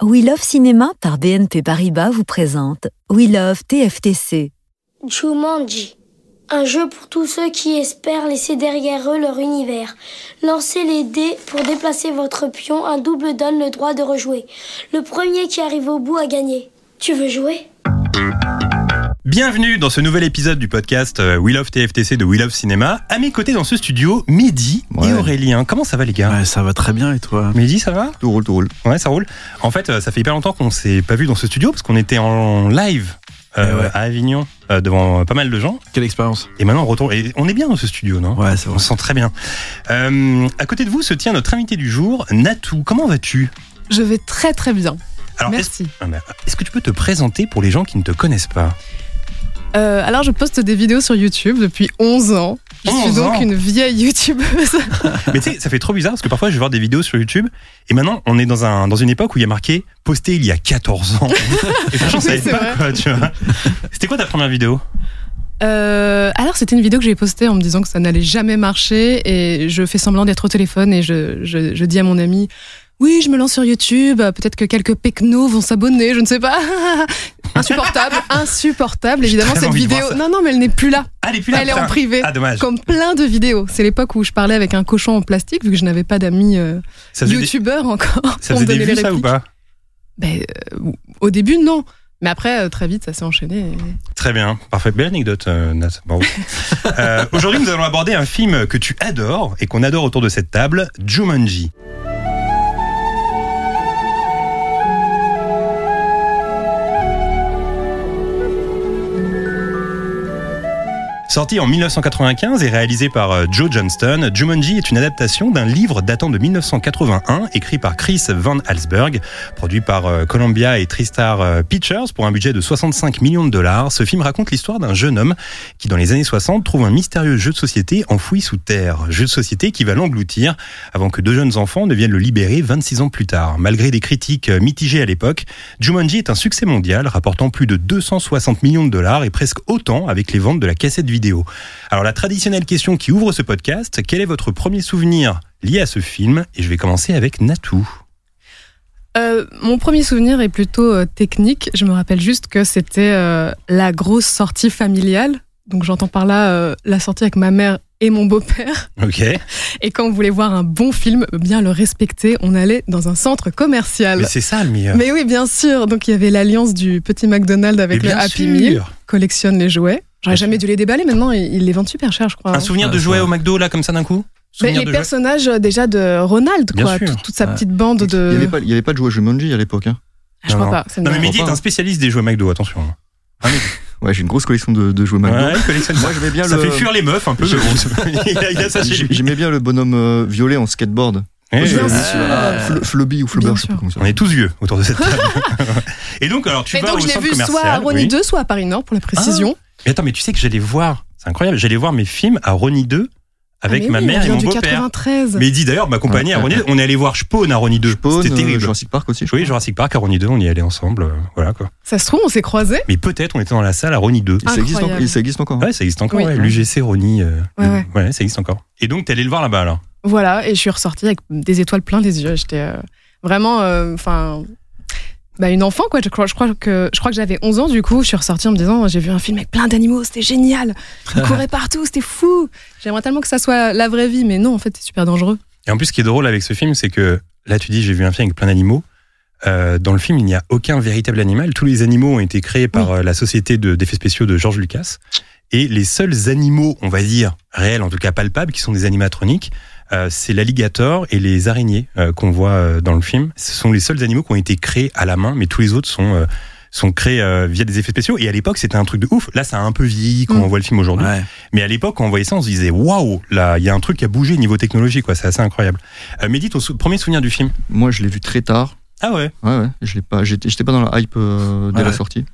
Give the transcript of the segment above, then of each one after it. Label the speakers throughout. Speaker 1: We Love Cinéma par BNP Paribas vous présente We Love TFTC.
Speaker 2: Jumanji. Un jeu pour tous ceux qui espèrent laisser derrière eux leur univers. Lancez les dés pour déplacer votre pion. Un double donne le droit de rejouer. Le premier qui arrive au bout a gagné. Tu veux jouer
Speaker 3: Bienvenue dans ce nouvel épisode du podcast euh, We Love TFTC de We Love Cinéma. À mes côtés dans ce studio, Mehdi et
Speaker 4: Ouais.
Speaker 3: Aurélien. Comment ça va les gars
Speaker 4: Ouais, ça va très bien et toi
Speaker 3: Mehdi, ça va
Speaker 4: Tout roule, tout roule.
Speaker 3: Ouais, ça roule. En fait, euh, ça fait hyper longtemps qu'on s'est pas vu dans ce studio parce qu'on était en live euh,
Speaker 4: Eh ouais.
Speaker 3: à Avignon euh, devant pas mal de gens.
Speaker 4: Quelle expérience
Speaker 3: Et maintenant, on retourne. Et on est bien dans ce studio, non
Speaker 4: Ouais, c'est
Speaker 3: On
Speaker 4: vrai.
Speaker 3: se sent très bien. Euh, à côté de vous se tient notre invité du jour, Natou. Comment vas-tu
Speaker 5: Je vais très très bien.
Speaker 3: Alors, est-ce-
Speaker 5: Merci.
Speaker 3: Ah, bah, Est-ce que tu peux te présenter pour les gens qui ne te connaissent pas
Speaker 5: Euh, alors, je poste des vidéos sur YouTube depuis 11 ans. Je
Speaker 3: 11
Speaker 5: suis donc
Speaker 3: ans.
Speaker 5: une vieille YouTubeuse.
Speaker 3: Mais tu sais, ça fait trop bizarre parce que parfois je vais voir des vidéos sur YouTube et maintenant on est dans, un, dans une époque où il y a marqué posté il y a 14 ans. et franchement, ça
Speaker 5: Oui,
Speaker 3: aide
Speaker 5: c'est
Speaker 3: pas
Speaker 5: vrai.
Speaker 3: quoi, tu vois. C'était quoi ta première vidéo
Speaker 5: Euh, alors, c'était une vidéo que j'ai postée en me disant que ça n'allait jamais marcher et je fais semblant d'être au téléphone et je, je, je dis à mon ami. Oui, je me lance sur YouTube. euh, Peut-être que quelques pecnos vont s'abonner, je ne sais pas. insupportable, insupportable. Évidemment,
Speaker 3: très
Speaker 5: cette
Speaker 3: envie de voir
Speaker 5: vidéo.
Speaker 3: ça.
Speaker 5: Non, non, mais elle n'est plus là.
Speaker 3: Ah, Elle est plus là,
Speaker 5: elle est
Speaker 3: putain.
Speaker 5: en privé.
Speaker 3: Ah, dommage.
Speaker 5: Comme plein de vidéos. C'est l'époque où je parlais avec un cochon en plastique, vu que je n'avais pas d'amis euh,
Speaker 3: Ça faisait des-
Speaker 5: youtubeurs encore.
Speaker 3: ça
Speaker 5: pour
Speaker 3: faisait
Speaker 5: me
Speaker 3: des
Speaker 5: donner les
Speaker 3: vues, ça ou
Speaker 5: répliques.
Speaker 3: pas
Speaker 5: Ben, euh, au début, non. Mais après, euh, très vite, ça s'est enchaîné.
Speaker 3: Très bien, parfait. Belle anecdote, euh, Nat. Bravo. Euh, Aujourd'hui, nous allons aborder un film que tu adores et qu'on adore autour de cette table, Jumanji. Sorti en 1995 et réalisé par euh, Joe Johnston, Jumanji est une adaptation d'un livre datant de 1981, écrit par Chris Van Allsburg, produit par euh, Columbia et Tristar euh, Pictures pour un budget de 65 millions de dollars. Ce film raconte l'histoire d'un jeune homme qui, dans les années 60, trouve un mystérieux jeu de société enfoui sous terre. Jeu de société qui va l'engloutir avant que deux jeunes enfants ne viennent le libérer 26 ans plus tard. Malgré des critiques euh, mitigées à l'époque, Jumanji est un succès mondial, rapportant plus de 260 millions de dollars et presque autant avec les ventes de la cassette vidéo. Alors la traditionnelle question qui ouvre ce podcast, quel est votre premier souvenir lié à ce film Et je vais commencer avec Natou.
Speaker 5: Euh, mon premier souvenir est plutôt euh, technique. Je me rappelle juste que c'était euh, la grosse sortie familiale. Donc j'entends par là euh, la sortie avec ma mère et mon beau-père.
Speaker 3: Ok.
Speaker 5: Et quand on voulait voir un bon film, bien le respecter, on allait dans un centre commercial.
Speaker 3: Mais c'est ça le meilleur.
Speaker 5: Mais oui, bien sûr. Donc il y avait l'alliance du petit McDonald's avec
Speaker 3: Mais
Speaker 5: le
Speaker 3: bien
Speaker 5: Happy
Speaker 3: sûr.
Speaker 5: Meal. Collectionne les jouets. J'aurais jamais dû les déballer. Maintenant, ils ils les vendent super cher, je crois.
Speaker 3: Un
Speaker 5: hein.
Speaker 3: souvenir
Speaker 6: Ah,
Speaker 3: de
Speaker 4: Ouais,
Speaker 3: jouet
Speaker 4: ça-
Speaker 3: au McDo, là, comme ça d'un coup
Speaker 5: Mais
Speaker 3: Souvenir
Speaker 5: les
Speaker 3: de jouet
Speaker 5: personnages euh, déjà de Ronald,
Speaker 3: Bien
Speaker 5: quoi,
Speaker 3: sûr.
Speaker 5: toute, toute sa
Speaker 4: Ouais.
Speaker 5: petite bande
Speaker 6: Il n'y avait,
Speaker 5: de. Ah,
Speaker 6: pas- il y avait pas de jouets Jumanji à l'époque. hein.
Speaker 5: Je
Speaker 3: Non,
Speaker 5: crois pas. ça me
Speaker 3: Non, mais
Speaker 6: Ah,
Speaker 3: hein,
Speaker 5: dit-
Speaker 3: Mehdi est un spécialiste des jouets McDo, attention.
Speaker 6: Ouais, j'ai une grosse collection de, de jouets McDo.
Speaker 3: Ouais, il collectionne ça.
Speaker 6: Moi, j'aimais bien
Speaker 3: Ça
Speaker 6: le.
Speaker 3: fait fuir les meufs un peu.
Speaker 6: Je-
Speaker 3: mais bon, il, a, il a ça chez lui. Eh,
Speaker 6: J'aimais bien le bonhomme euh, violet en skateboard.
Speaker 3: Ouais,
Speaker 5: Bien
Speaker 3: ouais.
Speaker 5: sûr.
Speaker 7: Euh,
Speaker 6: Ah, Flo- Flobby ou Flobber,
Speaker 5: Bien
Speaker 6: je sais pas
Speaker 5: sûr.
Speaker 6: comment ça
Speaker 3: On est tous vieux autour de cette table. Et donc, alors, tu
Speaker 5: Mais
Speaker 3: vas
Speaker 5: donc
Speaker 3: au
Speaker 5: je l'ai
Speaker 3: centre
Speaker 5: vu soit à
Speaker 3: commercial.
Speaker 5: Ronnie
Speaker 3: oui. Ah,
Speaker 5: 2, soit à Paris Nord, pour la précision.
Speaker 3: Mais attends, mais tu sais que j'allais voir, c'est incroyable, j'allais voir mes films à Ronnie 2 avec
Speaker 5: Ah, mais
Speaker 3: ma
Speaker 5: oui,
Speaker 3: mère
Speaker 5: on
Speaker 3: et
Speaker 5: vient
Speaker 3: mon
Speaker 5: du
Speaker 3: beau-père.
Speaker 5: 93.
Speaker 3: Mais il dit d'ailleurs, ma compagnie à
Speaker 6: Ouais.
Speaker 3: Ronnie 2, on est allé voir Spawn à Ronnie 2.
Speaker 6: Ah, Spawn,
Speaker 3: C'était
Speaker 6: euh,
Speaker 3: terrible.
Speaker 6: Jurassic Park aussi. je
Speaker 3: Oui,
Speaker 6: crois.
Speaker 3: Jurassic Park à Ronnie 2, on y allait ensemble. euh, Voilà quoi.
Speaker 5: Ça se trouve, on s'est croisés.
Speaker 3: Mais peut-être on était dans la salle à Ronnie 2.
Speaker 6: Et ça, existe
Speaker 5: Incroyable.
Speaker 6: encore, et ça existe encore. hein.
Speaker 3: Ouais, ça existe encore,
Speaker 5: Oui.
Speaker 3: ouais, l'UGC Ronnie. euh,
Speaker 5: Ouais,
Speaker 3: le-
Speaker 5: ouais.
Speaker 3: ça existe encore. Et donc, t'es allé le voir là-bas, alors
Speaker 5: Voilà, et je suis ressortie avec des étoiles plein les yeux. J'étais euh, vraiment. euh, Enfin. bah, une enfant, quoi. Je crois, je crois que, je crois que j'avais 11 ans, du coup. Je suis ressortie en me disant j'ai vu un film avec plein d'animaux, c'était génial. Ils couraient partout, c'était fou. J'aimerais tellement que ça soit la vraie vie, mais non, en fait, c'est super dangereux.
Speaker 3: Et en plus, ce qui est drôle avec ce film, c'est que là, tu dis, j'ai vu un film avec plein d'animaux. Euh, dans le film, il n'y a aucun véritable animal. Tous les animaux ont été créés par euh, la société de- d'effets spéciaux de George Lucas. Et les seuls animaux, on va dire, réels, en tout cas palpables, qui sont des animatroniques, euh, c'est l'alligator et les araignées euh, qu'on voit euh, dans le film. Ce sont les seuls animaux qui ont été créés à la main, mais tous les autres sont euh, sont créés euh, via des effets spéciaux. Et à l'époque, c'était un truc de ouf. Là, ça a un peu vieilli quand
Speaker 5: Mm.
Speaker 3: on voit le film aujourd'hui.
Speaker 4: Ouais.
Speaker 3: Mais à l'époque, quand on voyait ça, on se disait waouh, là, il y a un truc qui a bougé niveau technologie, quoi. C'est assez incroyable. Euh, Mehdi, ton sou- premier souvenir du film
Speaker 6: Moi, je l'ai vu très tard.
Speaker 3: Ah ouais
Speaker 6: Ouais, ouais. Je l'ai pas. J'étais j'étais pas dans la hype euh, dès
Speaker 4: Ouais,
Speaker 6: la
Speaker 4: ouais.
Speaker 6: sortie.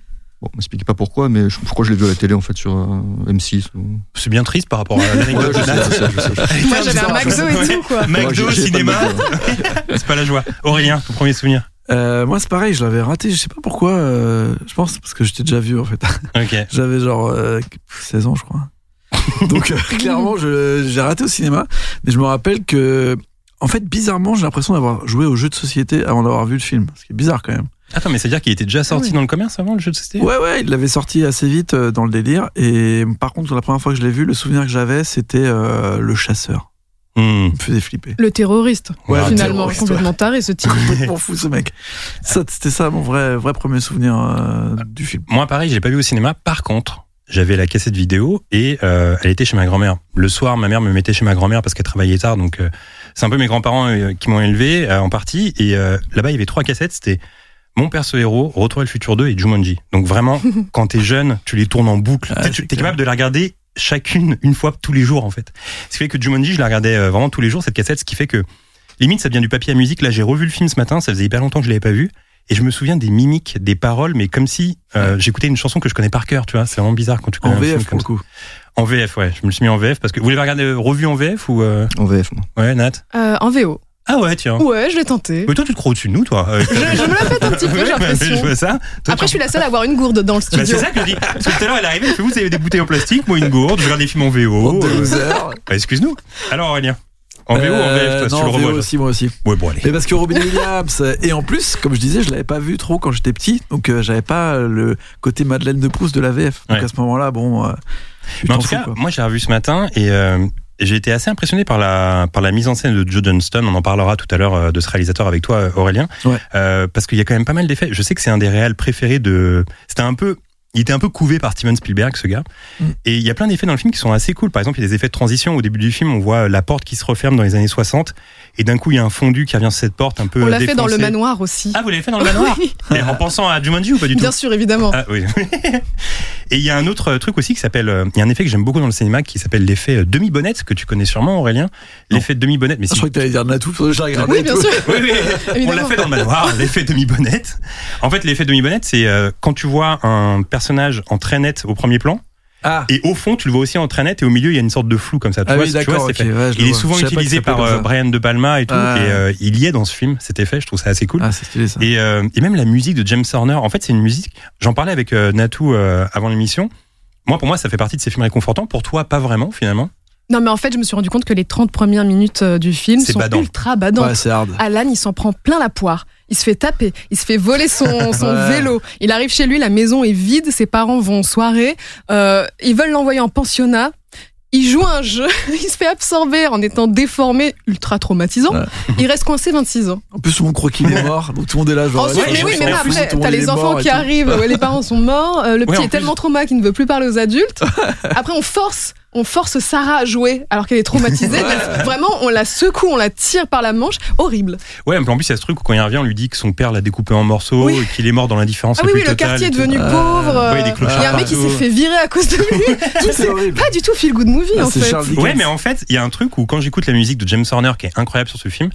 Speaker 6: Bon, m'expliquez pas pourquoi, mais je, je crois que je l'ai vu à la télé en fait sur euh, M6. ou-
Speaker 3: C'est bien triste par rapport à
Speaker 6: Ouais,
Speaker 3: l'anecdote.
Speaker 6: je sais, je sais, je sais, je sais.
Speaker 5: Moi, j'avais un McDo et
Speaker 3: Ouais.
Speaker 5: tout, quoi.
Speaker 6: Moi, j'ai-
Speaker 3: McDo,
Speaker 6: j'ai pas de
Speaker 3: cinéma,
Speaker 6: McDo, hein.
Speaker 3: c'est pas la joie. Aurélien, ton premier souvenir
Speaker 4: Euh, moi, c'est pareil, je l'avais raté. Je sais pas pourquoi. euh, je pense parce que j'étais déjà vu en fait.
Speaker 3: Ok.
Speaker 4: J'avais genre euh, 16 ans, je crois. Donc euh, clairement, je- j'ai raté au cinéma, mais je me rappelle que, en fait, bizarrement, j'ai l'impression d'avoir joué au jeu de société avant d'avoir vu le film, ce qui est bizarre quand même.
Speaker 3: Attends, mais c'est-à-dire qu'il était déjà sorti
Speaker 5: Ah oui.
Speaker 3: dans le commerce avant le jeu de société
Speaker 4: Ouais, ouais, il l'avait sorti assez vite euh, dans le délire. Et par contre, la première fois que je l'ai vu, le souvenir que j'avais, c'était euh, le chasseur.
Speaker 3: Hmm.
Speaker 4: Il me faisait flipper.
Speaker 5: Le terroriste,
Speaker 3: Ouais,
Speaker 4: le
Speaker 5: finalement,
Speaker 4: terroriste,
Speaker 5: complètement taré ce type.
Speaker 4: ouais. M'en fout ce mec. Ça, C'était ça mon vrai, vrai premier souvenir euh, du film.
Speaker 3: Moi, pareil, j'ai pas vu au cinéma. Par contre, j'avais la cassette vidéo et euh, elle était chez ma grand-mère. Le soir, ma mère me mettait chez ma grand-mère parce qu'elle travaillait tard. Donc, euh, c'est un peu mes grands-parents euh, qui m'ont élevé euh, en partie. Et euh, là-bas, il y avait trois cassettes. C'était Mon père ce héros, Retour et le futur 2 et Jumanji. Donc, vraiment, quand t'es jeune, tu les tournes en boucle.
Speaker 4: Ah,
Speaker 3: Tu sais, tu
Speaker 4: c'est
Speaker 3: es
Speaker 4: clair.
Speaker 3: capable de la regarder chacune une fois tous les jours, en fait. Ce qui fait que Jumanji, je la regardais euh, vraiment tous les jours, cette cassette. Ce qui fait que, limite, ça devient du papier à musique. Là, j'ai revu le film ce matin. Ça faisait hyper longtemps que je l'avais pas vu. Et je me souviens des mimiques, des paroles, mais comme si euh, j'écoutais une chanson que je connais par cœur, tu vois. C'est vraiment bizarre quand tu connais
Speaker 4: En
Speaker 3: un film
Speaker 4: VF pour
Speaker 3: comme
Speaker 4: le
Speaker 3: ça.
Speaker 4: coup.
Speaker 3: En VF, ouais. Je me suis mis en VF parce que vous l'avez regardé euh, revu en VF ou euh,
Speaker 6: En VF, moi.
Speaker 3: ouais, Nat
Speaker 5: Euh, en VO.
Speaker 3: Ah ouais, tiens.
Speaker 5: Ouais, je l'ai tenté.
Speaker 3: Mais toi, tu te crois au-dessus de nous, toi. Euh,
Speaker 5: Oh. Je, je me la fête un petit peu,
Speaker 3: ouais,
Speaker 5: j'ai
Speaker 3: bah, je
Speaker 5: l'impression.
Speaker 3: vois ça. Toi,
Speaker 5: Après, je
Speaker 3: tu-
Speaker 5: suis la seule à avoir une gourde dans le
Speaker 3: Bah, c'est
Speaker 5: studio.
Speaker 3: ça que je dis. Parce que tout à l'heure, elle est arrivée, elle fait, vous avez des bouteilles en plastique, moi une gourde, je regarde des films en
Speaker 5: Oh,
Speaker 4: Bande
Speaker 3: VO.
Speaker 4: de
Speaker 3: euh,
Speaker 4: losers.
Speaker 3: bah, excuse-nous. Alors, Aurélien. En VO, en
Speaker 4: Euh,
Speaker 3: VF, toi, si
Speaker 4: non,
Speaker 3: tu le
Speaker 4: en VO
Speaker 3: revois.
Speaker 4: aussi, moi aussi.
Speaker 3: Ouais, bon, allez.
Speaker 4: Mais parce que Robin Williams, euh, et en plus, comme je disais, je l'avais pas vu trop quand j'étais petit, donc euh, j'avais pas euh, le côté Madeleine de Proust de la VF. Donc
Speaker 3: Ouais.
Speaker 4: à ce moment-là, bon. euh, tu
Speaker 3: Mais en
Speaker 4: t'en
Speaker 3: tout
Speaker 4: fous,
Speaker 3: cas,
Speaker 4: quoi.
Speaker 3: moi j'ai revu ce matin et euh, j'ai été assez impressionné par la par la mise en scène de Joe Johnston. On en parlera tout à l'heure euh, de ce réalisateur avec toi, euh, Aurélien,
Speaker 4: Ouais.
Speaker 3: Euh, parce qu'il y a quand même pas mal d'effets. Je sais que c'est un des réels préférés de. C'était un peu. Il était un peu couvé par Steven Spielberg, ce gars.
Speaker 4: Mm.
Speaker 3: Et il y a plein d'effets dans le film qui sont assez cool. Par exemple, il y a des effets de transition. Au début du film, on voit euh, la porte qui se referme dans les années 60. Et d'un coup, il y a un fondu qui revient sur cette porte un peu. euh,
Speaker 5: On l'a fait dans le
Speaker 3: défoncée.
Speaker 5: manoir aussi.
Speaker 3: Ah, vous l'avez fait dans le manoir
Speaker 5: Oui,
Speaker 3: Et En pensant à Jumanji ou pas du tout
Speaker 5: Bien sûr,
Speaker 4: Oh.
Speaker 5: évidemment.
Speaker 3: ah oui. Et il y a un autre euh, truc aussi qui s'appelle, euh, il y a un effet que j'aime beaucoup dans le cinéma qui s'appelle l'effet euh, demi-bonnette que tu connais sûrement Aurélien. L'effet demi-bonnette, mais
Speaker 4: Ah, Je
Speaker 3: si.
Speaker 4: crois que t'allais dire Natou, j'ai regardé.
Speaker 5: oui, bien
Speaker 4: tout.
Speaker 5: sûr.
Speaker 3: Oui, oui, on l'a
Speaker 5: Évidemment.
Speaker 3: fait dans le manoir, l'effet demi-bonnette. En fait, l'effet demi-bonnette, c'est euh, quand tu vois un personnage en traînette au premier plan,
Speaker 4: Ah,
Speaker 3: et au fond, tu le vois aussi en traînette, et au milieu, il y a une sorte de flou comme ça. Tu
Speaker 4: ah
Speaker 3: vois,
Speaker 4: oui,
Speaker 3: tu vois
Speaker 4: d'accord.
Speaker 3: cet
Speaker 4: ok,
Speaker 3: effet.
Speaker 4: ouais, je
Speaker 3: Il
Speaker 4: le
Speaker 3: est
Speaker 4: vois.
Speaker 3: souvent
Speaker 4: Je savais pas que
Speaker 3: utilisé
Speaker 4: ça s'appelait
Speaker 3: par
Speaker 4: comme
Speaker 3: euh,
Speaker 4: ça.
Speaker 3: Brian De Palma et tout,
Speaker 4: Ah.
Speaker 3: et euh, il y est dans ce film, cet effet, je trouve ça assez cool.
Speaker 4: Ah, c'est stylé ça.
Speaker 3: Et, euh, et même la musique de James Horner, en fait, c'est une musique. J'en parlais avec euh, Natou euh, avant l'émission. Moi, pour moi, ça fait partie de ces films réconfortants. Pour toi, pas vraiment, finalement.
Speaker 5: Non, mais en fait, je me suis rendu compte que les 30 premières minutes euh, du film
Speaker 3: C'est
Speaker 5: sont
Speaker 3: badant.
Speaker 5: ultra badantes.
Speaker 4: Ouais, c'est hard.
Speaker 5: Alan, il s'en prend plein la poire. Il se fait taper, il se fait voler son, son
Speaker 4: Ouais.
Speaker 5: vélo. Il arrive chez lui, la maison est vide, ses parents vont en soirée. Euh, ils veulent l'envoyer en pensionnat. Il joue à un jeu, il se fait absorber en étant déformé, ultra traumatisant.
Speaker 4: Ouais.
Speaker 5: Il reste coincé 26 ans.
Speaker 4: En plus, tout le monde croit qu'il est mort, donc tout le monde est là, genre.
Speaker 5: Ensuite,
Speaker 3: ouais,
Speaker 5: mais
Speaker 3: je
Speaker 5: oui,
Speaker 3: sais
Speaker 5: mais
Speaker 3: pas,
Speaker 5: non,
Speaker 3: en plus,
Speaker 5: après, t'as les enfants qui arrivent, ouais, les parents sont morts, euh,
Speaker 3: Ouais,
Speaker 5: le petit
Speaker 3: en
Speaker 5: est
Speaker 3: plus.
Speaker 5: tellement traumatisé qu'il ne veut plus parler aux adultes. Après, on force, on force Sarah à jouer alors qu'elle est traumatisée. Vraiment, on la secoue, on la tire par la manche. Horrible.
Speaker 3: Ouais, mais en plus, il y a ce truc où quand il revient, on lui dit que son père l'a découpé en morceaux,
Speaker 5: Oui.
Speaker 3: et qu'il est mort dans l'indifférence.
Speaker 5: Ah
Speaker 3: la
Speaker 5: oui,
Speaker 3: plus
Speaker 5: oui, le
Speaker 3: totale
Speaker 5: quartier
Speaker 3: et
Speaker 5: est
Speaker 3: tout.
Speaker 5: devenu
Speaker 4: Ah.
Speaker 5: pauvre. euh,
Speaker 3: Ouais, des
Speaker 5: Il
Speaker 3: clochards
Speaker 5: y a un mec qui s'est
Speaker 3: partout.
Speaker 5: fait virer à cause de lui. Qui s'est-
Speaker 4: C'est horrible.
Speaker 5: pas du tout feel good movie
Speaker 4: Ah,
Speaker 5: en
Speaker 4: c'est
Speaker 5: fait.
Speaker 4: Charles
Speaker 3: Ouais,
Speaker 4: Dickens.
Speaker 3: mais en fait, il y a un truc où quand j'écoute la musique de James Horner, qui est incroyable sur ce film,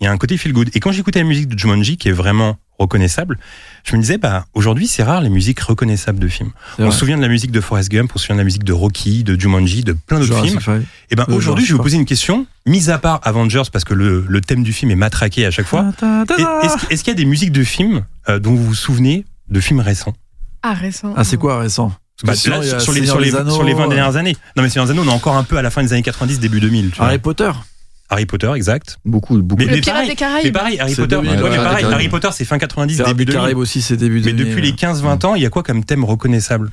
Speaker 3: il y a un côté feel good. Et quand j'écoutais la musique de Jumanji, qui est vraiment reconnaissable, je me disais, bah, aujourd'hui, c'est rare les musiques reconnaissables de films.
Speaker 4: C'est
Speaker 3: On
Speaker 4: vrai.
Speaker 3: se souvient de la musique de Forrest Gump, on se souvient de la musique de Rocky, de Jumanji, de plein d'autres films.
Speaker 4: Jurassic Five.
Speaker 3: Et ben
Speaker 4: Euh,
Speaker 3: aujourd'hui,
Speaker 4: genre,
Speaker 3: je vais vous
Speaker 4: je sais
Speaker 3: poser une question. Mis à part Avengers, parce que le, le thème du film est matraqué à chaque fois.
Speaker 4: Ta, ta, ta,
Speaker 3: et-
Speaker 4: ta.
Speaker 3: Est-ce est-ce qu'il y a des musiques de films euh, dont vous vous souvenez de films récents
Speaker 5: Ah, récent.
Speaker 4: Ah, c'est quoi récent
Speaker 3: Bah,
Speaker 4: Parce que sinon,
Speaker 3: là,
Speaker 4: il y a
Speaker 3: sur, les,
Speaker 4: Seigneur
Speaker 3: sur, les,
Speaker 4: des Anneaux,
Speaker 3: sur les 20
Speaker 4: euh,
Speaker 3: dernières années. Non, mais Seigneur des Anneaux, on est encore un peu à la fin des années 90, début 2000. tu vois.
Speaker 4: Harry Potter.
Speaker 3: Harry Potter, exact.
Speaker 6: Beaucoup, beaucoup.
Speaker 3: Mais-
Speaker 5: Le
Speaker 3: mais
Speaker 5: pirate
Speaker 3: pareil,
Speaker 5: des Caraïbes.
Speaker 3: Mais pareil, Harry
Speaker 4: C'est euh,
Speaker 3: Potter,
Speaker 4: 2000,
Speaker 3: ouais, mais
Speaker 6: ouais,
Speaker 3: pareil,
Speaker 6: Harry
Speaker 3: Harry Potter, c'est fin 90,
Speaker 4: Harry
Speaker 3: début
Speaker 4: des
Speaker 3: 2000.
Speaker 4: Caraïbes aussi, c'est début
Speaker 3: Mais
Speaker 4: 2000,
Speaker 3: depuis les
Speaker 4: ouais.
Speaker 3: 15-20 ans, il y a quoi comme thème reconnaissable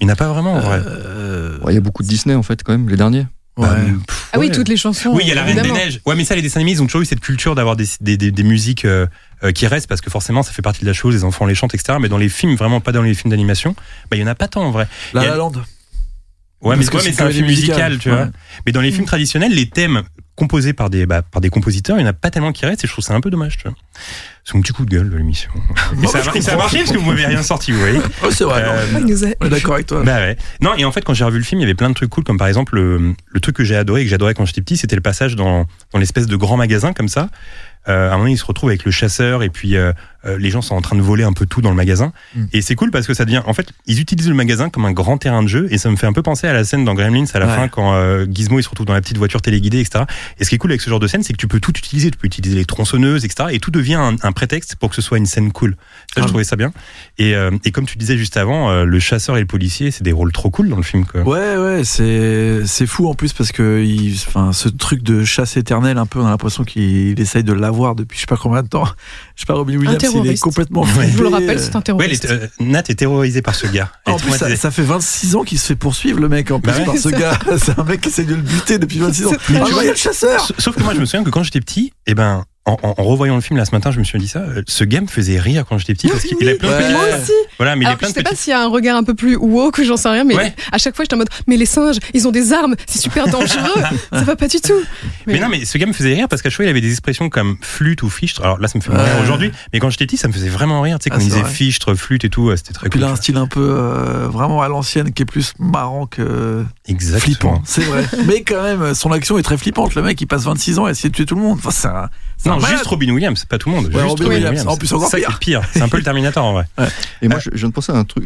Speaker 3: Il n'y en a pas vraiment, en vrai.
Speaker 4: Euh,
Speaker 6: Ouais, Il y a beaucoup de Disney en fait, quand même, les derniers.
Speaker 3: Bah,
Speaker 4: ouais.
Speaker 3: pff,
Speaker 5: Ah oui,
Speaker 3: ouais.
Speaker 5: toutes les chansons.
Speaker 3: Oui, il y a la Reine des
Speaker 5: évidemment.
Speaker 3: Neiges. Ouais, mais ça, les dessins animés, ils ont toujours eu cette culture d'avoir des, des, des, des musiques euh, euh, qui restent parce que forcément, ça fait partie de la chose, les enfants les chantent, etc. Mais dans les films, vraiment pas dans les films d'animation, bah, il y en a pas tant en vrai.
Speaker 4: La
Speaker 3: Il y a-
Speaker 4: La Land.
Speaker 3: Ouais, mais,
Speaker 4: Parce que
Speaker 3: ouais, mais
Speaker 4: c'est
Speaker 3: c'est un
Speaker 4: comédie
Speaker 3: film musical,
Speaker 4: musicale,
Speaker 3: tu vois.
Speaker 4: ouais. Mm.
Speaker 3: Mais dans les films traditionnels, les thèmes composés par des, bah, par des compositeurs, il n'y en a pas tellement qui restent et je trouve ça un peu dommage, tu vois. C'est mon petit coup de gueule de l'émission. Et
Speaker 4: bah,
Speaker 3: ça, a
Speaker 4: je
Speaker 3: mar- et ça a
Speaker 4: comprends,
Speaker 3: marché
Speaker 4: je
Speaker 3: parce que vous m'avez rien sorti, vous voyez.
Speaker 4: Oh, c'est vrai, non.
Speaker 3: Euh,
Speaker 5: Il nous a-
Speaker 4: On est d'accord avec toi.
Speaker 3: Bah ouais. Non, et en fait, quand j'ai revu le film, il y avait plein de trucs cool, comme par exemple le, le truc que j'ai adoré et que j'adorais quand j'étais petit, c'était le passage dans, dans l'espèce de grand magasin comme ça. Euh, à un moment, ils se retrouvent avec le chasseur et puis euh, euh, les gens sont en train de voler un peu tout dans le magasin.
Speaker 6: Mm.
Speaker 3: Et c'est cool parce que ça devient. En fait, ils utilisent le magasin comme un grand terrain de jeu et ça me fait un peu penser à la scène dans Gremlins à la
Speaker 4: Ouais.
Speaker 3: fin quand euh, Gizmo il se retrouve dans la petite voiture téléguidée, etc. Et ce qui est cool avec ce genre de scène, c'est que tu peux tout utiliser. Tu peux utiliser les tronçonneuses, etc. Et tout devient un, un prétexte pour que ce soit une scène cool. Ça, je
Speaker 4: Ah.
Speaker 3: trouvais ça bien. Et, euh, et comme tu disais juste avant, euh, le chasseur et le policier, c'est des rôles trop cool dans le film. Quoi.
Speaker 4: Ouais, ouais, c'est c'est fou en plus parce que il, enfin, ce truc de chasse éternelle, un peu, on a l'impression qu'il essaye de l'avoir depuis je sais pas combien de temps. Je sais pas, Robin Williams, il est
Speaker 5: terroriste.
Speaker 4: complètement
Speaker 3: Ouais.
Speaker 5: Je vous le
Speaker 4: flippé.
Speaker 5: rappelle, c'est un
Speaker 3: Ouais, elle
Speaker 5: terroriste.
Speaker 3: est- euh, Nat est terrorisée par ce gars. Elle
Speaker 4: En
Speaker 3: est
Speaker 4: plus, ça,
Speaker 3: traumatisée.
Speaker 4: ça fait 26 ans qu'il se fait poursuivre, le mec, en plus,
Speaker 3: Bah ouais.
Speaker 4: par ce gars. C'est un mec qui essaye de le buter depuis 26 ans. Ah,
Speaker 5: C'est
Speaker 4: Mais
Speaker 5: très
Speaker 4: tu vois, il y a le chasseur
Speaker 3: S- Sauf que moi, je me souviens que quand j'étais petit, eh ben, en, en- en revoyant le film là ce matin, je me suis dit ça. euh, Ce gars me faisait rire quand j'étais
Speaker 4: Ah
Speaker 3: petit parce qu'il a plein de
Speaker 4: Ouais.
Speaker 3: petits-
Speaker 5: Moi
Speaker 4: petites-
Speaker 5: aussi.
Speaker 3: Voilà, mais il a
Speaker 5: Alors,
Speaker 3: plein
Speaker 5: je
Speaker 3: de
Speaker 5: sais pas
Speaker 3: petits-
Speaker 5: s'il y a un regard un peu plus woke, j'en sais rien, mais
Speaker 3: Ouais.
Speaker 5: à chaque fois j'étais en mode Mais les singes, ils ont des armes, c'est super dangereux, ça va pas du tout.
Speaker 3: Mais, non, mais ce gars me faisait rire parce qu'à chaque fois, il avait des expressions comme flûte ou fichtre. Alors là, ça me fait
Speaker 4: Ouais.
Speaker 3: rire aujourd'hui, mais quand j'étais petit, ça me faisait vraiment rire. Tu sais,
Speaker 4: Ah,
Speaker 3: quand il
Speaker 4: c'est
Speaker 3: disait
Speaker 4: vrai.
Speaker 3: fichtre, flûte et tout, euh, c'était très
Speaker 4: Et puis
Speaker 3: cool.
Speaker 4: il a un style un peu euh, vraiment à l'ancienne qui est plus marrant que
Speaker 3: Exactement.
Speaker 4: flippant, c'est vrai. Mais quand même, son action est très flippante. Le mec, il passe 26 ans à essayer de tuer tout le monde. Enfin, c'est un, c'est un
Speaker 3: Non,
Speaker 4: malade.
Speaker 3: juste Robin Williams, pas tout le monde. juste
Speaker 4: Robin Williams. En plus, encore
Speaker 3: ça, c'est
Speaker 4: pire.
Speaker 3: pire. C'est un peu le Terminator en vrai.
Speaker 6: Et moi, je, je viens de penser à un truc.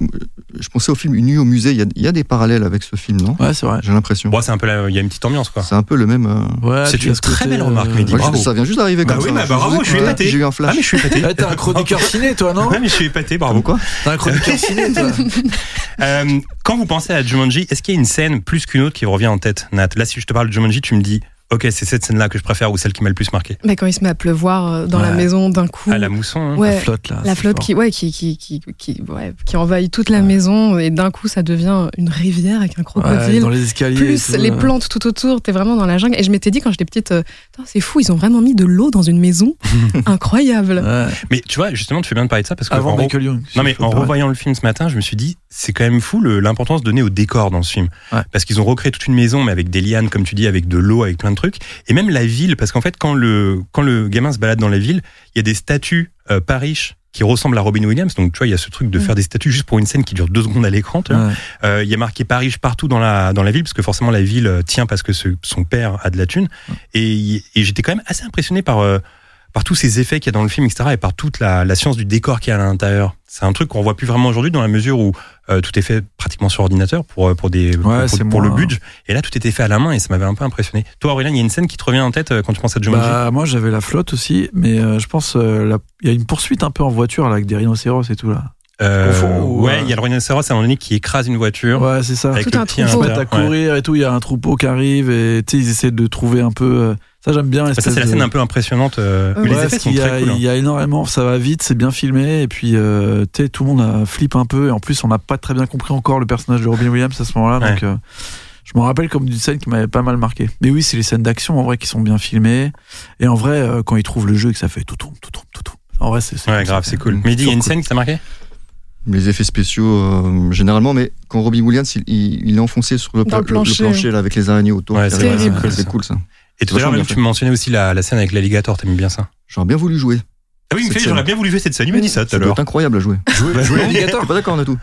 Speaker 6: Je pensais au film Une nuit au musée. Il y a, il y a des parallèles avec ce film, non
Speaker 4: Ouais, c'est vrai.
Speaker 6: J'ai l'impression.
Speaker 3: Bon, c'est un peu la- il y a une petite ambiance quoi.
Speaker 6: C'est un peu le même. euh,
Speaker 4: Ouais,
Speaker 3: C'est
Speaker 4: puis
Speaker 3: une
Speaker 4: à ce
Speaker 3: très
Speaker 4: côté,
Speaker 3: belle remarque,
Speaker 4: euh,
Speaker 3: Mehdi.
Speaker 6: moi, je-
Speaker 3: bravo.
Speaker 6: Ça vient juste d'arriver
Speaker 3: Bah
Speaker 6: comme
Speaker 3: oui,
Speaker 6: ça.
Speaker 3: bah
Speaker 6: Je
Speaker 3: bravo,
Speaker 6: vous ai
Speaker 3: je suis
Speaker 6: écouté,
Speaker 3: épaté.
Speaker 6: J'ai eu un flash.
Speaker 3: Ah mais je suis épaté.
Speaker 4: Ouais, T'es un chroniqueur ciné, toi, non
Speaker 3: Ouais, mais je suis épaté, bravo.
Speaker 6: Comme quoi
Speaker 4: T'es un chroniqueur ciné, toi.
Speaker 3: Euh, quand vous pensez à Jumanji, est-ce qu'il y a une scène plus qu'une autre qui vous revient en tête, Nat Là, si je te parle de Jumanji, tu me dis, ok, c'est cette scène-là que je préfère ou celle qui m'a le plus marqué.
Speaker 5: Mais quand il se met à pleuvoir euh, dans la
Speaker 4: Ouais.
Speaker 5: maison d'un coup,
Speaker 3: À la mousson. hein.
Speaker 5: Ouais.
Speaker 4: La flotte, là.
Speaker 5: la
Speaker 4: c'est
Speaker 5: flotte
Speaker 4: fort.
Speaker 5: qui, ouais, qui, qui, qui, qui, ouais, qui envahit toute la maison et d'un coup ça devient une rivière avec un
Speaker 4: Ouais,
Speaker 5: crocodile.
Speaker 4: dans les escaliers.
Speaker 5: plus
Speaker 4: et tout,
Speaker 5: les
Speaker 4: euh.
Speaker 5: plantes tout autour, t'es vraiment dans la jungle. Et je m'étais dit quand j'étais petite, euh, Putain, c'est fou, ils ont vraiment mis de l'eau dans une maison incroyable.
Speaker 4: Ouais.
Speaker 3: Mais tu vois, justement, tu fais bien de parler de ça parce que en
Speaker 4: Avant
Speaker 3: re-
Speaker 4: Michael Young.
Speaker 3: Non mais
Speaker 4: faut
Speaker 3: en
Speaker 4: pas-
Speaker 3: revoyant le film ce matin, je me suis dit c'est quand même fou le- l'importance donnée au décor dans ce film
Speaker 4: Ouais.
Speaker 3: parce qu'ils ont recréé toute une maison mais avec des lianes comme tu dis avec de l'eau avec plein de trucs et même la ville parce qu'en fait quand le quand le gamin se balade dans la ville, il y a des statues euh, pas riches qui ressemblent à Robin Williams donc tu vois il y a ce truc de
Speaker 4: Mm.
Speaker 5: Ouais.
Speaker 3: faire des statues juste pour une scène qui dure deux secondes à l'écran tu vois.
Speaker 4: Ouais.
Speaker 3: Euh, il y a marqué Paris partout dans la dans la ville parce que forcément la ville euh, tient parce que ce- son père a de la thune et, il- et j'étais quand même assez impressionné par euh, par tous ces effets qu'il y a dans le film etc et par toute la, la science du décor qu'il y a à l'intérieur c'est un truc qu'on voit plus vraiment aujourd'hui dans la mesure où euh, tout est fait pratiquement sur ordinateur pour euh, pour des pour-
Speaker 4: Ouais,
Speaker 3: pour,
Speaker 4: c'est
Speaker 3: pour le
Speaker 4: moins-
Speaker 3: budget et là tout était fait à la main et ça m'avait un peu impressionné toi Aurélien il y a une scène qui te revient en tête euh, quand tu penses à Jumanji
Speaker 4: Bah, moi j'avais la flotte aussi, mais euh, je pense euh, la- il y a une poursuite un peu en voiture là, avec des rhinocéros et tout là.
Speaker 3: Euh,
Speaker 4: au fond, ou,
Speaker 3: ouais
Speaker 4: euh,
Speaker 3: il y a le rhinocéros à un moment donné qui écrase une voiture
Speaker 4: Ouais, c'est ça.
Speaker 3: avec
Speaker 5: Tout
Speaker 3: le
Speaker 5: un
Speaker 3: pied
Speaker 5: troupeau.
Speaker 4: Ils se
Speaker 3: à
Speaker 4: mettent à
Speaker 3: l'intérieur, ouais.
Speaker 4: courir et tout, il y a un troupeau qui arrive et tu sais, ils essaient de trouver un peu. euh, ça j'aime bien.
Speaker 3: ça
Speaker 4: l'espèce
Speaker 3: c'est la
Speaker 4: de-
Speaker 3: scène un peu impressionnante euh,
Speaker 5: Ouais,
Speaker 3: mais les
Speaker 4: Ouais,
Speaker 3: effets
Speaker 4: parce
Speaker 3: sont
Speaker 4: qu'il y, a-
Speaker 3: très cool hein.
Speaker 4: il y a énormément, ça va vite, c'est bien filmé, et puis euh, tu sais, tout le monde euh, flippe un peu, et en plus on n'a pas très bien compris encore le personnage de Robin Williams à ce moment-là,
Speaker 3: Ouais.
Speaker 4: donc euh, je m'en rappelle comme d'une scène qui m'avait pas mal marqué. Mais oui, c'est les scènes d'action en vrai qui sont bien filmées, et en vrai, euh, quand ils trouvent le jeu et que ça fait tout tourne, tout tourne, tout tourne. En vrai, c'est
Speaker 3: Ouais, grave, c'est cool. Mais il y a une scène qui t'a marqué
Speaker 6: Les effets spéciaux, euh, généralement, mais quand Robbie Williams, il, il- il est enfoncé sur le,
Speaker 5: Dans le plancher.
Speaker 6: là, avec les araignées autour.
Speaker 3: Ouais,
Speaker 6: qui
Speaker 3: c'est
Speaker 6: arrivent.
Speaker 5: terrible.
Speaker 6: C'est c'est cool, ça.
Speaker 3: Et tout à l'heure,
Speaker 6: Vachement
Speaker 3: même,
Speaker 6: bien
Speaker 3: tu
Speaker 6: fait.
Speaker 3: me mentionnais aussi la, la scène avec l'alligator, t'aimes bien ça
Speaker 6: J'aurais bien voulu jouer.
Speaker 3: Ah oui,
Speaker 6: Cette
Speaker 3: mais
Speaker 6: scène.
Speaker 3: j'aurais bien voulu jouer cette scène, il m'a dit ça tout
Speaker 6: Ça
Speaker 3: à
Speaker 6: doit
Speaker 3: l'heure.
Speaker 6: être incroyable à jouer.
Speaker 3: Bah,
Speaker 4: Jouer à
Speaker 3: oui.
Speaker 6: T'es
Speaker 4: l'alligator
Speaker 6: pas d'accord, Natou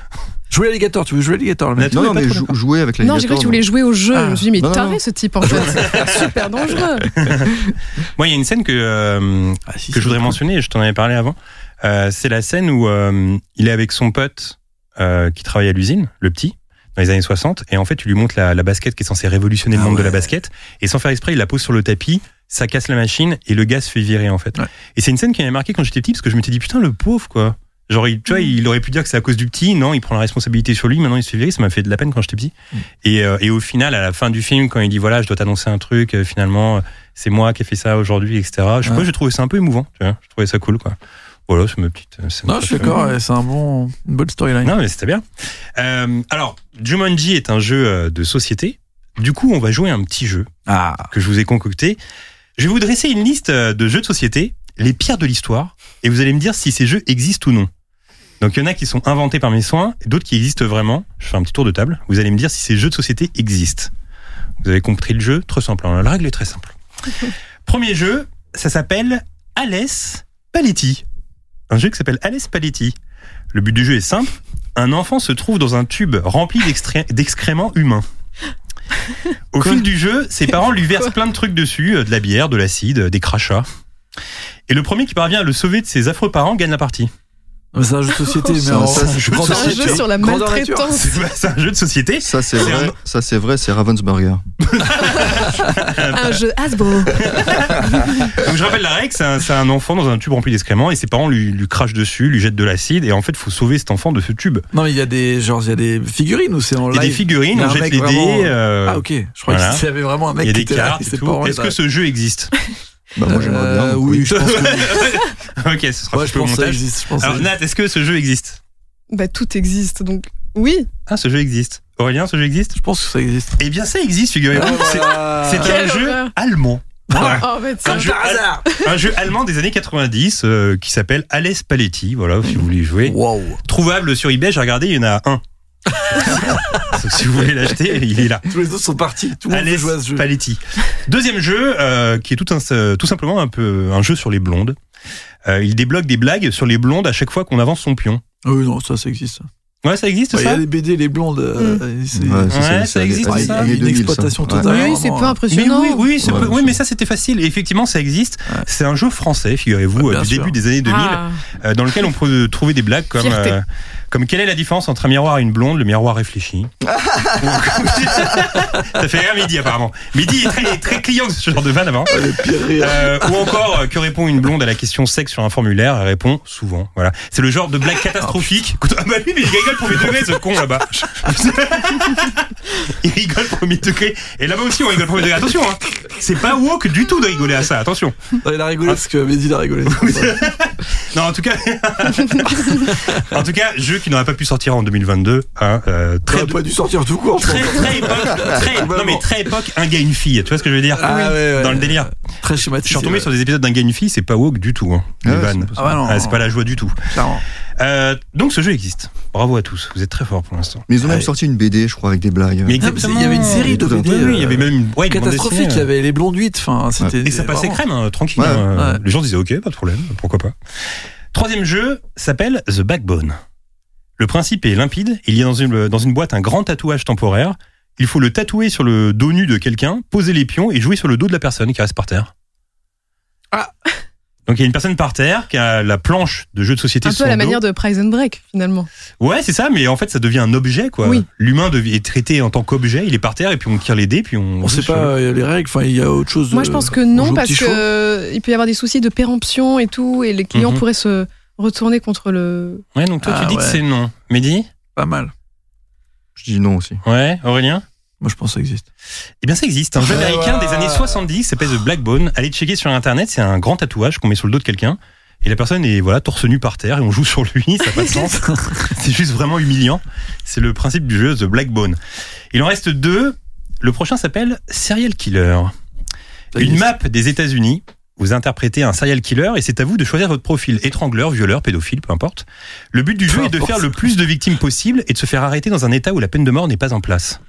Speaker 4: Jouer à l'alligator, tu veux jouer à l'alligator le mec
Speaker 6: Non, non, mais jou- jouer avec les
Speaker 5: Non, j'ai cru que tu voulais jouer au jeu.
Speaker 4: Ah.
Speaker 5: Je me suis dit, mais
Speaker 6: Non, non,
Speaker 5: taré
Speaker 6: non.
Speaker 5: ce type en fait, c'est super dangereux.
Speaker 3: Moi, il y a une scène que, euh,
Speaker 4: Ah, si,
Speaker 3: que
Speaker 4: c'est
Speaker 3: je voudrais
Speaker 4: cool.
Speaker 3: mentionner, je t'en avais parlé avant. Euh, c'est la scène où euh, il est avec son pote euh, qui travaille à l'usine, le petit, dans les années 60, et en fait, tu lui montres la, la basket qui est censée révolutionner le
Speaker 4: Ah
Speaker 3: monde de la
Speaker 4: ouais.
Speaker 3: basket, et sans faire exprès, il la pose sur le tapis, ça casse la machine, et le gars se fait virer, en fait.
Speaker 4: Ouais.
Speaker 3: Et c'est une scène qui m'avait marqué quand j'étais petit, parce que je m'étais dit, putain, le pauvre, quoi. Genre, il,
Speaker 4: Mm.
Speaker 3: tu vois, il aurait pu dire que c'est à cause du petit, non, il prend la responsabilité sur lui, maintenant il se fait virer, ça m'a fait de la peine quand j'étais petit.
Speaker 4: Mm.
Speaker 3: Et, euh, et au final, à la fin du film, quand il dit, voilà, je dois t'annoncer un truc, euh, finalement, euh, c'est moi qui ai fait ça aujourd'hui, etc. Je sais pas,
Speaker 4: Ouais.
Speaker 3: j'ai trouvé ça un peu émouvant, tu vois, je trouvais ça cool, quoi. Voilà, c'est ma petite. euh, scène
Speaker 4: Non, je suis
Speaker 3: préférée.
Speaker 4: d'accord, ouais, c'est un bon, une bonne storyline.
Speaker 3: Non, mais c'était bien. Euh, alors, Jumanji est un jeu euh, de société. Du coup, on va jouer à un petit jeu
Speaker 4: Ah,
Speaker 3: que je vous ai concocté. Je vais vous dresser une liste euh, de jeux de société, les pires de l'histoire, et vous allez me dire si ces jeux existent ou non. Donc il y en a qui sont inventés par mes soins, et d'autres qui existent vraiment. Je fais un petit tour de table. Vous allez me dire si ces jeux de société existent. Vous avez compris le jeu Très simple. hein. La règle est très simple. Premier jeu, ça s'appelle Alès Paletti. Un jeu qui s'appelle Alès Paletti. Le but du jeu est simple. Un enfant se trouve dans un tube rempli d'extré- d'excréments humains. Au fil du jeu, ses parents lui versent plein de trucs dessus, euh, de la bière, de l'acide, euh, des crachats. Et le premier qui parvient à le sauver de ses affreux parents gagne la partie.
Speaker 4: Mais C'est un jeu de société, mais
Speaker 6: Ça,
Speaker 4: en
Speaker 6: ça, c'est
Speaker 4: grandeur
Speaker 5: un jeu
Speaker 4: nature.
Speaker 5: sur la
Speaker 4: Grandeur nature.
Speaker 5: maltraitance.
Speaker 3: C'est c'est un jeu de société.
Speaker 6: Ça, c'est
Speaker 3: C'est
Speaker 6: vrai,
Speaker 3: un-
Speaker 6: ça, c'est vrai, c'est Ravensburger.
Speaker 5: Un jeu Hasbro.
Speaker 3: Donc je rappelle la règle, c'est un, c'est un enfant dans un tube rempli d'excréments et ses parents lui, lui crachent dessus, lui jettent de l'acide et en fait faut sauver cet enfant de ce tube.
Speaker 4: Non, mais il y a des genre il y a des figurines où c'est en
Speaker 3: Il y
Speaker 4: live.
Speaker 3: a des figurines,
Speaker 4: Il y a
Speaker 3: on
Speaker 4: un
Speaker 3: jette
Speaker 4: mec
Speaker 3: les
Speaker 4: vraiment-
Speaker 3: dés, euh,
Speaker 4: Ah ok, je crois
Speaker 3: Voilà.
Speaker 4: qu'il y avait vraiment un mec
Speaker 3: il y a
Speaker 4: qui
Speaker 3: des
Speaker 4: était là. Euh,
Speaker 3: cartes et tout. Est-ce que ce jeu existe
Speaker 6: Bah, moi, j'aimerais bien.
Speaker 4: oui, je pense que oui.
Speaker 3: Ok, ce sera
Speaker 4: Ouais,
Speaker 3: coupé
Speaker 4: je
Speaker 3: au
Speaker 4: pense que ça
Speaker 3: montage.
Speaker 4: existe. Je pense que ça
Speaker 3: Alors Nat, est-ce que ce jeu existe
Speaker 5: Bah, tout existe, donc oui.
Speaker 3: Ah, ce jeu existe. Aurélien, ce jeu existe
Speaker 4: Je pense que ça existe.
Speaker 3: Eh bien ça existe,
Speaker 4: Ah,
Speaker 3: figurez-vous. C'est- C'est un
Speaker 5: Quelle
Speaker 3: jeu
Speaker 5: horreur.
Speaker 3: allemand. Voilà.
Speaker 5: Oh, bah,
Speaker 3: Un
Speaker 5: tiens.
Speaker 3: jeu, al-
Speaker 4: hasard.
Speaker 3: un jeu allemand des années 90 euh, qui s'appelle Alès Paletti, voilà, si vous voulez y jouer.
Speaker 4: Wow.
Speaker 3: Trouvable sur eBay, j'ai regardé, il y en a un. Donc, si vous voulez l'acheter, il est là.
Speaker 4: Tous les autres sont partis. Tout le monde veut
Speaker 3: Alès
Speaker 4: jouer à ce jeu.
Speaker 3: Paletti. Deuxième jeu, euh, qui est tout, un- tout simplement un peu un jeu sur les blondes. Euh, il débloque des blagues sur les blondes à chaque fois qu'on avance son pion.
Speaker 4: Ah oui, non, ça, ça existe.
Speaker 3: Ouais, ça existe
Speaker 4: Ouais, Il y
Speaker 3: ça
Speaker 4: a les BD, les blondes. euh, c'est-
Speaker 6: Ouais,
Speaker 3: Mm. Ouais,
Speaker 6: c'est-
Speaker 3: ça
Speaker 6: c'est-
Speaker 3: existe,
Speaker 6: c'est-
Speaker 3: ça.
Speaker 6: année
Speaker 4: Il y a une
Speaker 6: 2000, ça.
Speaker 4: exploitation
Speaker 6: Ouais.
Speaker 4: totale.
Speaker 5: Oui, c'est peu
Speaker 3: Mais
Speaker 5: impressionnant.
Speaker 3: oui, oui, c'est
Speaker 6: Ouais,
Speaker 3: peu-
Speaker 6: bien
Speaker 3: oui,
Speaker 6: sûr.
Speaker 3: mais ça c'était facile. Et effectivement, ça existe.
Speaker 4: Ouais.
Speaker 3: C'est un jeu français, figurez-vous,
Speaker 4: Ouais,
Speaker 3: euh,
Speaker 4: bien
Speaker 3: du
Speaker 4: sûr.
Speaker 3: début des années 2000,
Speaker 5: Ah.
Speaker 3: euh, dans lequel on peut trouver des blagues comme
Speaker 5: Fierté.
Speaker 3: euh, comme quelle est la différence entre un miroir et une blonde Le miroir réfléchit. Ou- ça fait rire Midi apparemment. Midi est très, très client de ce genre de vanne avant.
Speaker 4: hein.
Speaker 3: Euh, ou encore euh, que répond une blonde à la question sexe sur un formulaire Elle répond souvent. Voilà, c'est le genre de blague catastrophique. ah bah lui, mais il rigole pour mes degrés, ce con là-bas. il rigole pour mes degrés. Et là-bas aussi, on rigole pour mes degrés. Attention, hein. c'est pas woke du tout de rigoler à ça. Attention.
Speaker 4: Non, Il a
Speaker 3: Ah.
Speaker 4: rigolé parce que Mehdi il a rigolé.
Speaker 3: Non, en tout cas,
Speaker 5: Ah.
Speaker 3: en tout cas, jeu qui n'aurait pas pu sortir en 2022. Hein, euh,
Speaker 4: Il
Speaker 3: très
Speaker 4: aurait pas dû sortir tout court. je
Speaker 3: très,
Speaker 4: pense.
Speaker 3: très époque, très, non mais très époque, un gars une fille, tu vois ce que je veux dire
Speaker 4: Ah ouais, ouais.
Speaker 3: Dans le délire.
Speaker 4: Très schématique.
Speaker 3: Je suis retombé
Speaker 4: ouais.
Speaker 3: sur des épisodes d'un gars une fille, c'est pas woke du tout. Hein, les
Speaker 6: Ah ouais,
Speaker 3: vannes.
Speaker 6: c'est
Speaker 4: Ah bah non,
Speaker 3: Ah, c'est pas la joie du tout.
Speaker 4: clairement.
Speaker 3: Euh, donc ce jeu existe. Bravo à tous, vous êtes très forts pour l'instant.
Speaker 6: Mais ils ont même
Speaker 4: Ouais.
Speaker 6: sorti une BD, je crois, avec des blagues.
Speaker 3: Mais
Speaker 4: Ah, mais c'est- Il y avait une série de
Speaker 6: Oui,
Speaker 4: BD.
Speaker 3: Oui, oui, il y
Speaker 4: euh,
Speaker 3: avait même une ouais, une bande
Speaker 4: catastrophique. Il y
Speaker 3: dessinée,
Speaker 4: avait les blondes 8. Enfin, c'était.
Speaker 3: euh, Et ça passait
Speaker 4: vraiment-
Speaker 3: crème, hein, tranquille.
Speaker 6: Ouais,
Speaker 3: hein,
Speaker 4: ouais.
Speaker 3: Les gens disaient ok, pas de problème, pourquoi pas. Troisième jeu s'appelle The Backbone. Le principe est limpide. Il y a dans une, dans une boîte un grand tatouage temporaire. Il faut le tatouer sur le dos nu de quelqu'un, poser les pions et jouer sur le dos de la personne qui reste par terre.
Speaker 5: Ah.
Speaker 3: Donc il y a une personne par terre qui a la planche de jeu de société
Speaker 5: Un
Speaker 3: sur
Speaker 5: peu à la
Speaker 3: son dos.
Speaker 5: manière de Prize and Break, finalement.
Speaker 3: Ouais, c'est ça, mais en fait, ça devient un objet, quoi.
Speaker 5: Oui.
Speaker 3: L'humain devi- est traité en tant qu'objet, il est par terre, et puis on tire les dés, puis on.
Speaker 4: On sait pas euh, les règles. Enfin, il y a autre chose.
Speaker 5: Moi,
Speaker 4: euh,
Speaker 5: je pense que
Speaker 4: on joue
Speaker 5: non,
Speaker 4: au
Speaker 5: parce
Speaker 4: petit show.
Speaker 5: que il peut y avoir des soucis de péremption et tout, et les clients
Speaker 3: Mhm.
Speaker 5: pourraient se retourner contre le.
Speaker 3: Ouais, donc toi,
Speaker 4: Ah,
Speaker 3: tu dis que
Speaker 4: ouais.
Speaker 3: c'est non. Mehdi
Speaker 4: Pas mal.
Speaker 6: Je dis non aussi.
Speaker 3: Ouais, Aurélien
Speaker 4: Moi, je pense que ça existe.
Speaker 3: Eh bien, ça existe. Un jeu
Speaker 4: Ah,
Speaker 3: américain
Speaker 4: ouais.
Speaker 3: des années 70 s'appelle The Blackbone. Allez checker sur Internet, c'est un grand tatouage qu'on met sur le dos de quelqu'un. Et la personne est voilà torse nu par terre et on joue sur lui, ça n'a pas de sens. c'est juste vraiment humiliant. C'est le principe du jeu The Blackbone. Il en reste deux. Le prochain s'appelle Serial Killer.
Speaker 4: Ça
Speaker 3: Une
Speaker 4: existe.
Speaker 3: map des États-Unis. Vous interprétez un serial killer et c'est à vous de choisir votre profil étrangleur, violeur, pédophile, peu importe. Le but du
Speaker 4: Peu
Speaker 3: jeu est de
Speaker 4: importe.
Speaker 3: faire le plus de victimes possible et de se faire arrêter dans un état où la peine de mort n'est pas en place.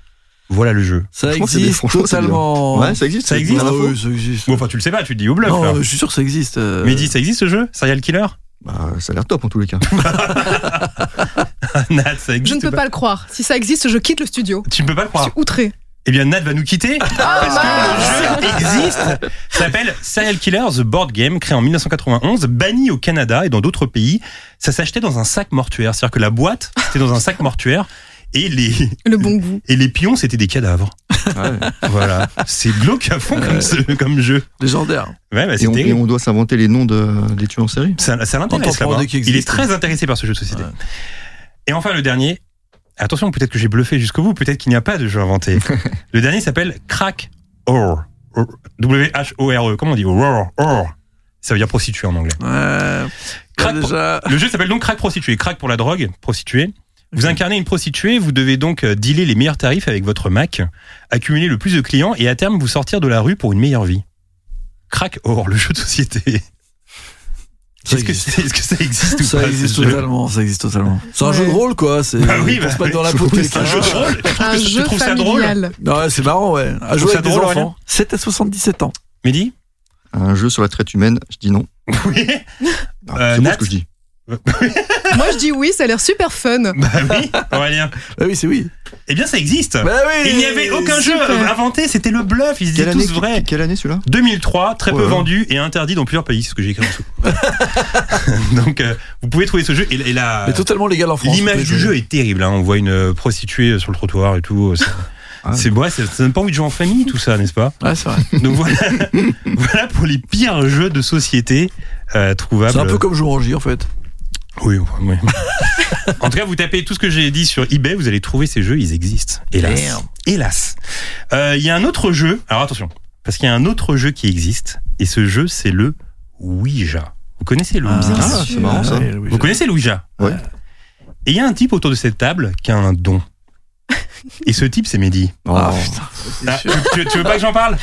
Speaker 3: Voilà le jeu.
Speaker 4: Ça
Speaker 6: Franchement, c'est des-
Speaker 4: existe
Speaker 6: franchement, c'est bien.
Speaker 4: totalement.
Speaker 6: Ouais, ça existe.
Speaker 3: Ça
Speaker 6: c'est-
Speaker 3: existe,
Speaker 6: on a
Speaker 4: Ah
Speaker 6: l'info
Speaker 4: oui, ça existe.
Speaker 3: Bon, enfin, tu le sais pas, tu le dis au bluff.
Speaker 4: non,
Speaker 3: là.
Speaker 4: euh, je suis sûr que ça existe. euh,
Speaker 3: Mais dis, ça existe ce jeu Serial Killer
Speaker 6: Bah, ça a l'air top en tous les cas.
Speaker 3: Nat, ça existe
Speaker 5: Je ne
Speaker 3: ou
Speaker 5: peux pas le croire. Si ça existe, je quitte le studio.
Speaker 3: Tu ne peux pas le
Speaker 5: Je
Speaker 3: croire.
Speaker 5: suis outré.
Speaker 3: Eh bien, Nat va nous quitter
Speaker 5: Ah,
Speaker 3: parce que le jeu existe. Ça s'appelle Serial Killer The Board Game, créé en 1991, banni au Canada et dans d'autres pays. Ça s'achetait dans un sac mortuaire. C'est-à-dire que la boîte, c'était dans un sac mortuaire et les,
Speaker 5: Le bon goût.
Speaker 3: et les pions, c'était des cadavres.
Speaker 6: Ah
Speaker 3: Voilà. C'est glauque à fond comme, ce- comme jeu.
Speaker 4: Légendaire.
Speaker 3: Ouais, bah,
Speaker 6: Et on,
Speaker 3: c'était-
Speaker 6: et on doit s'inventer les noms de, des tueurs en série.
Speaker 3: Ça, ça
Speaker 4: On
Speaker 3: l'intéresse
Speaker 4: t'en prend
Speaker 3: là-bas.
Speaker 4: dès qu'il
Speaker 3: Il est
Speaker 4: existe.
Speaker 3: très intéressé par ce jeu de société.
Speaker 4: Ouais.
Speaker 3: Et enfin, le dernier. Attention, peut-être que j'ai bluffé jusqu'au bout, peut-être qu'il n'y a pas de jeu inventé. le dernier s'appelle Crack Or. Or. W-H-O-R-E. E. Comment on dit Or. Or. Ça veut dire prostituée en anglais.
Speaker 4: Ouais.
Speaker 3: Crac-
Speaker 4: déjà.
Speaker 3: Le jeu s'appelle donc Crack Prostituée. Crack pour la drogue, prostituée. Vous incarnez une prostituée, vous devez donc euh, dealer les meilleurs tarifs avec votre Mac, accumuler le plus de clients et à terme vous sortir de la rue pour une meilleure vie. Crack Or, le jeu de société. Est-ce que, c'est- est-ce que ça existe ou
Speaker 4: ça
Speaker 3: pas
Speaker 4: existe
Speaker 3: ce jeu
Speaker 4: totalement, ça existe totalement. C'est un
Speaker 5: Ouais.
Speaker 4: jeu de rôle, quoi. C'est
Speaker 3: Bah oui,
Speaker 4: pour
Speaker 3: bah
Speaker 4: se mettre dans
Speaker 3: oui.
Speaker 4: la peau de
Speaker 3: C'est
Speaker 4: quelqu'un.
Speaker 3: un jeu de rôle. Tu trouves
Speaker 5: Un
Speaker 3: que- tu
Speaker 5: jeu
Speaker 3: trouves ça drôle
Speaker 5: familial.
Speaker 4: Non, ouais, c'est marrant, ouais. À jouer
Speaker 3: ça
Speaker 4: avec des
Speaker 3: drôle, Aurélien
Speaker 4: enfants. 7 à 77 ans.
Speaker 3: Mais dis
Speaker 6: Un jeu sur la traite humaine, je dis non.
Speaker 3: Oui.
Speaker 6: Non,
Speaker 3: Euh,
Speaker 6: c'est bon
Speaker 3: Nat
Speaker 6: ce que je dis.
Speaker 5: Moi, je dis oui, ça a l'air super fun.
Speaker 3: Bah oui, Aurélien.
Speaker 4: Bah oui, c'est oui.
Speaker 3: Eh bien, ça existe.
Speaker 4: Bah oui
Speaker 3: Il n'y avait aucun jeu
Speaker 5: super.
Speaker 3: inventé, c'était le bluff, ils se disaient
Speaker 6: année,
Speaker 3: tous vrai.
Speaker 6: quelle année celui-là
Speaker 3: 2003, très peu
Speaker 6: Ouais.
Speaker 3: vendu et interdit dans plusieurs pays, c'est ce que j'ai écrit en dessous. Donc, euh, vous pouvez trouver ce jeu. Et, et la-
Speaker 4: Mais totalement légal en France.
Speaker 3: L'image
Speaker 4: Oui,
Speaker 3: du
Speaker 4: oui.
Speaker 3: jeu est terrible. hein. On voit une prostituée euh, sur le trottoir et tout. C'est-
Speaker 6: Ah.
Speaker 3: C'est ouais, ça ça donne pas envie de jouer en famille, tout ça, n'est-ce pas
Speaker 4: Ouais, c'est vrai.
Speaker 3: Donc voilà, voilà pour les pires jeux de société euh, trouvables.
Speaker 4: C'est un peu comme Jouer en fait.
Speaker 3: Oui, oui. en tout cas, vous tapez tout ce que j'ai dit sur eBay, vous allez trouver ces jeux, ils existent. Hélas.
Speaker 4: Damn.
Speaker 3: Hélas. Euh, Il y a un autre jeu, alors attention, parce qu'il y a un autre jeu qui existe, et ce jeu, c'est le Ouija. Vous connaissez le Ouija
Speaker 4: Ah,
Speaker 6: c'est marrant, ça.
Speaker 4: Ouais, Louis,
Speaker 3: Vous connaissez le Ouija
Speaker 6: Ouais.
Speaker 3: Et il y a un type autour de cette table qui a un don. et ce type, c'est Mehdi.
Speaker 4: Ah,
Speaker 6: Oh.
Speaker 4: putain. c'est
Speaker 3: Ah,
Speaker 4: sûr.
Speaker 3: tu, tu veux pas que j'en parle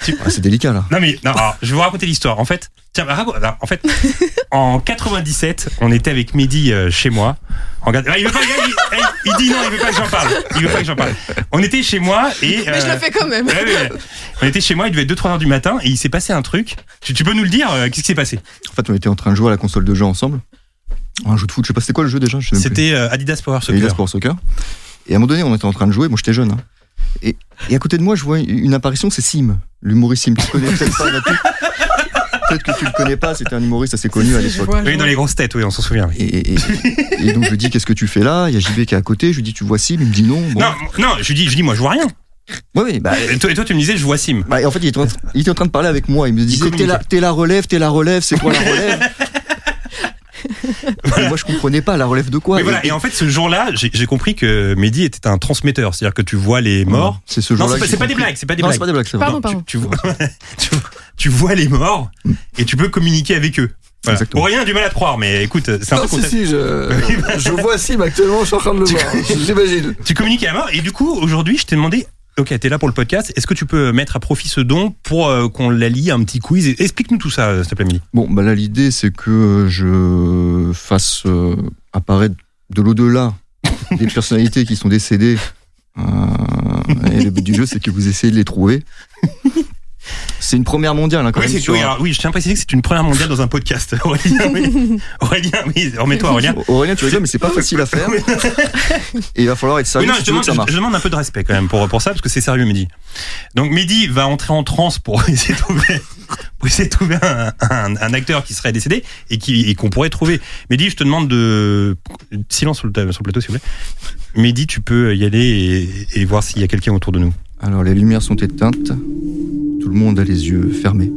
Speaker 6: Ah, c'est délicat là.
Speaker 3: Non mais non, alors, je vais vous raconter l'histoire. En fait, tiens, bah, raconte- alors, en fait, en 97, on était avec Mehdi euh, chez moi. En garde- Ah, il, veut pas, il, il- il dit non, il veut pas que j'en parle. Il veut pas que j'en parle. On était chez moi et
Speaker 5: Mais je
Speaker 3: euh,
Speaker 5: le fais quand même.
Speaker 3: ouais, ouais, ouais. On était chez moi, il devait être 2-3 heures du matin et il s'est passé un truc. Tu, tu peux nous le dire euh, Qu'est-ce qui s'est passé
Speaker 6: En fait, on était en train de jouer à la console de jeu ensemble. Ah, Un jeu de foot, je sais pas c'était quoi le jeu déjà. je sais même plus.
Speaker 3: C'était euh, Adidas Power
Speaker 6: Et Adidas
Speaker 3: Soccer.
Speaker 6: Sport Soccer. Et à un moment donné, on était en train de jouer. Moi, j'étais jeune. hein. Et, et à côté de moi, je vois une apparition, c'est Sim, l'humoriste Sim. Tu le connais peut-être pas, Mathieu. Peut-être que tu le connais pas. C'était un humoriste assez connu à
Speaker 5: Si, si, je
Speaker 6: l'époque.
Speaker 5: vois, je
Speaker 3: Oui, dans
Speaker 5: vois.
Speaker 3: les grosses têtes, oui, on s'en souvient. oui.
Speaker 6: Et, et- et- et donc, je lui dis, qu'est-ce que tu fais là Il y a JB qui est à côté. Je lui dis, tu vois Sim Il me dit non. Bon.
Speaker 3: Non, non, je lui dis, je lui dis, moi, je vois rien.
Speaker 6: Ouais, ouais, bah,
Speaker 3: Et toi, et toi, tu me disais, je vois Sim.
Speaker 6: bah, et en fait, il était, en, il était en train de parler avec moi. Il me disait,
Speaker 3: communiquait.
Speaker 6: t'es la, t'es la relève, t'es la relève, c'est quoi la relève Et moi, je comprenais pas la relève de quoi.
Speaker 3: Mais voilà, et en fait, ce jour-là, j'ai j'ai compris que Mehdi était un transmetteur, c'est-à-dire que tu vois les morts.
Speaker 6: C'est ce
Speaker 3: Non,
Speaker 6: jour-là.
Speaker 3: c'est pas,
Speaker 6: que
Speaker 3: c'est
Speaker 6: j'ai
Speaker 3: pas des
Speaker 6: compris.
Speaker 3: blagues, c'est pas des
Speaker 6: Non, c'est
Speaker 3: blagues.
Speaker 6: pas des blagues. c'est vrai.
Speaker 5: Pardon,
Speaker 3: Non,
Speaker 5: pardon.
Speaker 3: Tu, tu vois, tu, tu vois les morts et tu peux communiquer avec eux.
Speaker 6: Mm.
Speaker 3: Voilà.
Speaker 6: Exactement.
Speaker 3: Pour rien du mal à te croire, mais écoute, c'est un
Speaker 4: Non,
Speaker 3: truc qu'on
Speaker 4: si,
Speaker 3: t'a-
Speaker 4: si, je, je vois Sim actuellement, je suis en train de le voir. J'imagine.
Speaker 3: Tu communiques à la mort et du coup, aujourd'hui, je t'ai demandé. Ok, t'es là pour le podcast. Est-ce que tu peux mettre à profit ce don pour euh, qu'on la lie à un petit quiz Et- Explique-nous tout ça, euh, s'il te plaît, Mehdi.
Speaker 6: Bon, bah là, l'idée, c'est que je fasse euh, apparaître de l'au-delà des personnalités qui sont décédées. Euh, et le but du jeu, c'est que vous essayez de les trouver. C'est une première mondiale, hein, quand
Speaker 3: Oui,
Speaker 6: même.
Speaker 3: c'est-
Speaker 6: sur-
Speaker 3: oui, alors, oui, je tiens à préciser que c'est une première mondiale dans un podcast. Aurélien, oui. Aurélien, oui, remets-toi, Aurélien.
Speaker 6: Aurélien, tu rigoles, mais c'est pas facile à faire. Et il va falloir être
Speaker 3: Oui,
Speaker 6: sérieux
Speaker 3: non,
Speaker 6: si
Speaker 3: je
Speaker 6: tu veux que
Speaker 3: demande,
Speaker 6: ça marche.
Speaker 3: je- je demande un peu de respect quand même pour, pour ça, parce que c'est sérieux, Mehdi. Donc, Mehdi va entrer en transe pour essayer de trouver, pour essayer de trouver un, un- un acteur qui serait décédé et qui- et qu'on pourrait trouver. Mehdi, je te demande de. Silence sur le, ta- sur le plateau, s'il vous plaît. Mehdi, tu peux y aller et, et voir s'il y a quelqu'un autour de nous.
Speaker 6: Alors, les lumières sont éteintes. Tout le monde a les yeux fermés.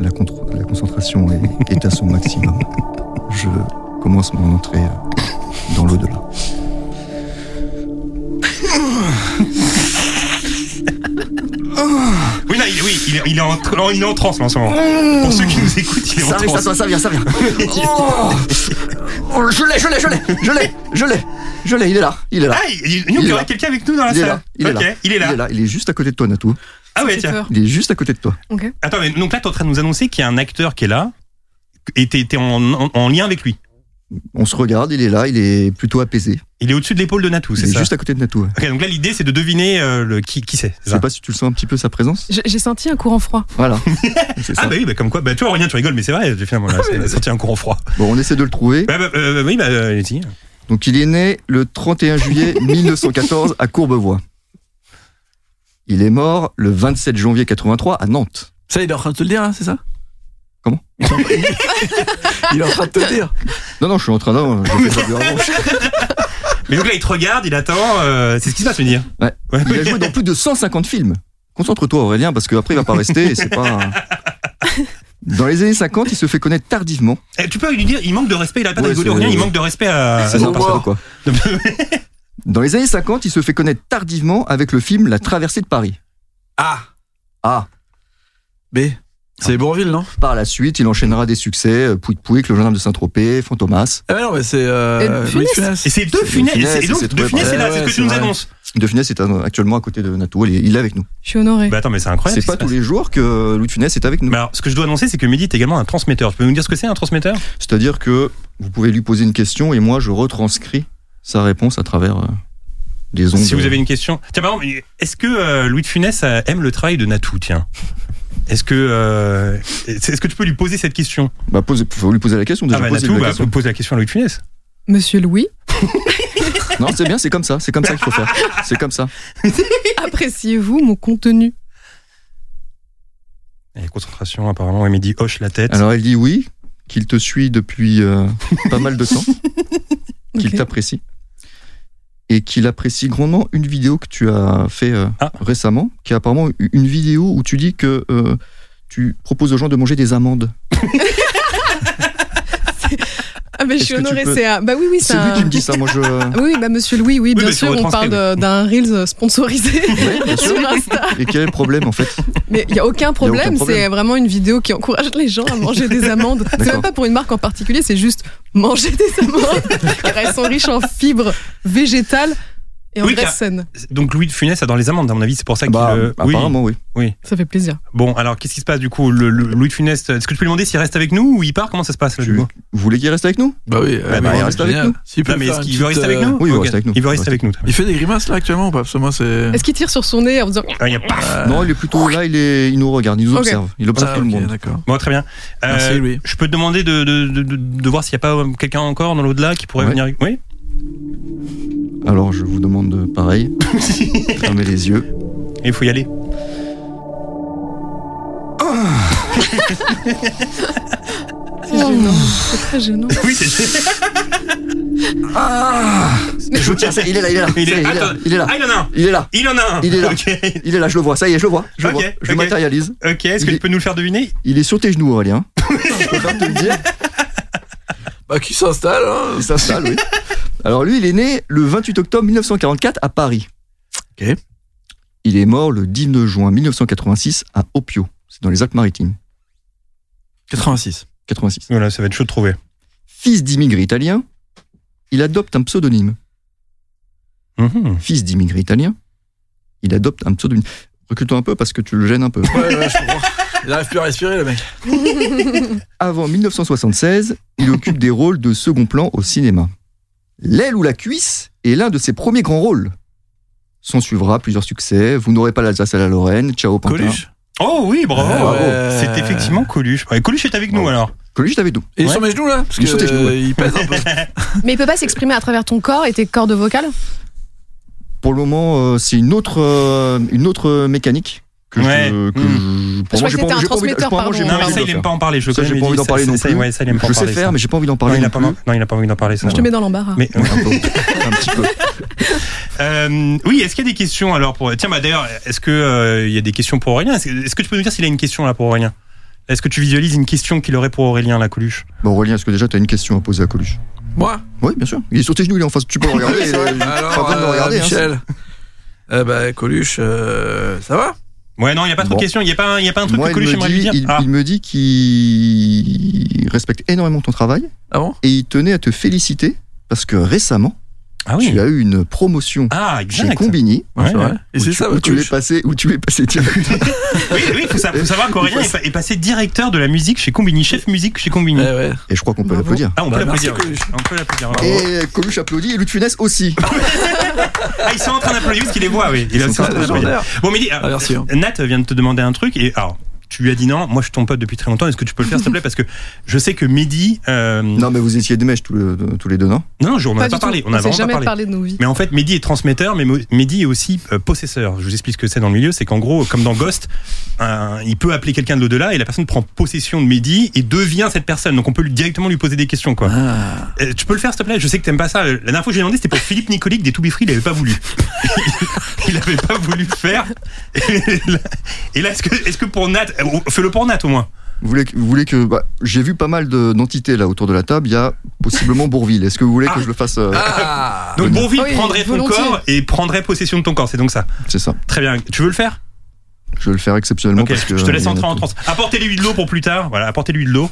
Speaker 6: La, contr- la concentration est, est à son maximum. Je commence mon entrée euh, dans l'au-delà.
Speaker 3: Oui, non, il, oui, il, est- il est en, tra- il est en transe là, en ce moment. Pour ceux qui nous écoutent, il est en
Speaker 6: Ça arrive, ça,
Speaker 3: transe.
Speaker 6: ça, ça vient, ça vient. Oh Oh, je l'ai, je l'ai, je l'ai, je l'ai, je l'ai, je l'ai, il est là, il est là.
Speaker 3: Ah, il, il- nous,
Speaker 6: Il
Speaker 3: il
Speaker 6: est
Speaker 3: y aura
Speaker 6: là.
Speaker 3: quelqu'un avec nous dans la
Speaker 6: Il est
Speaker 3: salle.
Speaker 6: là, il est
Speaker 3: Ok,
Speaker 6: là.
Speaker 3: il est là.
Speaker 6: Il est là, il est juste à côté de toi, Natou.
Speaker 3: Ah ouais,
Speaker 5: J'ai
Speaker 3: tiens.
Speaker 5: peur.
Speaker 6: Il est juste à côté de toi.
Speaker 5: Ok.
Speaker 3: Attends, mais donc là, t'es en train de nous annoncer qu'il y a un acteur qui est là et t'es t'es en, en- en lien avec lui.
Speaker 6: On se regarde, il est là, il est plutôt apaisé.
Speaker 3: Il est au-dessus de l'épaule de Natou,
Speaker 6: Il
Speaker 3: c'est
Speaker 6: est
Speaker 3: ça
Speaker 6: juste à côté de Natou. ouais.
Speaker 3: Ok, donc là, l'idée, c'est de deviner euh, le, qui, qui c'est. c'est
Speaker 6: Je
Speaker 3: ça
Speaker 6: sais pas si tu le sens un petit peu sa présence.
Speaker 5: J'ai j'ai senti un courant froid.
Speaker 6: Voilà. C'est
Speaker 3: Ah
Speaker 6: ça.
Speaker 3: bah oui, bah comme quoi, bah tu vois Aurélien, tu rigoles, mais c'est vrai, finalement, là, c'est sorti un courant froid.
Speaker 6: Bon, on essaie de le trouver.
Speaker 3: Bah, bah, euh, oui, bah, euh, si.
Speaker 6: Donc, il est né le 31 juillet 1914 à Courbevoie. Il est mort le 27 janvier 83 à Nantes.
Speaker 4: Ça, il est en train de te le dire, là, c'est ça
Speaker 6: Comment
Speaker 4: Il est en train de te le dire.
Speaker 6: Non, non, je suis en train d'en. je fais ça depuis avant.
Speaker 3: Mais donc là, il te regarde, il attend, euh, c'est ce qui se passe, me dire.
Speaker 6: Ouais.
Speaker 3: ouais.
Speaker 6: Il a joué dans plus de 150 films. Concentre-toi Aurélien parce qu'après il va pas rester et c'est pas. Dans les années 50, il se fait connaître tardivement.
Speaker 3: Eh, tu peux lui dire, il manque de respect, il a pas
Speaker 6: Ouais,
Speaker 3: rigolé,
Speaker 6: c'est-
Speaker 3: Aurélien, il manque de respect à.
Speaker 6: Ça,
Speaker 3: à
Speaker 6: c'est
Speaker 3: son
Speaker 6: n'importe
Speaker 3: personnage.
Speaker 6: quoi. Dans les années 50, il se fait connaître tardivement avec le film La traversée de Paris.
Speaker 4: Ah
Speaker 6: Ah,
Speaker 4: B. C'est Bourville, non
Speaker 6: Par la suite, il enchaînera des succès euh, Pouic Pouic, Le Gendarme de Saint-Tropez, Fantomas.
Speaker 4: Eh ben non, mais c'est euh,
Speaker 5: Et de
Speaker 4: Louis de
Speaker 5: Funès.
Speaker 4: Funès.
Speaker 3: Et c'est deux
Speaker 6: C'est
Speaker 3: Funès.
Speaker 6: De Funès,
Speaker 3: et c'est- Et donc,
Speaker 6: c'est
Speaker 3: deux
Speaker 6: trouvé
Speaker 3: Funès
Speaker 6: par-
Speaker 3: est là,
Speaker 4: Ouais,
Speaker 3: c'est ce que
Speaker 4: ouais,
Speaker 3: tu nous
Speaker 4: c'est vrai.
Speaker 3: annonces.
Speaker 6: De Funès est euh, actuellement à côté de Nato, il est, il est avec nous.
Speaker 5: Je suis honorée.
Speaker 3: Bah attends, mais c'est incroyable.
Speaker 6: C'est
Speaker 3: ce
Speaker 6: pas
Speaker 3: qui se
Speaker 6: tous les jours que euh, Louis de Funès est avec nous.
Speaker 3: Mais alors, ce que je dois annoncer, c'est que Mehdi est également un transmetteur. Tu peux nous dire ce que c'est un transmetteur
Speaker 6: C'est-à-dire que vous pouvez lui poser une question et moi je retranscris sa réponse à travers euh, des ondes.
Speaker 3: Si vous avez une question. Tiens, par exemple, est-ce que euh, Louis de Funès euh, aime le travail de Natou Tiens. Est-ce que, euh, est-ce est-ce que tu peux lui poser cette question
Speaker 6: Bah, pose- faut lui poser la question déjà.
Speaker 3: Ah bah
Speaker 6: posez-lui
Speaker 3: Natou,
Speaker 6: la
Speaker 3: bah,
Speaker 6: question.
Speaker 3: pose la question à Louis de Funès.
Speaker 5: Monsieur Louis,
Speaker 6: Non, c'est bien, c'est comme ça, c'est comme ça qu'il faut faire. C'est comme ça.
Speaker 5: appréciez-vous mon contenu
Speaker 3: Et concentration, apparemment, ouais, Mehdi hoche la tête.
Speaker 6: Alors elle dit oui, qu'il te suit depuis euh, pas mal de temps, qu'il
Speaker 5: Ok.
Speaker 6: t'apprécie et qu'il apprécie grandement une vidéo que tu as fait euh,
Speaker 3: Ah.
Speaker 6: récemment, qui est apparemment une vidéo où tu dis que euh, tu proposes aux gens de manger des amandes.
Speaker 5: Ah, mais
Speaker 6: Est-ce
Speaker 5: je suis
Speaker 6: que tu
Speaker 5: honorée,
Speaker 6: peux-
Speaker 5: c'est un. Bah oui, oui,
Speaker 6: C'est
Speaker 5: c'est
Speaker 6: lui
Speaker 5: un.
Speaker 6: qui me dit ça, moi je.
Speaker 5: Ah Oui, bah Monsieur Louis, oui, bien
Speaker 3: mais
Speaker 5: sûr,
Speaker 3: sur
Speaker 5: on
Speaker 3: le
Speaker 5: parle de- d'un Reels sponsorisé sur Insta.
Speaker 6: Et quel est le problème en fait
Speaker 5: Mais il n'y a aucun problème, c'est
Speaker 6: problème.
Speaker 5: vraiment une vidéo qui encourage les gens à manger des amandes. C'est
Speaker 6: D'accord.
Speaker 5: même pas pour une marque en particulier, c'est juste manger des amandes, car elles sont riches en fibres végétales et en
Speaker 3: Oui,
Speaker 5: graisses
Speaker 3: car-
Speaker 5: saines.
Speaker 3: Donc Louis de Funès a dans les amendes, à mon avis, c'est pour ça qu'il.
Speaker 6: Bah,
Speaker 3: euh, oui.
Speaker 6: apparemment oui.
Speaker 5: Ça fait plaisir.
Speaker 3: Bon, alors qu'est-ce qui se passe du coup Le- le- Louis de Funès, est-ce que tu peux lui demander s'il reste avec nous ou il part Comment ça se passe là,
Speaker 6: Tu-
Speaker 3: du coup
Speaker 6: Vous voulez qu'il reste avec nous
Speaker 4: Bah oui, euh,
Speaker 3: bah, il
Speaker 4: ouais,
Speaker 6: Eh ben, reste
Speaker 4: génial.
Speaker 6: avec nous.
Speaker 4: S'il peut
Speaker 3: Non, mais
Speaker 4: faire
Speaker 3: est-ce
Speaker 4: une
Speaker 3: qu'il veut
Speaker 4: petite,
Speaker 3: rester avec
Speaker 4: euh,
Speaker 3: nous
Speaker 6: oui, il veut
Speaker 3: Ok.
Speaker 6: rester avec nous.
Speaker 3: Il veut
Speaker 6: Il
Speaker 3: rester
Speaker 6: reste
Speaker 3: avec nous. très bien.
Speaker 4: Il fait des grimaces là actuellement ou pas Parce que moi c'est.
Speaker 5: Est-ce qu'il tire sur son nez en disant
Speaker 3: Ah, il y a- paf
Speaker 6: Non, il est plutôt là, il, est, il nous regarde, il nous
Speaker 5: Ok.
Speaker 6: observe, il observe
Speaker 4: Ah,
Speaker 6: tout le
Speaker 4: ok,
Speaker 6: monde.
Speaker 4: D'accord.
Speaker 3: Bon, très bien. Euh,
Speaker 4: Merci, Louis.
Speaker 3: Je peux te demander de, de, de, de- de voir s'il n'y a pas euh, quelqu'un encore dans l'au-delà qui pourrait
Speaker 6: Ouais.
Speaker 3: venir. Oui
Speaker 6: Alors je vous demande de- pareil, fermez les yeux.
Speaker 3: Il faut y aller.
Speaker 5: C'est gênant. C'est très gênant.
Speaker 3: Oui, c'est.
Speaker 6: Ah. Je tiens, ça, il est là, il est là,
Speaker 3: Il est,
Speaker 6: ça y est,
Speaker 3: attends.
Speaker 6: il est là,
Speaker 3: Ah, il en a un
Speaker 6: il est là,
Speaker 3: Il en a un
Speaker 6: Il est là.
Speaker 3: Ok,
Speaker 6: il est là, je le vois, ça y est, je le vois, je le
Speaker 3: Ok,
Speaker 6: vois, je
Speaker 3: ok.
Speaker 6: le matérialise.
Speaker 3: Ok, est-ce que
Speaker 6: Il
Speaker 3: tu peux nous le faire deviner
Speaker 6: Il est sur tes genoux, Aurélien. je préfère te le dire,
Speaker 4: Bah qui s'installe hein
Speaker 6: il s'installe, oui. Alors lui, il est né le 28 octobre 1944 à Paris.
Speaker 4: Ok.
Speaker 6: Il est mort le 19 juin 1986 à Opio, c'est dans les Alpes-Maritimes,
Speaker 4: 86.
Speaker 6: 86.
Speaker 3: Voilà, ça va être chaud de trouver.
Speaker 6: Fils d'immigrés italiens, il adopte un pseudonyme.
Speaker 3: Mhm.
Speaker 6: Fils d'immigrés italiens, il adopte un pseudonyme. Recule-toi un peu parce que tu le gênes un peu.
Speaker 4: Ouais, ouais, je comprends. Il arrive plus à respirer le mec.
Speaker 6: Avant 1976, il occupe des rôles de second plan au cinéma. L'aile ou la cuisse est l'un de ses premiers grands rôles. S'en suivra plusieurs succès. Vous n'aurez pas l'Alsace à la Lorraine. Ciao, Pantin.
Speaker 4: Coluche.
Speaker 3: Oh oui, bravo,
Speaker 4: Ah
Speaker 3: bravo.
Speaker 4: ouais.
Speaker 3: C'est effectivement Coluche. Ouais, Coluche est avec nous
Speaker 6: Ouais.
Speaker 3: alors.
Speaker 6: Coluche, t'avais tout.
Speaker 4: Et
Speaker 3: Ouais.
Speaker 4: sur mes genoux là Parce
Speaker 6: Il est sur tes genoux,
Speaker 4: que
Speaker 6: ouais.
Speaker 4: il pèse un peu.
Speaker 5: Mais il peut pas s'exprimer à travers ton corps et tes cordes vocales
Speaker 6: Pour le moment, euh, c'est une autre, euh, une autre euh, mécanique que
Speaker 3: Ouais.
Speaker 6: je. Que je-
Speaker 4: Hmm.
Speaker 6: pour moi,
Speaker 5: Je crois que
Speaker 6: j'ai
Speaker 5: c'était
Speaker 6: pas envie-
Speaker 5: un
Speaker 6: j'ai pas envie-
Speaker 5: transmetteur,
Speaker 6: pour moi, j'ai
Speaker 5: pardon.
Speaker 6: pas
Speaker 3: Non, mais
Speaker 6: envie
Speaker 3: ça,
Speaker 6: de
Speaker 3: il
Speaker 6: le
Speaker 3: aime
Speaker 6: faire.
Speaker 3: pas en parler. Je le
Speaker 6: Ça,
Speaker 3: connais,
Speaker 6: j'ai
Speaker 3: mais
Speaker 6: pas envie
Speaker 3: il-
Speaker 6: d'en parler
Speaker 3: ça,
Speaker 6: non
Speaker 3: ça,
Speaker 6: plus.
Speaker 3: ouais, ça, il aime pas en
Speaker 6: Je sais
Speaker 3: parler. ça.
Speaker 6: faire, mais j'ai pas envie d'en
Speaker 3: Non,
Speaker 6: parler.
Speaker 3: il a
Speaker 6: non
Speaker 3: pas,
Speaker 6: plus.
Speaker 3: non, il a pas envie d'en parler. Ça.
Speaker 5: Je te mets dans l'embarras.
Speaker 3: Mais
Speaker 6: Ouais, un peu. un petit peu.
Speaker 3: Euh, oui, est-ce qu'il y a des questions alors pour Tiens, bah d'ailleurs, est-ce que euh, il y a des questions pour Aurélien Est-ce que- est-ce que tu peux nous dire s'il a une question là pour Aurélien Est-ce que tu visualises une question qu'il aurait pour Aurélien la Coluche
Speaker 6: Bon, Aurélien, est-ce que déjà tu as une question à poser à Coluche
Speaker 4: Moi
Speaker 6: Oui, bien sûr. Il est sur tes genoux, il est en face. Tu peux le regarder. euh, il est pas
Speaker 4: Alors,
Speaker 6: besoin de le
Speaker 4: euh,
Speaker 6: regarder, hein,
Speaker 4: Michel. Euh, bah Coluche, euh, ça va
Speaker 3: Ouais, non, il y a pas trop
Speaker 6: Bon.
Speaker 3: de questions. Il y a pas, un- il y a pas un
Speaker 6: c'est-
Speaker 3: truc
Speaker 6: Moi,
Speaker 3: que
Speaker 6: il me,
Speaker 3: Coluche aimerait lui
Speaker 6: dit,
Speaker 3: dire.
Speaker 6: il,
Speaker 3: Ah.
Speaker 6: il me dit qu'il respecte énormément ton travail
Speaker 4: Ah bon
Speaker 6: et il tenait à te féliciter parce que récemment,
Speaker 3: Ah oui.
Speaker 6: tu as eu une promotion
Speaker 3: Ah,
Speaker 6: chez
Speaker 3: exact.
Speaker 6: Combini.
Speaker 4: Ouais,
Speaker 3: Ouais,
Speaker 4: c'est vrai.
Speaker 3: ouais.
Speaker 4: Et
Speaker 6: où
Speaker 4: c'est
Speaker 6: tu-
Speaker 4: ça
Speaker 6: où
Speaker 4: votre
Speaker 6: tu es
Speaker 4: Coluche
Speaker 6: passé, où tu es passé direct.
Speaker 3: Oui, oui, faut, sa- faut savoir qu'Aurélien est, pa- est passé directeur de la musique chez Combini, chef musique chez
Speaker 4: Eh
Speaker 3: Combini.
Speaker 4: ouais.
Speaker 6: Et je crois qu'on peut
Speaker 5: Bravo.
Speaker 6: l'applaudir.
Speaker 3: Ah, on peut
Speaker 4: Bah,
Speaker 3: l'applaudir.
Speaker 4: merci,
Speaker 3: oui.
Speaker 4: Coluche.
Speaker 3: On peut l'applaudir.
Speaker 6: Et Coluche applaudit et Louis de Funès aussi.
Speaker 3: Ah, ils sont en train d'applaudir parce qu'il les voit, oui. Il est
Speaker 6: Ils
Speaker 3: aussi
Speaker 6: sont
Speaker 3: en train
Speaker 6: très
Speaker 3: d'applaudir.
Speaker 4: légendaires.
Speaker 3: Bon, Mehdi, euh,
Speaker 4: Ah, merci, hein.
Speaker 3: Nat vient de te demander un truc et alors. Tu lui as dit non, moi je suis ton pote depuis très longtemps, est-ce que tu peux le faire s'il te plaît Parce que je sais que Mehdi. euh,
Speaker 6: Non, mais vous étiez des mèches tous, le- tous les deux, non
Speaker 3: Non, non, je- on n'en a
Speaker 5: du
Speaker 3: pas
Speaker 5: tout.
Speaker 3: parlé. On n'a
Speaker 5: s'est
Speaker 3: vraiment pas
Speaker 5: jamais
Speaker 3: parlé.
Speaker 5: parlé de nos vies.
Speaker 3: Mais en fait, Mehdi est transmetteur, mais Mo- Mehdi est aussi euh, possesseur. Je vous explique ce que c'est dans le milieu. C'est qu'en gros, comme dans Ghost, un- il peut appeler quelqu'un de l'au-delà et la personne prend possession de Mehdi et devient cette personne. Donc on peut lui, directement lui poser des questions, quoi. Euh, tu peux le faire, s'il te plaît Je sais que t'aimes pas ça. La dernière fois que j'ai demandé, c'était pour Philippe Nicolique des To Be Free, il avait pas voulu. il avait pas voulu le faire. Et là, et là, est-ce que, est-ce que pour Nat, euh, fais-le pour Nat au moins.
Speaker 6: Vous voulez, que- vous voulez que. bah, J'ai vu pas mal de- d'entités là autour de la table. Il y a possiblement Bourville. Est-ce que vous voulez que je le fasse euh,
Speaker 4: Ah
Speaker 3: Donc
Speaker 6: bien.
Speaker 3: Bourville
Speaker 5: Oui,
Speaker 3: prendrait ton
Speaker 5: volontiers.
Speaker 3: corps et prendrait possession de ton corps. C'est donc ça.
Speaker 6: C'est ça.
Speaker 3: Très bien. Tu veux le faire
Speaker 6: Je vais le faire exceptionnellement
Speaker 3: Ok,
Speaker 6: parce que.
Speaker 3: je te
Speaker 6: euh,
Speaker 3: laisse
Speaker 6: il y en a
Speaker 3: entrer en
Speaker 6: trop.
Speaker 3: transe. Apportez-lui de l'eau pour plus tard. Voilà, apportez-lui de l'eau.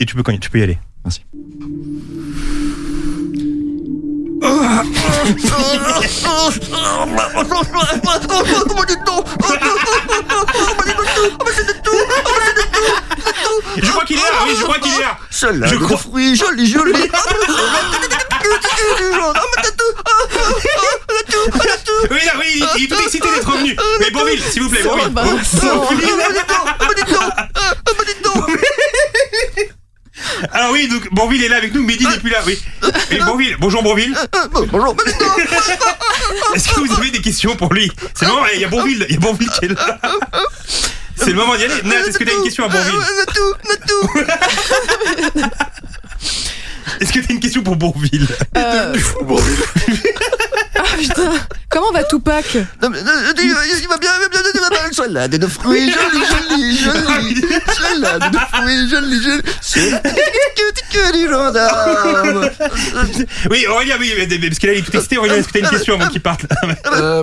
Speaker 3: Et tu peux, cogner, tu peux y aller.
Speaker 6: Merci.
Speaker 3: Je crois qu'il est là, oui, je crois qu'il est là.
Speaker 6: Celle-là,
Speaker 3: Je
Speaker 6: de
Speaker 3: crois-
Speaker 6: fruits, joli, joli.
Speaker 3: Ah,
Speaker 6: Ah,
Speaker 3: Oui, là, oui, il- il est tout excité d'être revenu. Mais Bourville, s'il vous plaît, Bourville. Alors oui, donc Bourville est là avec nous, Mehdi n'est plus là, oui. Et Bourville, bonjour Bourville.
Speaker 6: Bonjour,
Speaker 3: Est-ce que vous avez des questions pour lui C'est le moment, il y a Bourville, il y a Bourville qui est là. C'est le moment d'y aller. Nat, est-ce que t'as une question à Bourville
Speaker 6: Ah,
Speaker 3: Est-ce que t'as une question pour Bourville
Speaker 5: Euh, ah putain, comment va Tupac
Speaker 6: euh, Il va bien, il va bien, il va bien. Salade de fruits, joli, joli, joli. Salade de fruits, joli, joli. C'est que du gendarme.
Speaker 3: Oui, Aurélien, oui, mais- mais- parce qu'il est tout excité. Aurélien, est-ce que t'as une question avant qu'il parte
Speaker 4: Euh,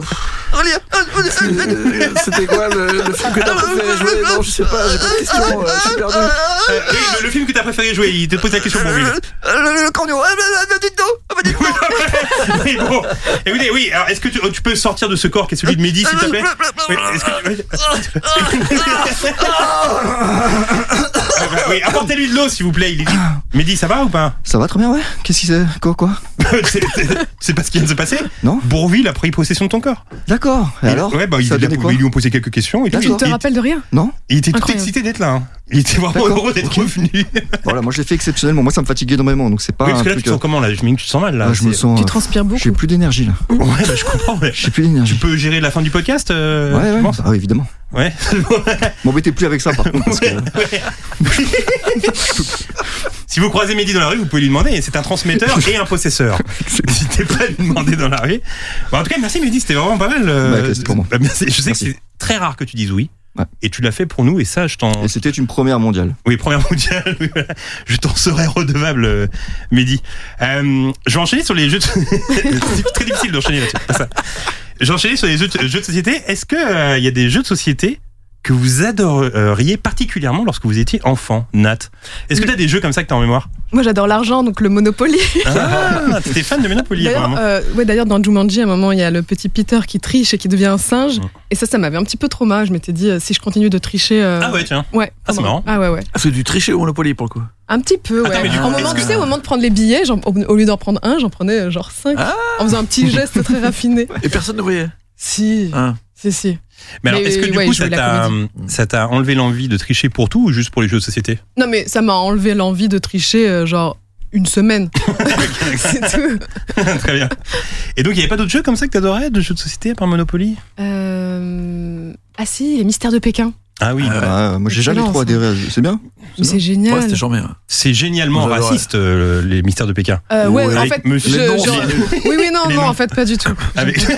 Speaker 6: Aurélien,
Speaker 4: euh, C'était quoi le, le film que t'as préféré jouer Non, je sais pas, j'ai pas de question, euh, je suis perdu.
Speaker 3: Euh, oui, le, le film que t'as préféré jouer, il te pose la question Bourville.
Speaker 6: le le corneau. Ah, bah, bah, bah, dites donc, ah, bah, dites donc.
Speaker 3: Oui, bon. Écoutez, oui, alors est-ce que tu, tu peux sortir de ce corps qui est celui de Mehdi, s'il te plaît Oui, est-ce que tu- Ah, bah, oui, apportez-lui de l'eau, s'il vous plaît. Il est... Mehdi, ça va ou pas
Speaker 6: Ça va très bien, ouais Qu'est-ce qui c'est Quoi, quoi
Speaker 3: C'est- c'est- C'est pas ce qui vient de se passer
Speaker 6: Non
Speaker 3: Bourville a pris possession de ton corps.
Speaker 6: D'accord. Et
Speaker 3: Il-
Speaker 6: alors
Speaker 3: ouais, bah, il,
Speaker 6: Ça a
Speaker 3: il a-
Speaker 6: donné quoi
Speaker 3: ils lui ont posé quelques questions. Et tout.
Speaker 5: Tu
Speaker 3: Il,
Speaker 5: te
Speaker 3: il-
Speaker 5: rappelles de rien
Speaker 6: Non
Speaker 3: il était tout
Speaker 5: Incroyable.
Speaker 3: excité d'être là. hein. Il était vraiment
Speaker 6: D'accord,
Speaker 3: heureux d'être
Speaker 6: ok.
Speaker 3: revenu. oui,
Speaker 6: Voilà, moi je l'ai fait exceptionnellement. Moi ça me fatiguait énormément, donc c'est pas
Speaker 3: parce
Speaker 6: un
Speaker 3: que là, tu
Speaker 6: truc. euh,
Speaker 3: te sens comment là Je me dis que tu te sens mal là.
Speaker 6: Ah, je me
Speaker 3: C'est-
Speaker 6: sens.
Speaker 5: Tu transpires beaucoup.
Speaker 6: J'ai plus d'énergie là.
Speaker 3: Ouais, bah, je comprends. ouais.
Speaker 6: J'ai plus
Speaker 3: Tu
Speaker 6: d'énergie.
Speaker 3: peux gérer la fin du podcast euh,
Speaker 6: Ouais,
Speaker 3: tu
Speaker 6: ouais.
Speaker 3: penses
Speaker 6: Ah, oui, évidemment.
Speaker 3: Ouais.
Speaker 6: M'embêtez plus avec ça par contre. Parce que...
Speaker 3: Si vous croisez Mehdi dans la rue, vous pouvez lui demander. C'est un transmetteur et un possesseur. N'hésitez pas à lui demander dans la rue. Bon, en tout cas, merci Mehdi, c'était vraiment pas mal. euh,
Speaker 6: Bah, c'était pour moi.
Speaker 3: bah, merci. Je sais
Speaker 6: Merci.
Speaker 3: que c'est très rare que tu dises oui.
Speaker 6: Ouais.
Speaker 3: Et tu l'as fait pour nous, et ça, je t'en.
Speaker 6: Et c'était une première mondiale.
Speaker 3: Oui, première mondiale, oui, voilà. je t'en serais redevable, euh, Mehdi. Euh, je vais enchaîner sur les jeux de. c'est très difficile d'enchaîner là-dessus. pas ça. Je vais enchaîner sur les jeux de, jeux de société. Est-ce que euh, il y a des jeux de société que vous adoriez particulièrement lorsque vous étiez enfant, Nat Est-ce que tu as des jeux comme ça que tu as en mémoire
Speaker 5: Moi j'adore l'argent, donc le Monopoly.
Speaker 3: Ah, t'étais fan de Monopoly,
Speaker 5: D'ailleurs,
Speaker 3: apparemment.
Speaker 5: euh, ouais, d'ailleurs, dans Jumanji, à un moment, il y a le petit Peter qui triche et qui devient un singe.
Speaker 3: Mm.
Speaker 5: Et ça, ça m'avait un petit peu trauma. Je m'étais dit, euh, si je continue de tricher. euh,
Speaker 3: Ah ouais, tiens.
Speaker 5: Ouais.
Speaker 3: Ah, c'est marrant.
Speaker 5: Ah ouais, ouais.
Speaker 4: Parce que du tricher au Monopoly pour le coup.
Speaker 5: Un petit peu, ouais.
Speaker 3: Attends, mais du coup,
Speaker 5: au, moment,
Speaker 3: est-ce
Speaker 5: tu
Speaker 3: que-
Speaker 5: sais, au moment de prendre les billets, j'en- au au lieu d'en prendre un, j'en prenais euh, genre cinq.
Speaker 4: Ah.
Speaker 5: En faisant un petit geste très raffiné.
Speaker 4: Et personne ne voyait.
Speaker 5: Si,
Speaker 4: Ah.
Speaker 5: si, si.
Speaker 3: Mais alors,
Speaker 5: Mais
Speaker 3: est-ce que du
Speaker 5: ouais,
Speaker 3: coup,
Speaker 5: je
Speaker 3: ça
Speaker 5: jouais la
Speaker 3: t'a, ça t'a enlevé l'envie de tricher pour tout ou juste pour les jeux de société
Speaker 5: Non, mais ça m'a enlevé l'envie de tricher, euh, genre, une semaine. c'est tout.
Speaker 3: Très bien. Et donc, il n'y avait pas d'autres jeux comme ça que t'adorais, de jeux de société, à part Monopoly
Speaker 5: Euh, Ah si, les mystères de Pékin.
Speaker 3: Ah oui,
Speaker 4: Ah,
Speaker 6: Ah, moi j'ai jamais
Speaker 5: Excellent,
Speaker 6: trop
Speaker 5: ça.
Speaker 6: adhéré à ce jeu. C'est bien
Speaker 5: Mais c'est
Speaker 4: Ouais,
Speaker 5: génial.
Speaker 4: c'était charmé. ouais.
Speaker 3: c'est génialement
Speaker 4: Moi, j'adorais.
Speaker 3: raciste, euh, les mystères de Pékin.
Speaker 5: Euh, ouais,
Speaker 3: Ouais,
Speaker 5: en
Speaker 3: avec
Speaker 5: fait,
Speaker 3: monsieur-
Speaker 5: je-
Speaker 3: Les noms,
Speaker 5: je-
Speaker 3: les-
Speaker 5: oui, oui, non,
Speaker 3: les
Speaker 5: non,
Speaker 3: noms.
Speaker 5: en fait, pas du tout.
Speaker 3: Avec... non,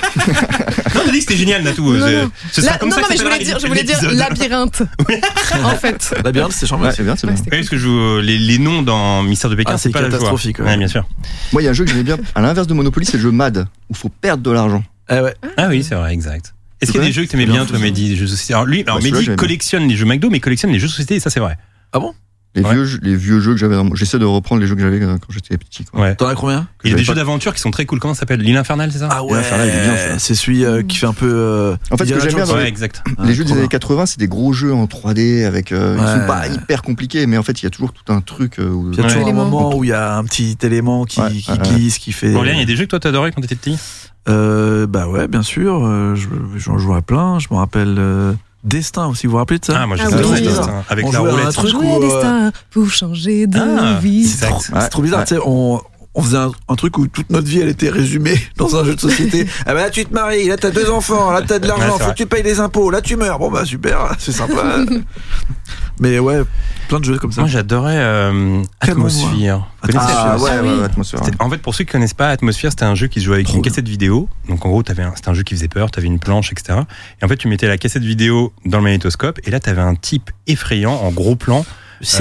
Speaker 3: t'as dit que c'était génial, Natou.
Speaker 5: Non, non,
Speaker 3: euh,
Speaker 5: non.
Speaker 3: Ce sera
Speaker 5: Là-
Speaker 3: comme
Speaker 5: non,
Speaker 3: ça
Speaker 5: non,
Speaker 3: que
Speaker 5: mais je voulais
Speaker 3: s'appellera
Speaker 5: dire, je voulais dire
Speaker 3: l'épisode.
Speaker 5: labyrinthe. en fait.
Speaker 4: La bière, c'était charmé.
Speaker 6: Ouais, c'est bien, c'est
Speaker 5: Ouais,
Speaker 6: bien.
Speaker 5: c'était
Speaker 3: Oui, parce que je, vous- les, les noms dans Mystère de Pékin,
Speaker 4: Ah,
Speaker 3: c'est
Speaker 4: c'est
Speaker 3: pas la joie.
Speaker 4: catastrophique, ouais.
Speaker 3: Ouais, bien sûr.
Speaker 6: Moi il y a un jeu que j'aimais bien. À l'inverse de Monopoly, c'est le jeu MAD, où faut perdre de l'argent.
Speaker 4: Ah ouais.
Speaker 3: Ah oui, c'est vrai, exact. Est-ce qu'il y a
Speaker 6: Ouais.
Speaker 3: des jeux que t'aimais
Speaker 4: C'est
Speaker 3: bien,
Speaker 4: bien,
Speaker 3: toi,
Speaker 4: c'est
Speaker 3: Mehdi des jeux de société Alors, lui, alors,
Speaker 6: celui-là,
Speaker 3: Mehdi
Speaker 6: j'aime bien.
Speaker 3: collectionne les jeux McDo, mais collectionne les jeux de société, et ça, c'est vrai.
Speaker 6: Les,
Speaker 3: Ouais.
Speaker 6: vieux, jeux- les vieux jeux que j'avais dans mon- J'essaie de reprendre les jeux que j'avais euh, quand j'étais petit. Quoi.
Speaker 3: Ouais.
Speaker 4: T'en as combien
Speaker 3: Il y a des
Speaker 6: J'avais
Speaker 3: jeux
Speaker 6: pas-
Speaker 3: d'aventure qui sont très cool. Comment ça s'appelle L'île infernale, c'est ça
Speaker 4: Ah ouais,
Speaker 6: Infernal, il est bien, ça.
Speaker 4: c'est celui euh, qui fait un peu. euh,
Speaker 6: Mm. En fait, ce que
Speaker 4: Indiana
Speaker 6: j'aime bien
Speaker 4: Jones.
Speaker 6: dans
Speaker 3: Ouais, exact.
Speaker 4: Ah,
Speaker 6: les jeux des
Speaker 4: trop
Speaker 6: années
Speaker 4: bien.
Speaker 6: 80, c'est des gros jeux en 3D avec. euh, Ils
Speaker 4: Ouais.
Speaker 6: sont pas hyper compliqués, mais en fait, il y a toujours tout un truc. euh, où-
Speaker 4: Il y a
Speaker 3: Ouais.
Speaker 4: toujours un
Speaker 5: Élément.
Speaker 4: moment où il y a un petit élément qui,
Speaker 6: Ouais,
Speaker 4: qui
Speaker 6: ouais, ouais.
Speaker 4: glisse, qui fait.
Speaker 3: Aurélien, il y a des jeux que toi, t'adorais quand t'étais petit
Speaker 4: Euh, bah ouais, bien sûr. euh, je- J'en jouais à plein. Je me rappelle euh, Destin aussi. Vous vous rappelez de ça
Speaker 3: Ah, moi,
Speaker 5: Ah
Speaker 3: j'adorais
Speaker 4: oui.
Speaker 3: ça. Avec
Speaker 4: On
Speaker 3: la
Speaker 4: jouait à un
Speaker 3: roulette.
Speaker 4: truc
Speaker 5: Jouer
Speaker 4: où,
Speaker 5: à
Speaker 4: euh,
Speaker 5: destin pour changer de
Speaker 3: Ah,
Speaker 5: vie.
Speaker 3: exact.
Speaker 4: C'est trop bizarre.
Speaker 6: Ouais.
Speaker 4: Tu sais, on, on faisait un, un truc où toute notre vie, elle était résumée dans un jeu de société. ah bah là, tu te maries. Là, t'as deux enfants. Là, t'as de
Speaker 3: Ouais,
Speaker 4: l'argent.
Speaker 3: c'est
Speaker 4: faut
Speaker 3: vrai.
Speaker 4: que tu payes des impôts. Là, tu meurs. Bon bah super. C'est sympa. Mais ouais, plein de jeux comme ça.
Speaker 3: Moi, j'adorais euh,
Speaker 4: Calme-moi.
Speaker 3: Atmosphere. Vous connaissez
Speaker 6: Ah,
Speaker 3: Atmosphere
Speaker 6: ouais, ouais,
Speaker 5: oui.
Speaker 6: ouais, atmosphère.
Speaker 3: C'était- En fait, pour ceux qui connaissent pas, Atmosphere, c'était un jeu qui se jouait avec
Speaker 4: Trop
Speaker 3: une
Speaker 4: bien.
Speaker 3: cassette vidéo. Donc, en gros, t'avais un- c'était un jeu qui faisait peur, t'avais une planche, etc. Et en fait, tu mettais la cassette vidéo dans le magnétoscope, et là, t'avais un type effrayant en gros plan.
Speaker 4: Le
Speaker 3: euh,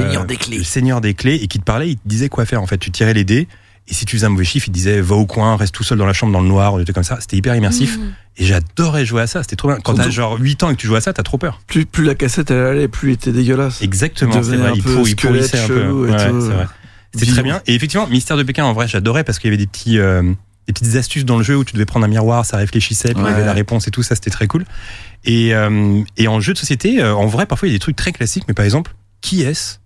Speaker 3: Le seigneur des clés, et qui te parlait, il te disait quoi faire. En fait, tu tirais les dés, Et si tu faisais un mauvais chiffre, il disait va au coin, reste tout seul dans la chambre, dans le noir, ou des trucs comme ça. C'était hyper immersif. Et j'adorais jouer à ça, c'était trop bien. Quand t'as
Speaker 4: Surtout-
Speaker 3: genre 8 ans et que tu joues à ça, t'as trop peur.
Speaker 4: Plus, plus la cassette elle allait, plus elle était dégueulasse.
Speaker 3: Exactement,
Speaker 4: Devenait
Speaker 3: c'est vrai.
Speaker 4: un
Speaker 3: Il,
Speaker 4: peu
Speaker 3: pour, il
Speaker 4: squelette
Speaker 3: pourrissait un peu.
Speaker 4: chelou et
Speaker 3: Ouais,
Speaker 4: tout.
Speaker 3: c'est vrai. C'était
Speaker 4: Vivant.
Speaker 3: très bien. Et effectivement, Mystère de Pékin, en vrai, j'adorais parce qu'il y avait des, petits, euh, des petites astuces dans le jeu où tu devais prendre un miroir, ça réfléchissait, puis il y avait
Speaker 4: Ouais.
Speaker 3: la réponse et tout, ça c'était très cool. Et, euh, et en jeu de société, euh, en vrai, parfois il y a des trucs très classiques, mais par exemple, qui est-ce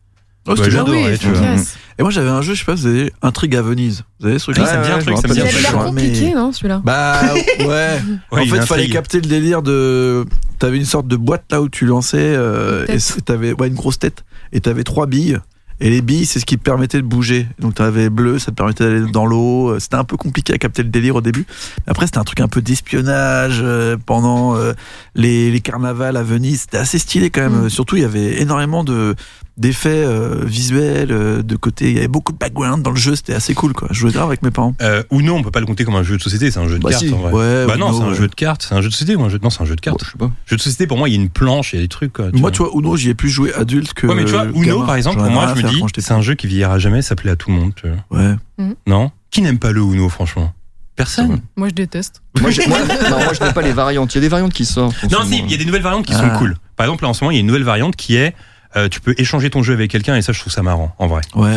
Speaker 4: Oh, c'était
Speaker 3: Bah,
Speaker 4: bien.
Speaker 3: j'adore. j'adorais,
Speaker 5: oui,
Speaker 3: tu vois.
Speaker 5: Ah efficace.
Speaker 4: Et moi j'avais un jeu, je sais pas, vous avez Intrigue à Venise. Vous avez ce truc
Speaker 3: Ah, ça me dit un
Speaker 6: je
Speaker 3: truc,
Speaker 6: me
Speaker 3: ça me
Speaker 5: Il
Speaker 3: dit un
Speaker 6: rappelle.
Speaker 5: avait
Speaker 3: truc.
Speaker 5: l'air
Speaker 3: Ouais,
Speaker 5: compliqué, non, celui-là
Speaker 4: Bah ouais.
Speaker 3: Ouais,
Speaker 4: en
Speaker 3: il
Speaker 4: fait, il fallait
Speaker 3: intrigue.
Speaker 4: capter le délire de. T'avais une sorte de boîte là où tu lançais euh,
Speaker 5: Une
Speaker 4: et
Speaker 5: tête.
Speaker 4: c'est- t'avais ouais, une grosse tête et t'avais trois billes. Et les billes, c'est ce qui te permettait de bouger. Donc t'avais bleu, ça te permettait d'aller dans l'eau. Euh, C'était un peu compliqué à capter le délire au début. Après, c'était un truc un peu d'espionnage euh, pendant euh, les, les carnavals à Venise. C'était assez stylé quand même.
Speaker 5: Mm.
Speaker 4: Euh, Surtout, il y avait énormément de d'effets euh, visuels euh, de côté. Il y avait beaucoup de background dans le jeu. C'était assez cool quoi. Je jouais grave avec mes parents.
Speaker 3: Euh, ou non, on peut pas le compter comme un jeu de société, c'est un jeu de
Speaker 4: Bah
Speaker 3: cartes
Speaker 4: si,
Speaker 3: en vrai.
Speaker 4: ouais,
Speaker 3: bah
Speaker 4: ou
Speaker 3: non,
Speaker 4: non, euh,
Speaker 3: c'est un
Speaker 4: ouais.
Speaker 3: jeu de cartes, c'est un jeu de société ou un jeu de... Non, c'est un jeu de cartes.
Speaker 6: Bon, je sais pas.
Speaker 3: Jeu de société, pour moi, il y a une planche, il y a des trucs. Quoi,
Speaker 4: Moi, tu vois, Uno, j'y ai plus joué adulte que.
Speaker 3: Ouais, mais tu vois, Uno,
Speaker 4: gamin.
Speaker 3: par exemple,
Speaker 4: J'en
Speaker 3: pour
Speaker 4: avais
Speaker 3: moi,
Speaker 4: rien
Speaker 3: je
Speaker 4: à
Speaker 3: me
Speaker 4: faire
Speaker 3: dis,
Speaker 4: quand j'étais
Speaker 3: c'est un jeu qui vieillira jamais, ça plaît à tout le monde. tu vois.
Speaker 4: petit. Ouais.
Speaker 3: Non Qui n'aime pas le Uno, franchement Personne.
Speaker 5: Moi, je déteste.
Speaker 6: Moi, j'ai- moi- non, moi, je n'aime pas les variantes. Il y a des variantes qui sortent. en
Speaker 3: Non,
Speaker 6: ce
Speaker 3: si,
Speaker 6: moment.
Speaker 3: il y a des nouvelles variantes qui sont
Speaker 4: Ah.
Speaker 3: cool. Par exemple, là, en ce moment, il y a une nouvelle variante qui est euh, tu peux échanger ton jeu avec quelqu'un et ça, je trouve ça marrant, en vrai.
Speaker 4: Ouais, ouais.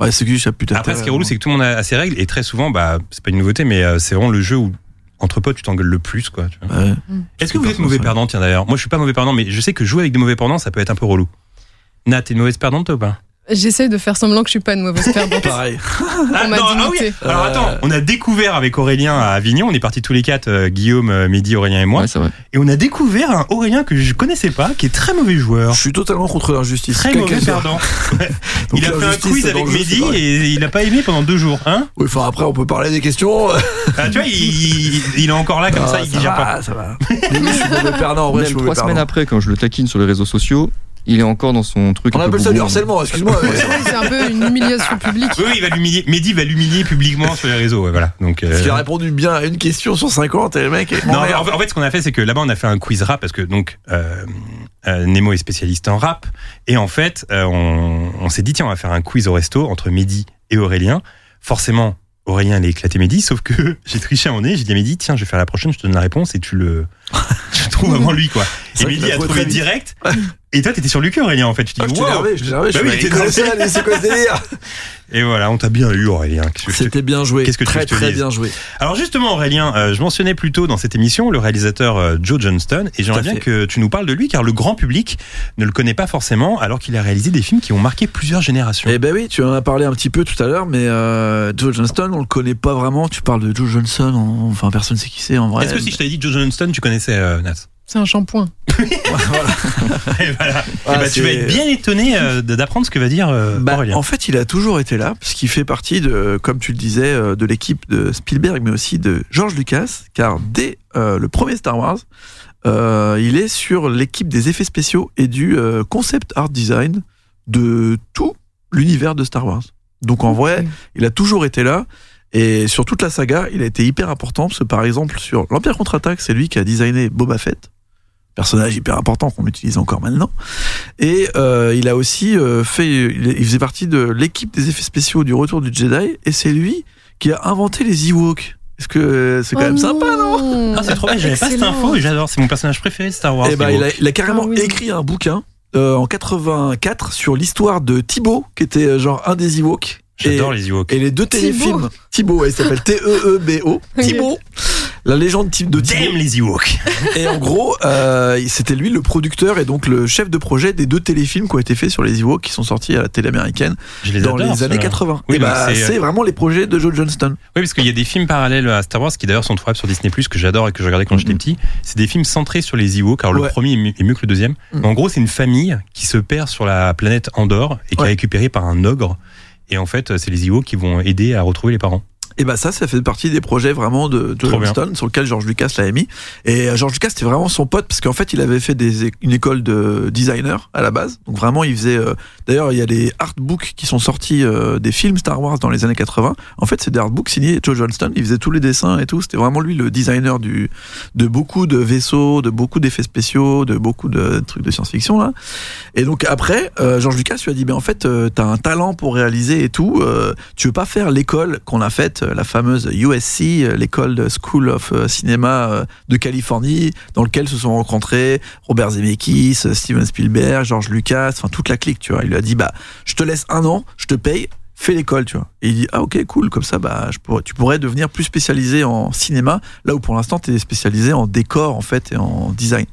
Speaker 4: Ouais, c'est que ça putain.
Speaker 3: Après, ce qui est relou, c'est que tout le monde a, a ses règles et très souvent, bah, c'est pas une nouveauté, mais euh, c'est vraiment le jeu où entre potes, tu t'engueules le plus, quoi. tu vois.
Speaker 4: Ouais.
Speaker 3: Est-ce que vous
Speaker 4: Par
Speaker 3: êtes
Speaker 4: contre,
Speaker 3: mauvais
Speaker 4: ça-
Speaker 3: perdant, tiens, d'ailleurs Moi, je suis pas mauvais perdant, mais je sais que jouer avec des mauvais perdants, ça peut être un peu relou. Nat, t'es une mauvaise perdante, toi, ou pas
Speaker 5: J'essaye de faire semblant que je suis pas une mauvaise perdante.
Speaker 4: Pareil.
Speaker 5: On m'a
Speaker 3: non, ah oui.
Speaker 5: dignité.
Speaker 3: Alors
Speaker 4: Euh.
Speaker 3: attends, on a découvert avec Aurélien à Avignon, on est partis tous les quatre, euh, Guillaume, euh, Mehdi, Aurélien et moi,
Speaker 6: Ouais, c'est vrai.
Speaker 3: et on a découvert un Aurélien que je connaissais pas, qui est très mauvais
Speaker 4: Je
Speaker 3: joueur.
Speaker 4: suis totalement contre l'injustice.
Speaker 3: Très
Speaker 4: Quel
Speaker 3: mauvais
Speaker 4: qu'elle soit.
Speaker 3: perdant.
Speaker 4: Donc,
Speaker 3: il a fait un
Speaker 4: l'injustice,
Speaker 3: quiz
Speaker 4: c'est dans
Speaker 3: avec
Speaker 4: le jeu,
Speaker 3: Mehdi
Speaker 4: c'est pareil.
Speaker 3: et il a pas aimé pendant deux jours. Hein
Speaker 4: Oui, enfin, après, on peut parler des questions.
Speaker 3: Ah, tu vois, il, il- il est encore là comme
Speaker 4: Ah,
Speaker 3: ça, il digère
Speaker 4: va,
Speaker 3: pas.
Speaker 4: Ça va. Mais je suis mauvais perdant. En vrai,
Speaker 6: Même
Speaker 4: je suis
Speaker 6: trois
Speaker 4: mauvais
Speaker 6: semaines
Speaker 4: perdant.
Speaker 6: après, quand je le taquine sur les réseaux sociaux, il est encore dans son truc.
Speaker 4: On
Speaker 6: un peu
Speaker 4: appelle ça du
Speaker 6: bourgeois.
Speaker 4: harcèlement, excuse-moi. mais-
Speaker 5: C'est un peu une humiliation publique.
Speaker 3: Oui, oui, il va l'humilier. Mehdi va l'humilier publiquement sur les réseaux. ouais, voilà. Donc, euh,
Speaker 4: Parce qu'il a répondu bien à une question sur 50 et le mec est.
Speaker 3: Non,
Speaker 4: Oh,
Speaker 3: mais en
Speaker 4: merde.
Speaker 3: fait, en fait, ce qu'on a fait, c'est que là-bas, on a fait un quiz rap parce que donc euh, euh, Nemo est spécialiste en rap et en fait, euh, on, on s'est dit tiens, on va faire un quiz au resto entre Mehdi et Aurélien. Forcément, Aurélien allait éclater Mehdi, sauf que j'ai triché à mon nez, j'ai dit à Mehdi tiens, je vais faire la prochaine, je te donne la réponse et tu le tu le trouves avant lui quoi.
Speaker 4: C'est
Speaker 3: Et
Speaker 4: vrai qu'il
Speaker 3: Mehdi
Speaker 4: l'a
Speaker 3: a
Speaker 4: trouvé
Speaker 3: trouvé
Speaker 4: très vite.
Speaker 3: direct. Et toi, t'étais sur le cul, Aurélien, en fait. Tu dis
Speaker 4: Ah, je t'ai
Speaker 3: wow.
Speaker 4: énervé, je t'ai énervé, je
Speaker 3: Bah oui, t'es
Speaker 4: suis comme ça, allez, c'est quoi ce délire
Speaker 3: Et voilà, on t'a bien eu, Aurélien. Qu'est-ce que je te-
Speaker 4: C'était bien joué.
Speaker 3: Qu'est-ce que tu veux
Speaker 4: Très,
Speaker 3: que je te
Speaker 4: très
Speaker 3: dise
Speaker 4: bien joué.
Speaker 3: Alors justement Aurélien, euh, je mentionnais plus tôt dans cette émission le réalisateur euh, Joe Johnston et j'aimerais
Speaker 4: Tout à
Speaker 3: bien
Speaker 4: fait.
Speaker 3: que tu nous parles de lui car le grand public ne le connaît pas forcément alors qu'il a réalisé des films qui ont marqué plusieurs générations.
Speaker 4: Eh ben oui, tu en as parlé un petit peu tout à l'heure, mais euh, Joe Johnston, on le connaît pas vraiment. Tu parles de Joe Johnston, on- enfin personne sait qui c'est en vrai.
Speaker 3: Est-ce que si je t'avais dit Joe Johnston, tu connaissais euh, Nat
Speaker 5: C'est un shampoing.
Speaker 3: Eh voilà.
Speaker 4: Ah,
Speaker 3: Eh ben,
Speaker 4: c'est-
Speaker 3: tu vas être bien étonné euh, de- d'apprendre ce que va dire euh,
Speaker 4: Bah,
Speaker 3: Aurélien.
Speaker 4: en fait, il a toujours été là, parce qu'il fait partie de, comme tu le disais, euh, de l'équipe de Spielberg, mais aussi de George Lucas, car dès euh, le premier Star Wars, euh, il est sur l'équipe des effets spéciaux et du euh, concept art design de tout l'univers de Star Wars. Donc en vrai,
Speaker 5: Mhm.
Speaker 4: il a toujours été là. Et sur toute la saga, il a été hyper important parce que par exemple sur l'Empire contre-attaque, c'est lui qui a designé Boba Fett, personnage hyper important qu'on utilise encore maintenant. Et euh, il a aussi euh, fait, il il faisait partie de l'équipe des effets spéciaux du Retour du Jedi, et c'est lui qui a inventé les Ewoks. Est-ce que c'est quand même sympa
Speaker 5: non
Speaker 3: Ah, c'est trop bien, j'avais pas cette
Speaker 5: Oh. Excellent.
Speaker 3: info et j'adore, c'est mon personnage préféré de Star Wars.
Speaker 4: Eh ben,
Speaker 3: Ewoks.
Speaker 4: il, a, il a carrément
Speaker 5: Ah oui.
Speaker 4: écrit un bouquin euh, en 84 sur l'histoire de Thibaut, qui était euh, genre un des Ewoks.
Speaker 3: J'adore
Speaker 4: Et-
Speaker 3: les Ewoks.
Speaker 4: Et les deux téléfilms, Thibaut, ouais, il s'appelle E T-E-E-B-O. Thibaut, la légende type de Thibaut.
Speaker 3: Damn les Ewoks.
Speaker 4: Et en gros, euh, c'était lui le producteur et donc le chef de projet des deux téléfilms qui ont été faits sur les Ewoks qui sont sortis à la télé américaine
Speaker 3: Je les
Speaker 4: dans
Speaker 3: adore,
Speaker 4: les années
Speaker 3: ceux-là.
Speaker 4: 80.
Speaker 3: Oui,
Speaker 4: et
Speaker 3: donc
Speaker 4: bah,
Speaker 3: c'est- euh,
Speaker 4: c'est vraiment les projets de Joe Johnston.
Speaker 3: Oui, parce qu'il y a des films parallèles à Star Wars qui d'ailleurs sont trouvables sur Disney que j'adore et que je regardais quand j'étais petit. C'est des films centrés sur les Ewoks. Alors le
Speaker 4: Mm-hmm. Ouais.
Speaker 3: premier est mieux- est mieux que le deuxième.
Speaker 4: Mhm.
Speaker 3: Mais en gros, c'est une famille qui se perd sur la planète Andorre et qui
Speaker 4: Ouais.
Speaker 3: est récupérée par un ogre. Et en fait, c'est les Ewoks qui vont aider à retrouver les parents.
Speaker 4: Et bah ça, ça fait partie des projets vraiment de, de
Speaker 3: Trop bien.
Speaker 4: Johnston sur lequel George Lucas l'a mis. Et euh, George Lucas c'était vraiment son pote parce qu'en fait il avait fait des, é- une école de designer à la base. Donc vraiment il faisait. euh, D'ailleurs il y a des artbooks qui sont sortis euh, des films Star Wars dans les années 80. En fait c'est des artbooks signés Joe Johnston. Il faisait tous les dessins et tout. C'était vraiment lui le designer du de beaucoup de vaisseaux, de beaucoup d'effets spéciaux, de beaucoup de trucs de science-fiction là. Et donc après, euh, Georges Lucas lui a dit, ben en fait, euh, t'as un talent pour réaliser et tout. euh, tu veux pas faire l'école qu'on a faite, euh, la fameuse USC, euh, l'école de School of euh, Cinema euh, de Californie, dans lequel se sont rencontrés Robert Zemeckis, euh, Steven Spielberg, George Lucas, enfin toute la clique, tu vois. Il lui a dit, bah, je te laisse un an, je te paye. Fais l'école, tu vois. Et il dit ah ok cool comme ça bah je pourrais, tu pourrais devenir plus spécialisé en cinéma là où pour l'instant tu es spécialisé en décor en fait et en design.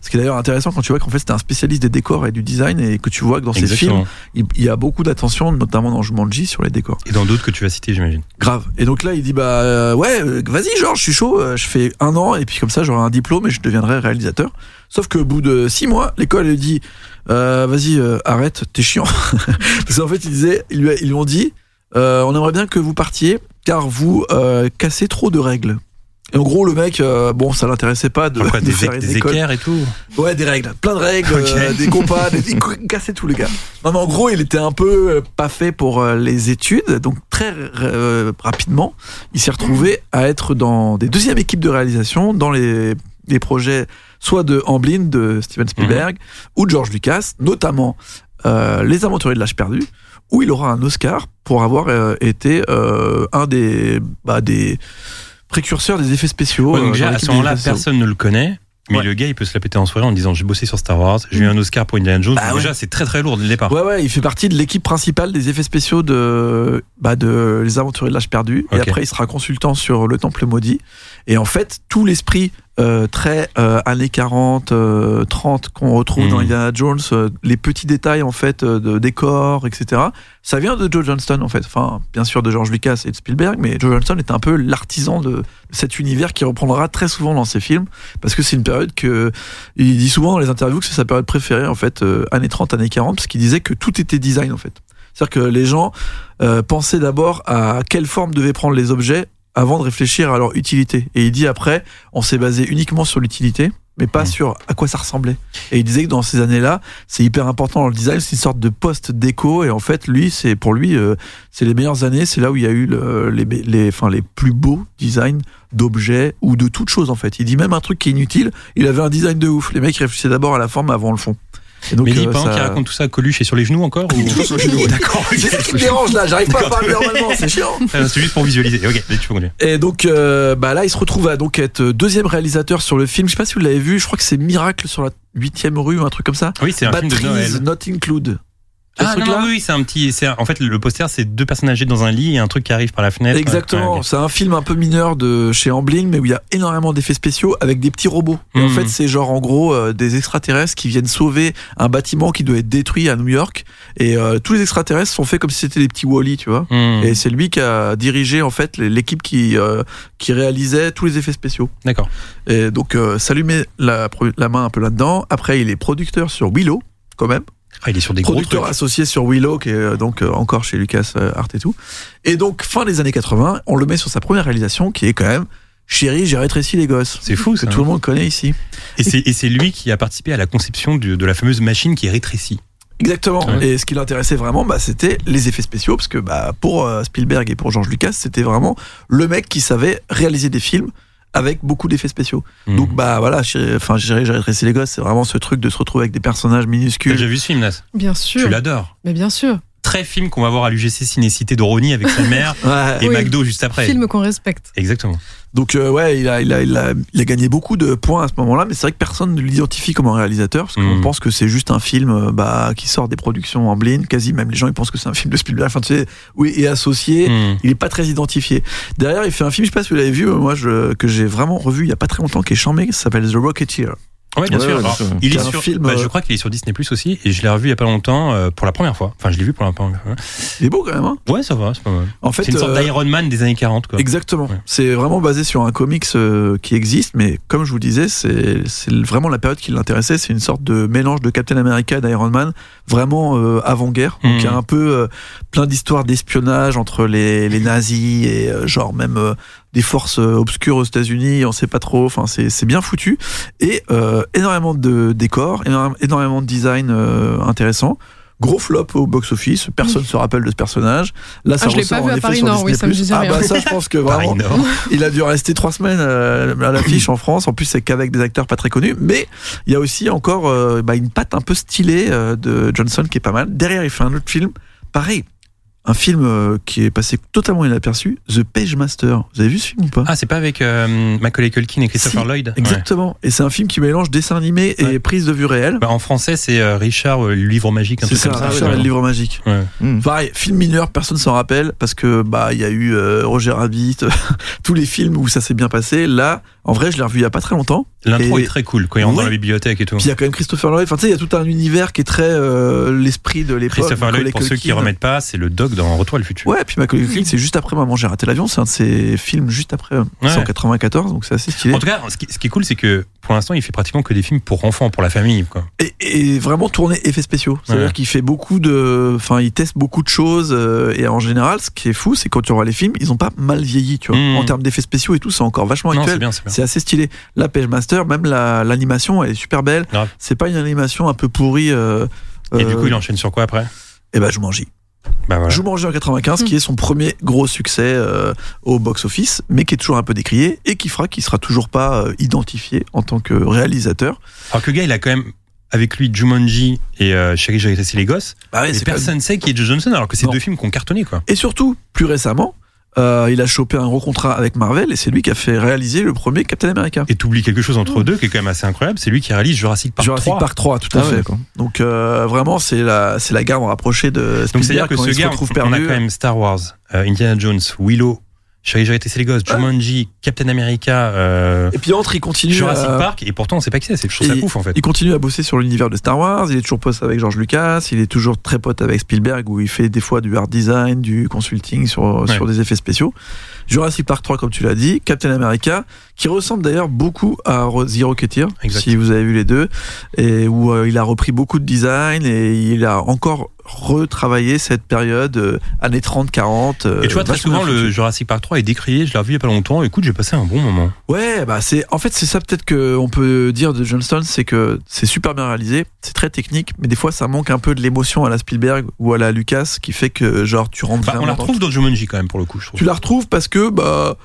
Speaker 4: Ce qui est d'ailleurs intéressant quand tu vois qu'en fait c'était un spécialiste des décors et du design et que tu vois que dans ses films,
Speaker 3: Exactement.
Speaker 4: il il y a beaucoup d'attention, notamment dans Jumanji, sur les décors.
Speaker 3: Et dans d'autres que tu as cités, j'imagine.
Speaker 4: Grave. Et donc là, il dit bah euh, ouais, euh, vas-y Georges, je suis chaud, euh, je fais un an et puis comme ça j'aurai un diplôme et je deviendrai réalisateur. Sauf qu'au bout de six mois, l'école elle dit euh, vas-y euh, arrête, t'es chiant. Parce qu'en fait ils disaient, ils lui, ils lui ont dit euh, on aimerait bien que vous partiez car vous euh, cassez trop de règles. Et en gros le mec euh, bon ça l'intéressait pas de,
Speaker 3: Pourquoi
Speaker 4: de
Speaker 3: des,
Speaker 4: faire
Speaker 3: éc-
Speaker 4: une
Speaker 3: des
Speaker 4: école.
Speaker 3: équerres et tout
Speaker 4: Ouais, des règles, plein de règles,
Speaker 3: Ok.
Speaker 4: euh, des compas, des, des cou- cassez tout le gars. Non mais en gros, il était un peu euh, pas fait pour euh, les études, donc très euh, rapidement, il s'est retrouvé à être dans des deuxièmes équipes de réalisation, dans les, les projets soit de Amblin, de Steven Spielberg,
Speaker 3: Mhm.
Speaker 4: ou de George Lucas, notamment euh, Les Aventuriers de l'âge perdu, où il aura un Oscar pour avoir euh, été euh, un des, bah, des précurseurs des effets spéciaux.
Speaker 3: Ouais, donc
Speaker 4: euh,
Speaker 3: déjà,
Speaker 4: dans
Speaker 3: à
Speaker 4: l'équipe
Speaker 3: ce
Speaker 4: des
Speaker 3: moment-là,
Speaker 4: effets spéciaux.
Speaker 3: personne ne le connaît. Mais
Speaker 4: Ouais. Mm.
Speaker 3: le gars, il peut se la péter en soirée en disant j'ai bossé sur Star Wars, j'ai eu un Oscar pour Indiana Jones.
Speaker 4: Bah
Speaker 3: Donc
Speaker 4: ouais.
Speaker 3: Déjà, c'est très très lourd dès le départ.
Speaker 4: Ouais, ouais, il fait partie de l'équipe principale des effets spéciaux de, bah, de Les Aventuriers de l'âge perdu. Et
Speaker 3: Ok.
Speaker 4: après, il sera consultant sur Le Temple maudit. Et en fait, tout l'esprit euh, très euh, années 40, euh, 30 qu'on retrouve
Speaker 3: Mhm.
Speaker 4: dans Indiana Jones, euh, les petits détails en fait euh, de décors, etc. Ça vient de Joe Johnston en fait. Enfin, bien sûr de George Lucas et de Spielberg, mais Joe Johnston est un peu l'artisan de cet univers qui reprendra très souvent dans ses films parce que c'est une période que il dit souvent dans les interviews que c'est sa période préférée en fait, euh, années 30, années 40, parce qu'il disait que tout était design en fait. C'est-à-dire que les gens euh, pensaient d'abord à quelle forme devaient prendre les objets avant de réfléchir à leur utilité. Et il dit après, on s'est basé uniquement sur l'utilité, mais pas
Speaker 3: Mhm.
Speaker 4: sur à quoi ça ressemblait. Et il disait que dans ces années-là, c'est hyper important dans le design, c'est une sorte de poste déco. Et en fait, lui, c'est pour lui, euh, c'est les meilleures années, c'est là où il y a eu le- les, be- les, enfin, les plus beaux designs d'objets ou de toute chose en fait. Il dit même un truc qui est inutile, il avait un design de ouf. Les mecs réfléchissaient d'abord à la forme avant le fond. Et donc,
Speaker 3: mais dis
Speaker 4: euh,
Speaker 3: pas
Speaker 4: ça-
Speaker 3: qui raconte tout ça, Coluche est sur les genoux encore ou-
Speaker 4: Toujours sur les genoux, ouais.
Speaker 3: D'accord, ok.
Speaker 4: C'est ça qui me dérange là, j'arrive pas à parler normalement, c'est chiant.
Speaker 3: Ah, C'est juste pour visualiser. Ok, mais tu peux continuer.
Speaker 4: Et donc euh, bah là, il se retrouve à donc être deuxième réalisateur sur le film. Je sais pas si vous l'avez vu. Je crois que c'est Miracle sur la huitième rue, un truc comme ça.
Speaker 3: Oui, c'est un film de Noël.
Speaker 4: Batteries Not Include. Ce
Speaker 3: Ah non,
Speaker 4: truc-là
Speaker 3: non, oui, c'est un petit. c'est un- en fait, le poster, c'est deux personnes âgées dans un lit et un truc qui arrive par la fenêtre.
Speaker 4: Exactement,
Speaker 3: Ouais, ok.
Speaker 4: c'est un film un peu mineur de chez Amblin, mais où il y a énormément d'effets spéciaux avec des petits robots. Et en
Speaker 3: Mhm.
Speaker 4: fait, c'est genre en gros euh, des extraterrestres qui viennent sauver un bâtiment qui doit être détruit à New York. Et euh, tous les extraterrestres sont faits comme si c'était des petits Wally, tu vois.
Speaker 3: Hmm,
Speaker 4: Et c'est lui qui a dirigé en fait les- l'équipe qui euh, qui réalisait tous les effets spéciaux.
Speaker 3: D'accord.
Speaker 4: Et donc euh, ça lui met la, pro- la main un peu là-dedans. Après, il est producteur sur Willow quand même
Speaker 3: Ah, il est sur des gros
Speaker 4: producteur
Speaker 3: trucs.
Speaker 4: associé sur Willow, qui est euh, donc euh, encore chez Lucas euh, Art et tout. Et donc, fin des années 80, on le met sur sa première réalisation, qui est quand même Chérie, j'ai rétréci les gosses.
Speaker 3: C'est fou,
Speaker 4: Que
Speaker 3: ça.
Speaker 4: tout le monde connaît ici.
Speaker 3: Et c'est et c'est lui qui a participé à la conception du- de la fameuse machine qui rétrécit.
Speaker 4: Exactement.
Speaker 3: Ouais.
Speaker 4: Et ce qui l'intéressait vraiment, bah, c'était les effets spéciaux, parce que bah, pour euh, Spielberg et pour George Lucas, c'était vraiment le mec qui savait réaliser des films avec beaucoup d'effets spéciaux.
Speaker 3: Hmm.
Speaker 4: Donc bah voilà, Chérie, enfin, Chérie, j'ai rétréci les gosses, c'est vraiment ce truc de se retrouver avec des personnages
Speaker 3: T'as
Speaker 4: minuscules.
Speaker 3: déjà vu ce film, Nas
Speaker 5: Bien
Speaker 3: euh, Tu
Speaker 5: sûr.
Speaker 3: l'adores.
Speaker 5: Mais bien sûr.
Speaker 3: Très film qu'on va voir à l'UGC Cinécité de Ronnie avec sa mère
Speaker 4: Ouais.
Speaker 3: et
Speaker 5: Oui.
Speaker 3: McDo juste après.
Speaker 5: Film qu'on respecte.
Speaker 3: Exactement.
Speaker 4: Donc euh, ouais, il a, il, a, il, a, il a gagné beaucoup de points à ce moment-là, mais c'est vrai que personne ne l'identifie comme un réalisateur, parce qu'on
Speaker 3: Mm.
Speaker 4: pense que c'est juste un film euh, bah, qui sort des productions en blind, quasi même les gens ils pensent que c'est un film de Spielberg, enfin tu sais, oui, et associé,
Speaker 3: Hmm.
Speaker 4: il est pas très identifié. euh, Derrière, il fait un film, je sais pas si vous l'avez vu, mais moi je, que j'ai vraiment revu il y a pas très longtemps, qui est chambé, qui s'appelle The Rocketeer.
Speaker 3: Ouais, bien
Speaker 6: Ouais,
Speaker 3: sûr.
Speaker 6: ouais, bien
Speaker 3: Alors,
Speaker 6: sûr.
Speaker 3: Il est
Speaker 4: C'est un
Speaker 3: sur,
Speaker 4: film,
Speaker 3: bah,
Speaker 4: euh,
Speaker 3: je crois qu'il est sur Disney Plus aussi, et je l'ai revu il y a pas longtemps euh, pour la première fois. Enfin, je l'ai vu pour la première fois.
Speaker 4: Il est beau quand même. hein.
Speaker 3: Ouais, ça va, c'est pas mal.
Speaker 4: en fait,
Speaker 3: c'est une sorte
Speaker 4: euh,
Speaker 3: d'Iron Man des années 40, quoi.
Speaker 4: Exactement.
Speaker 3: Ouais.
Speaker 4: C'est vraiment basé sur un comics euh, qui existe, mais comme je vous le disais, c'est c'est vraiment la période qui l'intéressait. C'est une sorte de mélange de Captain America et d'Iron Man, vraiment euh, avant-guerre. Donc
Speaker 3: Mhm.
Speaker 4: il y a un peu euh, plein d'histoires d'espionnage entre les, les nazis et euh, genre même euh, des forces euh, obscures aux États-Unis, on sait pas trop. Enfin, c'est c'est bien foutu. Et euh, énormément de décors, énorme- énormément de design euh, intéressant. Gros flop au box-office, personne se rappelle de ce personnage. Là, ça
Speaker 5: Ah, je l'ai
Speaker 4: ressort
Speaker 5: pas
Speaker 4: en
Speaker 5: vu à
Speaker 4: effet
Speaker 5: Paris
Speaker 4: sur
Speaker 5: Nord, oui,
Speaker 4: Disney+.
Speaker 5: ça me disait
Speaker 4: Ah
Speaker 5: rien.
Speaker 4: bah ça, je pense que
Speaker 3: Pareil,
Speaker 4: vraiment,
Speaker 3: non.
Speaker 4: il a dû rester trois semaines euh, à l'affiche en France. En plus, c'est qu'avec des acteurs pas très connus. Mais il y a aussi encore euh, bah, une patte un peu stylée euh, de Johnson qui est pas mal. Derrière, il fait un autre film. Pareil, un film euh, qui est passé totalement inaperçu, The Page Master. Vous avez vu ce film ou pas
Speaker 3: Ah, c'est pas avec euh, Macaulay Culkin et Christopher
Speaker 4: Si,
Speaker 3: Lloyd Ouais.
Speaker 4: Exactement. Et c'est un film qui mélange dessin animé et
Speaker 3: Ouais.
Speaker 4: prise de vue réelle.
Speaker 3: Bah, en français, c'est euh, Richard, euh, le livre magique, un
Speaker 4: C'est
Speaker 3: truc
Speaker 4: ça,
Speaker 3: comme ça.
Speaker 4: Richard et
Speaker 3: ouais.
Speaker 4: le livre magique.
Speaker 3: Ouais.
Speaker 6: Mm.
Speaker 4: Pareil, film mineur, personne s'en rappelle parce que bah il y a eu euh, Roger Rabbit, tous les films où ça s'est bien passé. Là, en vrai, je l'ai revu il y a pas très longtemps.
Speaker 3: L'intro
Speaker 4: Et-
Speaker 3: est très cool quand il rentre
Speaker 4: Ouais.
Speaker 3: dans la bibliothèque et tout.
Speaker 4: Puis il y a quand même Christopher Lloyd. Enfin, tu sais, il y a tout un univers qui est très euh, l'esprit de l'époque.
Speaker 3: Christopher Lloyd,
Speaker 4: Macaulay
Speaker 3: pour ceux qui
Speaker 4: Culkin. hein.
Speaker 3: remettent pas, c'est le doc dans Retour à le futur.
Speaker 4: Ouais, puis Macaulay Culkin, c'est juste après Maman j'ai raté l'avion. C'est un de ses films juste après. euh,
Speaker 3: Ouais.
Speaker 4: C'est en 94, donc c'est assez stylé.
Speaker 3: En tout cas, ce qui, ce qui est cool, c'est que pour l'instant, il fait pratiquement que des films pour enfants, pour la famille. Quoi.
Speaker 4: Et, et vraiment tourné effets spéciaux. C'est-à-dire
Speaker 3: Ouais.
Speaker 4: qu'il fait beaucoup de. Enfin, il teste beaucoup de choses. euh, et en général, ce qui est fou, c'est quand tu vois les films, ils ont pas mal vieilli, tu vois.
Speaker 3: Mmh.
Speaker 4: En termes d'effets spéciaux et tout, c'est encore vachement
Speaker 3: Non, c'est
Speaker 4: actuel.
Speaker 3: bien, c'est bien.
Speaker 4: C'est assez stylé. La Page Master, même la- l'animation, elle est super belle.
Speaker 3: Grave.
Speaker 4: C'est pas une animation un peu pourrie. euh,
Speaker 3: Et
Speaker 4: euh,
Speaker 3: du coup, il enchaîne sur quoi après
Speaker 4: eh ben, je m'en gis.
Speaker 3: Bah voilà.
Speaker 4: Je vous mangeais en 95,
Speaker 5: Mm.
Speaker 4: qui est son premier gros succès euh, au box-office, mais qui est toujours un peu décrié et qui fera qu'il sera toujours pas euh, identifié en tant que réalisateur.
Speaker 3: Alors que le gars, il a quand même avec lui Jumanji et euh, Chérie, j'ai rétréci les gosses.
Speaker 4: Bah ouais,
Speaker 3: et
Speaker 4: c'est pas-
Speaker 3: personne sait qui est Joe Johnson, alors que c'est
Speaker 4: Non.
Speaker 3: deux films qui ont cartonné, quoi.
Speaker 4: Et surtout, plus récemment, euh, il a chopé un gros contrat avec Marvel et c'est lui qui a fait réaliser le premier Captain America.
Speaker 3: Et t'oublies quelque chose entre deux qui est quand même assez incroyable, c'est lui qui réalise Jurassic Park
Speaker 4: Jurassic
Speaker 3: 3.
Speaker 4: Park 3, tout à
Speaker 6: Ah ouais,
Speaker 4: fait.
Speaker 6: d'accord.
Speaker 4: Donc euh, vraiment, c'est la, c'est la gamme rapprochée de
Speaker 3: Donc c'est-à-dire
Speaker 4: Spielberg
Speaker 3: que
Speaker 4: quand
Speaker 3: ce
Speaker 4: il se
Speaker 3: gars,
Speaker 4: retrouve
Speaker 3: on a
Speaker 4: perdu.
Speaker 3: quand même Star Wars, euh, Indiana Jones, Willow, Chérie, j'ai rétréci les gosses, Jumanji, Captain America, euh,
Speaker 4: Et puis entre, il continue euh,
Speaker 3: Jurassic
Speaker 4: à-
Speaker 3: Park, et pourtant on sait pas qui c'est, c'est je trouve ça
Speaker 4: Et- euh,
Speaker 3: ouf en fait.
Speaker 4: Il continue à bosser sur l'univers de Star Wars, il est toujours pote avec George Lucas, il est toujours très pote avec Spielberg où il fait des fois du art design, du consulting sur, sur des effets spéciaux. Jurassic Park 3 comme tu l'as dit, Captain America qui ressemble d'ailleurs beaucoup à Ro- The Rocketeer
Speaker 3: Exact.
Speaker 4: si vous avez vu les deux et où euh, il a repris beaucoup de design et il a encore retravaillé cette période euh, années euh, 30 40
Speaker 3: Et tu vois, très souvent, le Jurassic Park 3 est décrié, je l'ai revu il y a pas longtemps, écoute, j'ai passé un bon moment.
Speaker 4: Ouais, bah c'est en fait c'est ça peut-être que on peut dire de Johnston, c'est que c'est super bien réalisé, c'est très technique, mais des fois ça manque un peu de l'émotion à la Spielberg ou à la Lucas qui fait que genre tu rentres
Speaker 3: Bah,
Speaker 4: vraiment
Speaker 3: on la
Speaker 4: dans-
Speaker 3: retrouve dans Jumanji quand même pour le coup, je trouve.
Speaker 4: Tu la retrouves parce que bah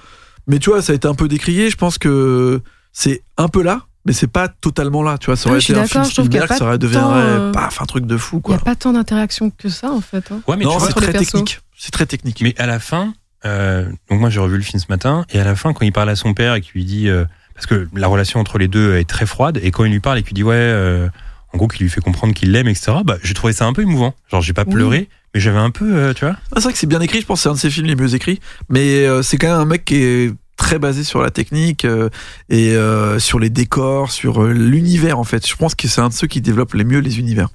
Speaker 4: mais tu vois, ça a été un peu décrié, je pense que c'est un peu là, mais c'est pas totalement là, tu vois, ça
Speaker 5: Oui,
Speaker 4: aurait
Speaker 5: je suis
Speaker 4: été un
Speaker 5: d'accord,
Speaker 4: film
Speaker 5: je trouve qu'il y a
Speaker 4: Spielberg,
Speaker 5: pas
Speaker 4: ça aurait
Speaker 5: tant,
Speaker 4: deviendrait
Speaker 5: euh,
Speaker 4: paf un truc de fou
Speaker 5: Il n'y
Speaker 4: quoi.
Speaker 5: a pas tant d'interaction que ça, en fait. hein.
Speaker 3: Ouais, mais tu
Speaker 4: non,
Speaker 3: vois,
Speaker 4: c'est
Speaker 5: entre les
Speaker 4: très
Speaker 5: persos.
Speaker 4: technique, c'est très technique.
Speaker 3: Mais à la fin, euh, donc moi j'ai revu le film ce matin, et à la fin, quand il parle à son père et qu'il lui dit. euh, parce que la relation entre les deux est très froide, et quand il lui parle et qu'il dit ouais, euh, en gros, qu'il lui fait comprendre qu'il l'aime, etc., bah, j'ai trouvé ça un peu émouvant. Genre, j'ai pas
Speaker 5: Oui.
Speaker 3: pleuré, mais j'avais un peu, euh, tu vois.
Speaker 4: Ah, c'est vrai que c'est bien écrit, je pense que c'est un de ses films les mieux écrits, mais euh, c'est quand même un mec qui est très basé sur la technique euh, et euh, sur les décors, sur euh, l'univers en fait. Je pense que c'est un de ceux qui développe les mieux les univers.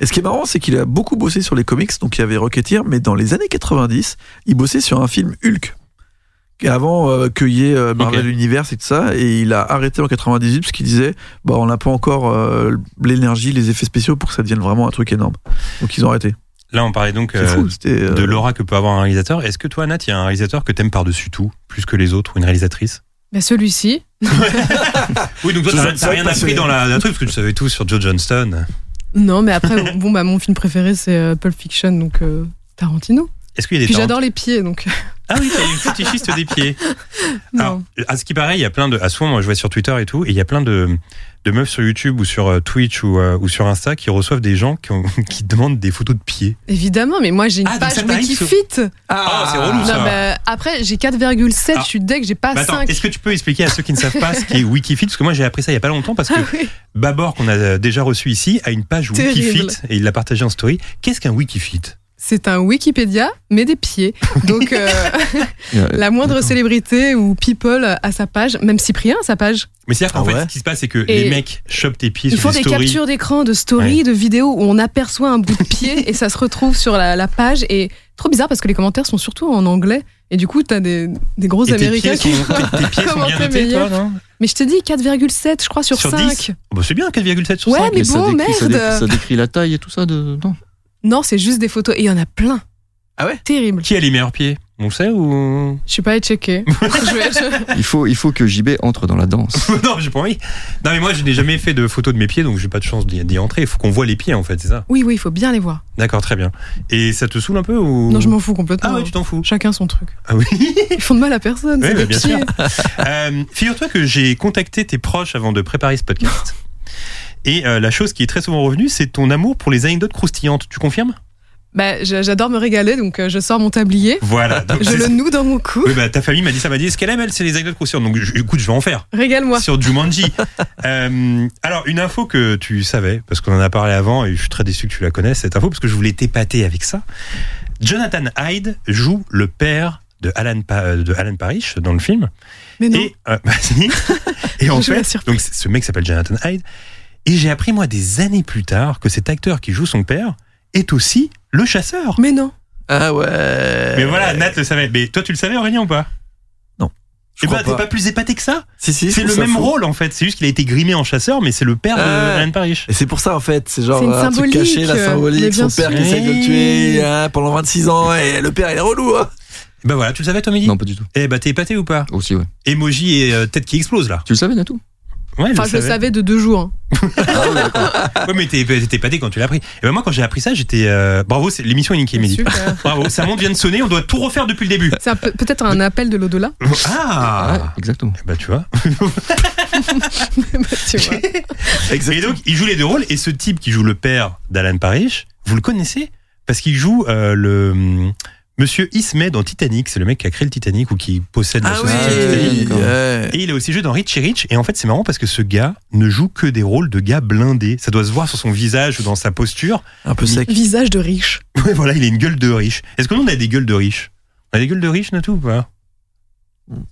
Speaker 4: Et ce qui est marrant, c'est qu'il a beaucoup bossé sur les comics, donc il y avait Rocketeer, mais dans les années 90, il bossait sur un film Hulk. Avant euh, qu'il y ait euh, Marvel
Speaker 3: Ok.
Speaker 4: Universe et tout ça, et il a arrêté en 98 parce qu'il disait, bah on n'a pas encore euh, l'énergie, les effets spéciaux pour que ça devienne vraiment un truc énorme. Donc ils ont arrêté.
Speaker 3: Là, on parlait donc
Speaker 4: C'est
Speaker 3: euh,
Speaker 4: fou. C'était euh,
Speaker 3: de l'aura que peut avoir un réalisateur. Est-ce que toi, Nat, il y a un réalisateur que t'aimes par-dessus tout, plus que les autres, ou une réalisatrice
Speaker 5: Bah, Celui-ci,
Speaker 3: Oui, donc toi,
Speaker 4: Je
Speaker 3: t'as
Speaker 4: sais
Speaker 3: t'as
Speaker 4: pas,
Speaker 3: rien
Speaker 4: passionné.
Speaker 3: appris dans la, la truc, parce que tu savais tout sur Joe Johnston.
Speaker 5: non, mais après, bon, bah, mon film préféré, c'est euh, Pulp Fiction, donc euh, Tarantino.
Speaker 3: Est-ce qu'il y a des
Speaker 5: Puis
Speaker 3: talents
Speaker 5: j'adore les pieds, donc. euh,
Speaker 3: Ah oui, t'es une fétichiste des pieds. Alors,
Speaker 5: non.
Speaker 3: à ce qui paraît, il y a plein de. À ce moment, moi, je vois sur Twitter et tout, et il y a plein de, de meufs sur YouTube ou sur euh, Twitch ou, euh, ou sur Insta qui reçoivent des gens qui, ont- qui demandent des photos de pieds.
Speaker 5: Évidemment, mais moi, j'ai une
Speaker 3: Ah, donc ça
Speaker 5: page
Speaker 3: t'arrive
Speaker 5: Wikifit.
Speaker 3: sur- Ah, c'est relou
Speaker 5: Non,
Speaker 3: ça.
Speaker 5: bah, après, j'ai 4,7,
Speaker 3: Ah.
Speaker 5: je suis deg, j'ai pas
Speaker 3: Bah, attends,
Speaker 5: 5.
Speaker 3: est-ce que tu peux expliquer à ceux qui ne savent pas ce qu'est Wikifit Parce que moi j'ai appris ça il y a pas longtemps parce que
Speaker 5: Ah oui.
Speaker 3: Babor qu'on a euh, déjà reçu ici a une page
Speaker 5: Terrible.
Speaker 3: Wikifit et il l'a partagée en story. Qu'est-ce qu'un Wikifit
Speaker 5: c'est un Wikipédia, mais des pieds. Donc, euh,
Speaker 6: Il y a-
Speaker 5: la moindre
Speaker 6: D'accord.
Speaker 5: célébrité ou people à sa page, même Cyprien à sa page.
Speaker 3: Mais c'est-à-dire qu'en
Speaker 4: Ah
Speaker 3: fait,
Speaker 4: ouais
Speaker 3: ce qui se passe, c'est que
Speaker 5: Et
Speaker 3: les mecs chopent tes pieds
Speaker 5: Ils
Speaker 3: sur
Speaker 5: font
Speaker 3: des
Speaker 5: des
Speaker 3: stories.
Speaker 5: captures d'écran, de stories,
Speaker 3: Ouais.
Speaker 5: de vidéos où on aperçoit un bout de pied et ça se retrouve sur la, la page. Et trop bizarre parce que les commentaires sont surtout en anglais. Et du coup, t'as des, des gros
Speaker 3: Et tes
Speaker 5: Américains
Speaker 3: pieds,
Speaker 5: qui.
Speaker 3: sont, tes, tes pieds sont bien
Speaker 5: Commentaire
Speaker 3: notés, toi,
Speaker 5: meilleur.
Speaker 3: non
Speaker 5: Mais je t'ai dit 4,7, je crois, sur,
Speaker 3: Sur
Speaker 5: 5.
Speaker 3: 10 Bah, C'est bien, 4,7 sur
Speaker 5: Ouais,
Speaker 3: 5.
Speaker 5: mais bon,
Speaker 6: décrit, ça,
Speaker 5: merde.
Speaker 6: décrit, ça décrit la taille et tout ça de. Non.
Speaker 5: Non, c'est juste des photos. Et il y en a plein.
Speaker 4: Ah ouais
Speaker 5: Terrible.
Speaker 3: Qui a les meilleurs pieds On le sait ou
Speaker 5: Je suis pas allée checker. Je vais- je-
Speaker 6: Il faut, il faut que JB entre dans la danse.
Speaker 3: Non, j'ai pas envie. Non, mais moi, je n'ai jamais fait de photos de mes pieds, donc j'ai pas de chance d'y d'y entrer. Il faut qu'on voit les pieds, en fait, c'est ça
Speaker 5: Oui, oui, il faut bien les voir.
Speaker 3: D'accord, très bien. Et ça te saoule un peu ou
Speaker 5: Non, je m'en fous complètement. hein.
Speaker 3: Ah ouais, tu t'en fous.
Speaker 5: Chacun son truc.
Speaker 3: Ah oui.
Speaker 5: Ils font de mal à personne.
Speaker 3: Ouais,
Speaker 5: c'est
Speaker 3: bah,
Speaker 5: des
Speaker 3: bien
Speaker 5: pieds.
Speaker 3: sûr. Euh, Figure-toi que j'ai contacté tes proches avant de préparer ce podcast. Et euh, la chose qui est très souvent revenue, c'est ton amour pour les anecdotes croustillantes. Tu confirmes
Speaker 5: Bah, je- j'adore me régaler, donc euh, je sors mon tablier,
Speaker 3: Voilà. donc
Speaker 5: je
Speaker 3: c'est-
Speaker 5: le noue dans mon cou.
Speaker 3: Oui, bah, ta famille m'a dit ça, m'a dit ce qu'elle aime, elle, c'est les anecdotes croustillantes. Donc, je- écoute, je vais en faire.
Speaker 5: Régale-moi.
Speaker 3: Sur Jumanji. Euh, alors, une info que tu savais, parce qu'on en a parlé avant, et je suis très déçu que tu la connaisses, cette info, parce que je voulais t'épater avec ça. Jonathan Hyde joue le père de Alan, Pa- euh, de Alan Parrish dans le film.
Speaker 5: Mais non.
Speaker 3: Et, euh, bah, si. et en
Speaker 5: Je veux la
Speaker 3: fait,
Speaker 5: surprise.
Speaker 3: donc, c'est- ce mec s'appelle Jonathan Hyde. Et j'ai appris, moi, des années plus tard, que cet acteur qui joue son père est aussi le chasseur.
Speaker 5: Mais non.
Speaker 4: Ah ouais.
Speaker 3: Mais
Speaker 5: Euh.
Speaker 3: voilà, Nat le savait. Mais toi, tu le savais, Aurélien, ou pas
Speaker 4: Je
Speaker 3: Eh ben,
Speaker 4: crois
Speaker 3: t'es
Speaker 4: pas.
Speaker 3: pas plus épaté que ça
Speaker 4: Si, si, je
Speaker 3: C'est
Speaker 4: trouve
Speaker 3: le
Speaker 4: ça
Speaker 3: même
Speaker 4: faux.
Speaker 3: rôle en fait, c'est juste qu'il a été grimé en chasseur, mais c'est le père
Speaker 4: Ah.
Speaker 3: de Alan Parrish.
Speaker 4: Et c'est pour ça, en fait, c'est genre
Speaker 5: C'est une
Speaker 4: un truc
Speaker 5: symbolique,
Speaker 4: caché, la
Speaker 5: euh, mais
Speaker 4: symbolique,
Speaker 5: bien
Speaker 4: son père qui
Speaker 3: sûr.
Speaker 4: essaye de le tuer hein, pendant 26 ans, et le père, il est relou, hein.
Speaker 3: Et bah voilà, tu le savais toi, Mehdi
Speaker 6: non, pas du tout.
Speaker 3: Eh bah t'es épaté ou pas
Speaker 6: Aussi, ouais.
Speaker 3: Emoji et euh, tête qui explose là.
Speaker 6: Tu le savais, Natou
Speaker 3: Ouais, elle
Speaker 5: Enfin,
Speaker 3: le
Speaker 5: je le
Speaker 3: savait.
Speaker 5: savais de deux jours. hein.
Speaker 4: Ah
Speaker 3: Ouais, mais t'es t'es épaté quand tu l'as appris. Et ben moi quand j'ai appris ça, j'étais. euh, Bravo, c'est- l'émission est niquée, Mehdi.
Speaker 5: Super.
Speaker 3: Bravo, sa montre vient de sonner, on doit tout refaire depuis le début.
Speaker 5: euh, C'est un peu- peut-être un appel de l'au-delà.
Speaker 6: Ouais,
Speaker 3: Ah
Speaker 6: exactement.
Speaker 3: Bah tu vois.
Speaker 5: Bah, tu vois.
Speaker 3: Et donc il joue les deux rôles et ce type qui joue le père d'Alan Parrish, vous le connaissez parce qu'il joue euh, le hum, Monsieur Ismay dans Titanic. C'est le mec qui a créé le Titanic ou qui possède la
Speaker 4: Ah
Speaker 3: société Titanic.
Speaker 4: oui,
Speaker 6: Titanic,
Speaker 4: ouais.
Speaker 3: Et il a aussi joué dans Rich et Rich. Et en fait, c'est marrant parce que ce gars ne joue que des rôles de gars blindés. Ça doit se voir sur son visage ou dans sa posture.
Speaker 4: un peu sec.
Speaker 5: Visage de riche.
Speaker 3: Ouais, voilà, il a une gueule de riche. Est-ce que nous, on a des gueules de riches On a des gueules de riches, Natou, ou pas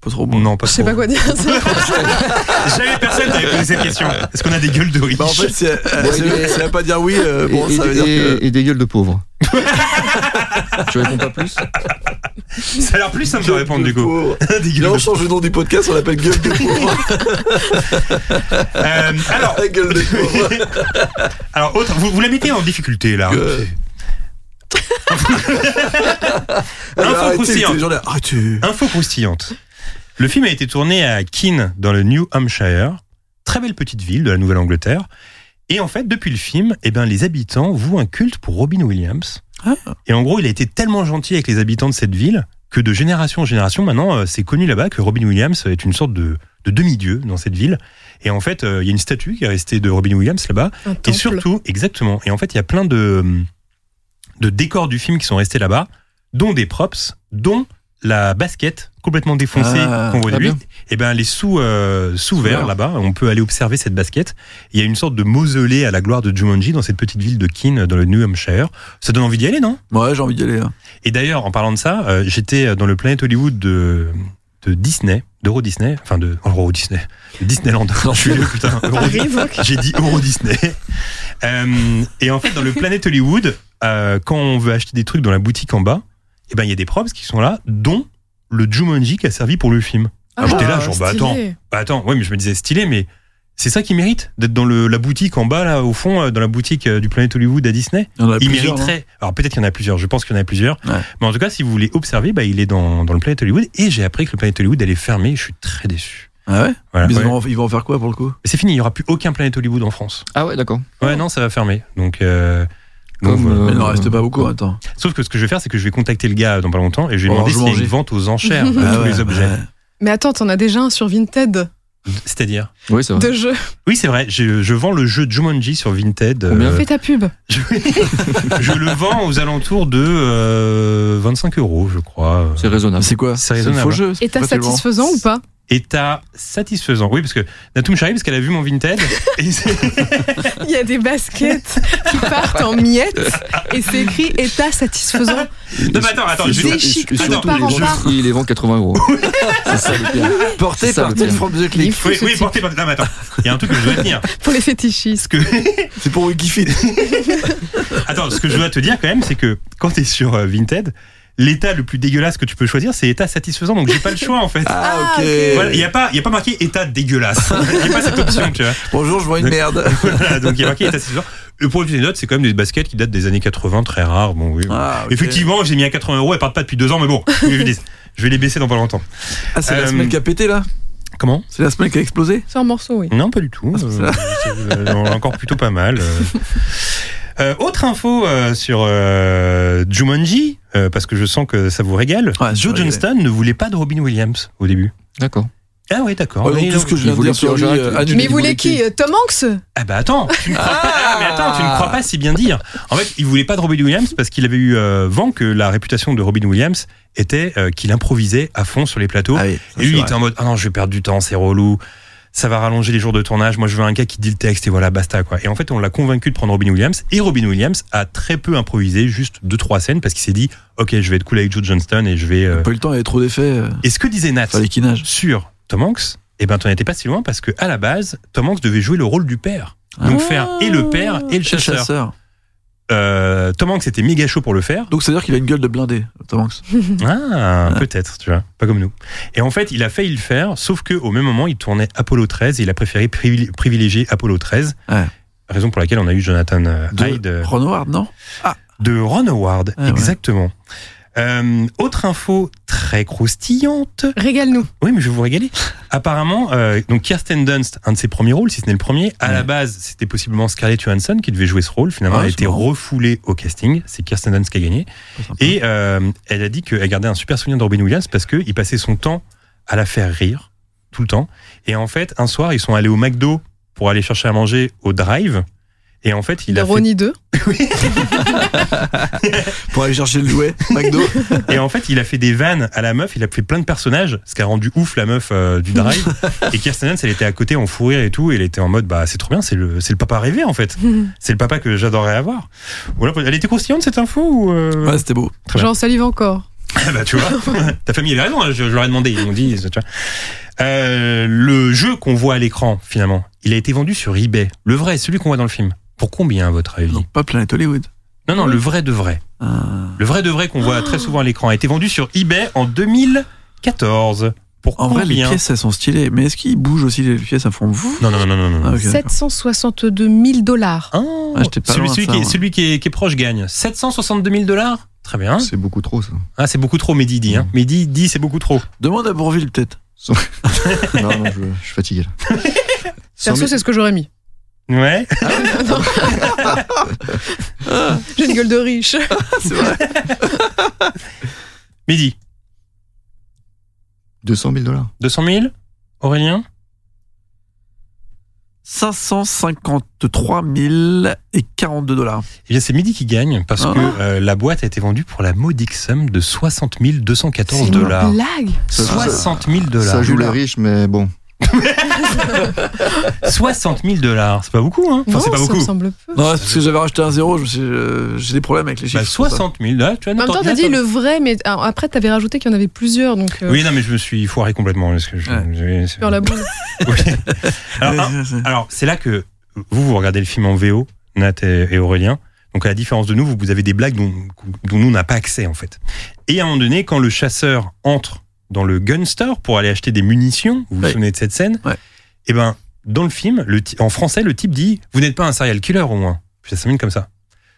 Speaker 4: Pas trop
Speaker 6: Mm.
Speaker 4: bon.
Speaker 3: Non, pas
Speaker 5: Je sais
Speaker 3: trop.
Speaker 5: pas quoi dire.
Speaker 3: Jamais personne t'avait posé cette question. Est-ce qu'on a des gueules de riches
Speaker 4: Bah, en fait, c'est, euh, c'est- ça veut pas dire oui, euh, bon,
Speaker 6: et,
Speaker 4: ça veut
Speaker 6: et-
Speaker 4: dire que.
Speaker 6: et- et des gueules de pauvres. tu réponds pas plus
Speaker 3: Ça a l'air plus simple de répondre, du coup.
Speaker 4: pauvre.
Speaker 3: Des gueules
Speaker 4: Là,
Speaker 3: de-
Speaker 4: on change le nom du podcast, on l'appelle gueule de pauvre.
Speaker 3: Euh, alors,
Speaker 4: La gueule de pauvre.
Speaker 3: alors autre, vous, vous la mettez en difficulté, là. hein.
Speaker 4: Gueule.
Speaker 3: Info
Speaker 4: Arrêtez,
Speaker 3: croustillante.
Speaker 4: les gens là, arrêtez.
Speaker 3: Info croustillante. Le film a été tourné à Keene, dans le New Hampshire, très belle petite ville de la Nouvelle-Angleterre. Et en fait, depuis le film, eh ben, les habitants vouent un culte pour Robin Williams.
Speaker 4: Ah.
Speaker 3: Et en gros, il a été tellement gentil avec les habitants de cette ville que de génération en génération, maintenant, euh, c'est connu là-bas que Robin Williams est une sorte de, de demi-dieu dans cette ville. Et en fait, euh, il y a une statue qui est restée de Robin Williams là-bas.
Speaker 5: Un
Speaker 3: Et
Speaker 5: temple.
Speaker 3: surtout, exactement. Et en fait, il y a plein de, de décors du film qui sont restés là-bas, dont des props, dont la basket complètement défoncée
Speaker 4: Ah,
Speaker 3: qu'on voit au
Speaker 6: ah
Speaker 3: début.
Speaker 6: bien.
Speaker 3: Et ben les sous euh, sous verts
Speaker 4: verts.
Speaker 3: là-bas, on peut aller observer cette basket. Il y a une sorte de mausolée à la gloire de Jumanji dans cette petite ville de Keene, dans le New Hampshire. Ça donne envie d'y aller, non
Speaker 4: Ouais, j'ai envie d'y aller. hein.
Speaker 3: et d'ailleurs, en parlant de ça, euh, j'étais dans le Planète Hollywood de, de Disney, d'Euro Disney, enfin de oh, Euro Disney, de Disneyland. Je suis vieux, putain. Euro-
Speaker 5: Paris, donc.
Speaker 3: J'ai dit Euro Disney. Euh, et en fait, dans le Planète Hollywood, euh, quand on veut acheter des trucs dans la boutique en bas, eh ben il y a des props qui sont là, dont le Jumanji qui a servi pour le film.
Speaker 5: Ah,
Speaker 3: J'étais là, genre, bah,
Speaker 5: stylé.
Speaker 3: Bah, attends, ouais, mais je me disais stylé, mais c'est ça qui mérite d'être dans le, la boutique en bas là, au fond, euh, dans la boutique euh, du Planète Hollywood à Disney.
Speaker 4: Il y
Speaker 6: Euh,
Speaker 4: en a
Speaker 3: Il
Speaker 4: plusieurs,
Speaker 6: hein.
Speaker 3: mériterait. hein. Alors peut-être qu'il y en a plusieurs, je pense qu'il y en a plusieurs.
Speaker 4: Ouais.
Speaker 3: Mais en tout cas, si vous voulez observer, bah, il est dans, dans le Planet Hollywood. Et j'ai appris que le Planet Hollywood allait fermer. Je suis très déçu.
Speaker 4: non Ah ouais
Speaker 3: Voilà.
Speaker 4: Mais ils
Speaker 3: Ouais.
Speaker 4: vont en- ils vont en faire quoi pour le coup
Speaker 3: C'est fini, il n'y aura plus aucun Planet Hollywood en France.
Speaker 6: Ah ouais, d'accord.
Speaker 3: Ouais, non, ça va fermer. Donc, euh, donc,
Speaker 6: Comme,
Speaker 3: voilà.
Speaker 6: euh,
Speaker 4: Mais il n'en reste pas beaucoup, attends.
Speaker 3: Sauf que ce que je vais faire, c'est que je vais contacter le gars dans pas longtemps et je vais
Speaker 4: Bon,
Speaker 3: demander
Speaker 4: je
Speaker 3: s'il y a
Speaker 4: mangeais.
Speaker 3: une vente aux enchères de
Speaker 4: Ah
Speaker 3: tous
Speaker 4: ouais,
Speaker 3: les objets.
Speaker 4: ouais.
Speaker 5: Mais attends, t'en as déjà un sur Vinted
Speaker 3: C'est-à-dire.
Speaker 6: Oui, c'est vrai.
Speaker 5: de jeu.
Speaker 3: Oui, c'est vrai, je, je vends le jeu Jumanji sur Vinted.
Speaker 6: Combien
Speaker 3: euh,
Speaker 5: Fais ta pub.
Speaker 3: je, je le vends aux alentours de euh, 25 euros, je crois.
Speaker 6: C'est raisonnable.
Speaker 4: C'est quoi
Speaker 3: C'est
Speaker 4: le
Speaker 3: raisonnable.
Speaker 4: faux jeu.
Speaker 5: Et
Speaker 4: c'est
Speaker 5: t'as
Speaker 4: pas tellement-
Speaker 5: satisfaisant ou pas
Speaker 3: état satisfaisant. Oui, parce que Natoum Charlie, parce qu'elle a vu mon Vinted. et c'est-
Speaker 5: Il y a des baskets qui partent en miettes et c'est écrit état satisfaisant.
Speaker 3: non, mais attends, attends,
Speaker 6: Et
Speaker 3: je-
Speaker 6: sur- et-
Speaker 5: Des chics,
Speaker 6: et
Speaker 5: tout
Speaker 6: surtout,
Speaker 5: part
Speaker 6: les
Speaker 5: en
Speaker 6: gens,
Speaker 5: part.
Speaker 6: ils les vendent 80 euros. C'est ça le pire.
Speaker 4: Porté
Speaker 6: C'est ça,
Speaker 4: par
Speaker 6: le
Speaker 4: Tim
Speaker 6: pire.
Speaker 4: from the
Speaker 5: Il est
Speaker 4: Click.
Speaker 5: fou,
Speaker 3: Oui,
Speaker 5: ce
Speaker 3: oui,
Speaker 5: type.
Speaker 3: portez, portez. Non, mais attends, il y a un truc que je dois tenir.
Speaker 5: Pour les fétichistes.
Speaker 3: Parce que
Speaker 4: C'est pour Wikifit.
Speaker 3: Attends, ce que je dois te dire quand même, c'est que quand t'es sur euh, Vinted, l'état le plus dégueulasse que tu peux choisir, c'est état satisfaisant. Donc j'ai pas le choix en fait.
Speaker 4: Ah, ok.
Speaker 3: Voilà, il n'y a, pas- il y a pas marqué état dégueulasse. Il n'y a pas cette option, tu vois.
Speaker 4: Bonjour, je vois une merde.
Speaker 3: Voilà, donc il y a marqué état satisfaisant. Le produit des notes, c'est quand même des baskets qui datent des années 80, très rares. Bon, oui.
Speaker 4: Ah, ok.
Speaker 3: Effectivement, j'ai mis à 80 euros, elles partent pas depuis deux ans, mais bon, je vais, je vais les baisser dans pas longtemps.
Speaker 4: Ah, c'est
Speaker 3: Euh,
Speaker 4: la semaine qui a pété là
Speaker 3: Comment
Speaker 4: C'est la semaine qui a explosé
Speaker 5: C'est un morceau, oui.
Speaker 3: Non, pas du
Speaker 4: Ah,
Speaker 3: tout. Euh, c'est- euh, on l'a encore plutôt pas mal. euh. Euh, autre info euh, sur euh, Jumanji, euh, parce que je sens que ça vous régale.
Speaker 4: Ouais,
Speaker 3: Joe
Speaker 4: ça régale.
Speaker 3: Johnston ne voulait pas de Robin Williams au début.
Speaker 6: D'accord.
Speaker 3: Ah oui, d'accord.
Speaker 4: Oh, donc,
Speaker 3: Mais-
Speaker 4: tout ce que
Speaker 6: il
Speaker 4: je viens de
Speaker 6: voulait
Speaker 4: dire sur lui,
Speaker 6: Pierre
Speaker 4: euh,
Speaker 6: Jacques.
Speaker 4: annulé.
Speaker 5: Mais
Speaker 6: il
Speaker 5: vous
Speaker 6: voulait
Speaker 5: voulez qui Euh, Tom Hanks
Speaker 3: Ah bah attends, tu ne crois pas. Ah, mais attends, tu ne crois pas si bien dire. En fait, il voulait pas de Robin Williams parce qu'il avait eu euh, vent que la réputation de Robin Williams était euh, qu'il improvisait à fond sur les plateaux.
Speaker 4: Ah oui, ça,
Speaker 3: Et lui,
Speaker 4: c'est
Speaker 3: il
Speaker 4: vrai.
Speaker 3: était en mode Ah non, je vais perdre du temps, c'est relou. Ça va rallonger les jours de tournage. Moi, je veux un gars qui dit le texte et voilà, basta quoi. Et en fait, on l'a convaincu de prendre Robin Williams. Et Robin Williams a très peu improvisé, juste deux trois scènes parce qu'il s'est dit Ok, je vais être cool avec Joe Johnston et je vais. euh,
Speaker 4: Pas eu le temps, il y avait trop d'effets. euh,
Speaker 3: Et ce que disait Nat
Speaker 4: Fallait qu'il nage.
Speaker 3: sur Tom Hanks, eh ben, t'en étais pas si loin parce que à la base, Tom Hanks devait jouer le rôle du père. Donc
Speaker 5: Ah.
Speaker 3: faire et le père et le
Speaker 4: Chez le
Speaker 3: chasseur. Euh, Tom Hanks était méga chaud pour le faire.
Speaker 4: Donc, c'est-à-dire qu'il a une gueule de blindé, Tom Hanks.
Speaker 3: Ah, peut-être, tu vois, pas comme nous. Et en fait, il a failli le faire, sauf que au même moment, il tournait Apollo 13 et il a préféré privil- privilégier Apollo 13.
Speaker 4: Ouais.
Speaker 3: Raison pour laquelle on a eu Jonathan euh,
Speaker 4: De
Speaker 3: Hyde euh,
Speaker 4: Ron Howard, non
Speaker 3: de Ron Howard,
Speaker 4: Ah ouais.
Speaker 3: exactement. Euh, autre info très croustillante.
Speaker 5: Régale-nous.
Speaker 3: Oui, mais je vais vous régaler. Apparemment, euh, donc Kirsten Dunst, un de ses premiers rôles, si ce n'est le premier, à
Speaker 4: Ouais.
Speaker 3: la base, c'était possiblement Scarlett Johansson qui devait jouer ce rôle. Finalement,
Speaker 4: Ah,
Speaker 3: elle a
Speaker 4: c'est
Speaker 3: été
Speaker 4: marrant.
Speaker 3: refoulée au casting. C'est Kirsten Dunst qui a gagné. Et euh, elle a dit qu'elle gardait un super souvenir de Robin Williams parce qu'il passait son temps à la faire rire, tout le temps. Et en fait, un soir, ils sont allés au McDo pour aller chercher à manger au Drive. Et en fait, il
Speaker 5: de
Speaker 3: a fait-
Speaker 5: Ronnie 2.
Speaker 4: Pour aller chercher le jouet, McDo.
Speaker 3: Et en fait, il a fait des vannes à la meuf, il a fait plein de personnages, ce qui a rendu ouf la meuf euh, du drive. et Kirsten Dunst, elle était à côté en fou rire et tout, et elle était en mode, bah c'est trop bien, c'est le, c'est le papa rêvé en fait. c'est le papa que j'adorerais avoir. Voilà, elle était croustillante cette info ou euh,
Speaker 4: Ouais, c'était beau.
Speaker 3: bien.
Speaker 5: J'en salive encore.
Speaker 3: ah bah, tu vois, ta famille avait raison, hein, je, je leur ai demandé, ils m'ont dit, tu vois. Euh, le jeu qu'on voit à l'écran, finalement, il a été vendu sur eBay. Le vrai, celui qu'on voit dans le film. Pour combien, à votre avis
Speaker 4: Non, pas Planet Hollywood.
Speaker 3: Non, non, le vrai de vrai.
Speaker 4: Ah.
Speaker 3: Le vrai de vrai qu'on voit très souvent à l'écran a été vendu sur eBay en 2014. Pour
Speaker 4: En vrai, les
Speaker 3: combien
Speaker 4: pièces, elles sont stylées. Mais est-ce qu'ils bougent aussi les pièces à fond vous
Speaker 3: Non, non, non, non, non. non.
Speaker 4: Ah, ok, d'accord.
Speaker 5: 762 000 dollars.
Speaker 3: Ah,
Speaker 4: Ah, j'étais pas
Speaker 3: celui,
Speaker 4: loin de
Speaker 3: celui
Speaker 4: ça,
Speaker 3: qui, est-
Speaker 4: moi.
Speaker 3: celui qui est, qui est proche gagne 762 000 dollars. Très bien.
Speaker 6: C'est beaucoup trop, ça.
Speaker 3: Ah, c'est beaucoup trop, Mehdi dit. Hein.
Speaker 4: Mm.
Speaker 3: Mehdi dit c'est beaucoup trop.
Speaker 4: Demande à Bourville, peut-être.
Speaker 6: Non, non, je, je suis fatigué là. Cent
Speaker 5: Perso,
Speaker 6: mille-
Speaker 5: c'est ce que j'aurais mis.
Speaker 3: Ah Ouais.
Speaker 5: J'ai une gueule de riche.
Speaker 4: C'est vrai.
Speaker 3: Mehdi,
Speaker 6: 200 000 dollars.
Speaker 3: 200 000 Aurélien
Speaker 4: 553 000 et 42 dollars.
Speaker 3: Eh bien, c'est Mehdi qui gagne parce
Speaker 4: Ah.
Speaker 3: que euh, la boîte a été vendue pour la modique somme de 60 214
Speaker 5: une
Speaker 3: dollars.
Speaker 5: blague.
Speaker 6: Ça- ça-
Speaker 3: 60 000 dollars.
Speaker 6: Ça joue les
Speaker 4: Dollars.
Speaker 6: riches, mais bon.
Speaker 3: 60 000 dollars. C'est pas beaucoup, hein Enfin,
Speaker 5: non,
Speaker 3: c'est pas
Speaker 5: ça
Speaker 3: beaucoup.
Speaker 5: me semble peu.
Speaker 4: Non, c'est parce que j'avais racheté un zéro. je me suis- euh, J'ai des problèmes avec les chiffres.
Speaker 3: Bah,
Speaker 4: c'est pour ça.
Speaker 3: 60 000 dollars. Tu vois,
Speaker 5: En même
Speaker 3: n'attends-
Speaker 5: temps, t'as dit
Speaker 3: n'attends-
Speaker 5: le vrai, mais ah, après, t'avais rajouté qu'il y en avait plusieurs, donc euh,
Speaker 3: Oui, non, mais je me suis foiré complètement. parce que je-
Speaker 4: Ouais.
Speaker 3: je- c'est-
Speaker 5: sur la boule.
Speaker 3: Oui. Alors, un-
Speaker 4: Ouais, c'est-
Speaker 3: alors, c'est là que vous, vous regardez le film en VO, Nat et, et Aurélien. Donc, à la différence de nous, vous, vous avez des blagues dont, dont nous, on n'a pas accès, en fait. Et à un moment donné, quand le chasseur entre dans le gun store pour aller acheter des munitions, vous vous
Speaker 4: Ouais.
Speaker 3: souvenez de cette scène
Speaker 4: Ouais.
Speaker 3: Eh ben, dans le film, le ti- en français, le type dit Vous n'êtes pas un serial killer, au moins. Puis ça se termine comme ça.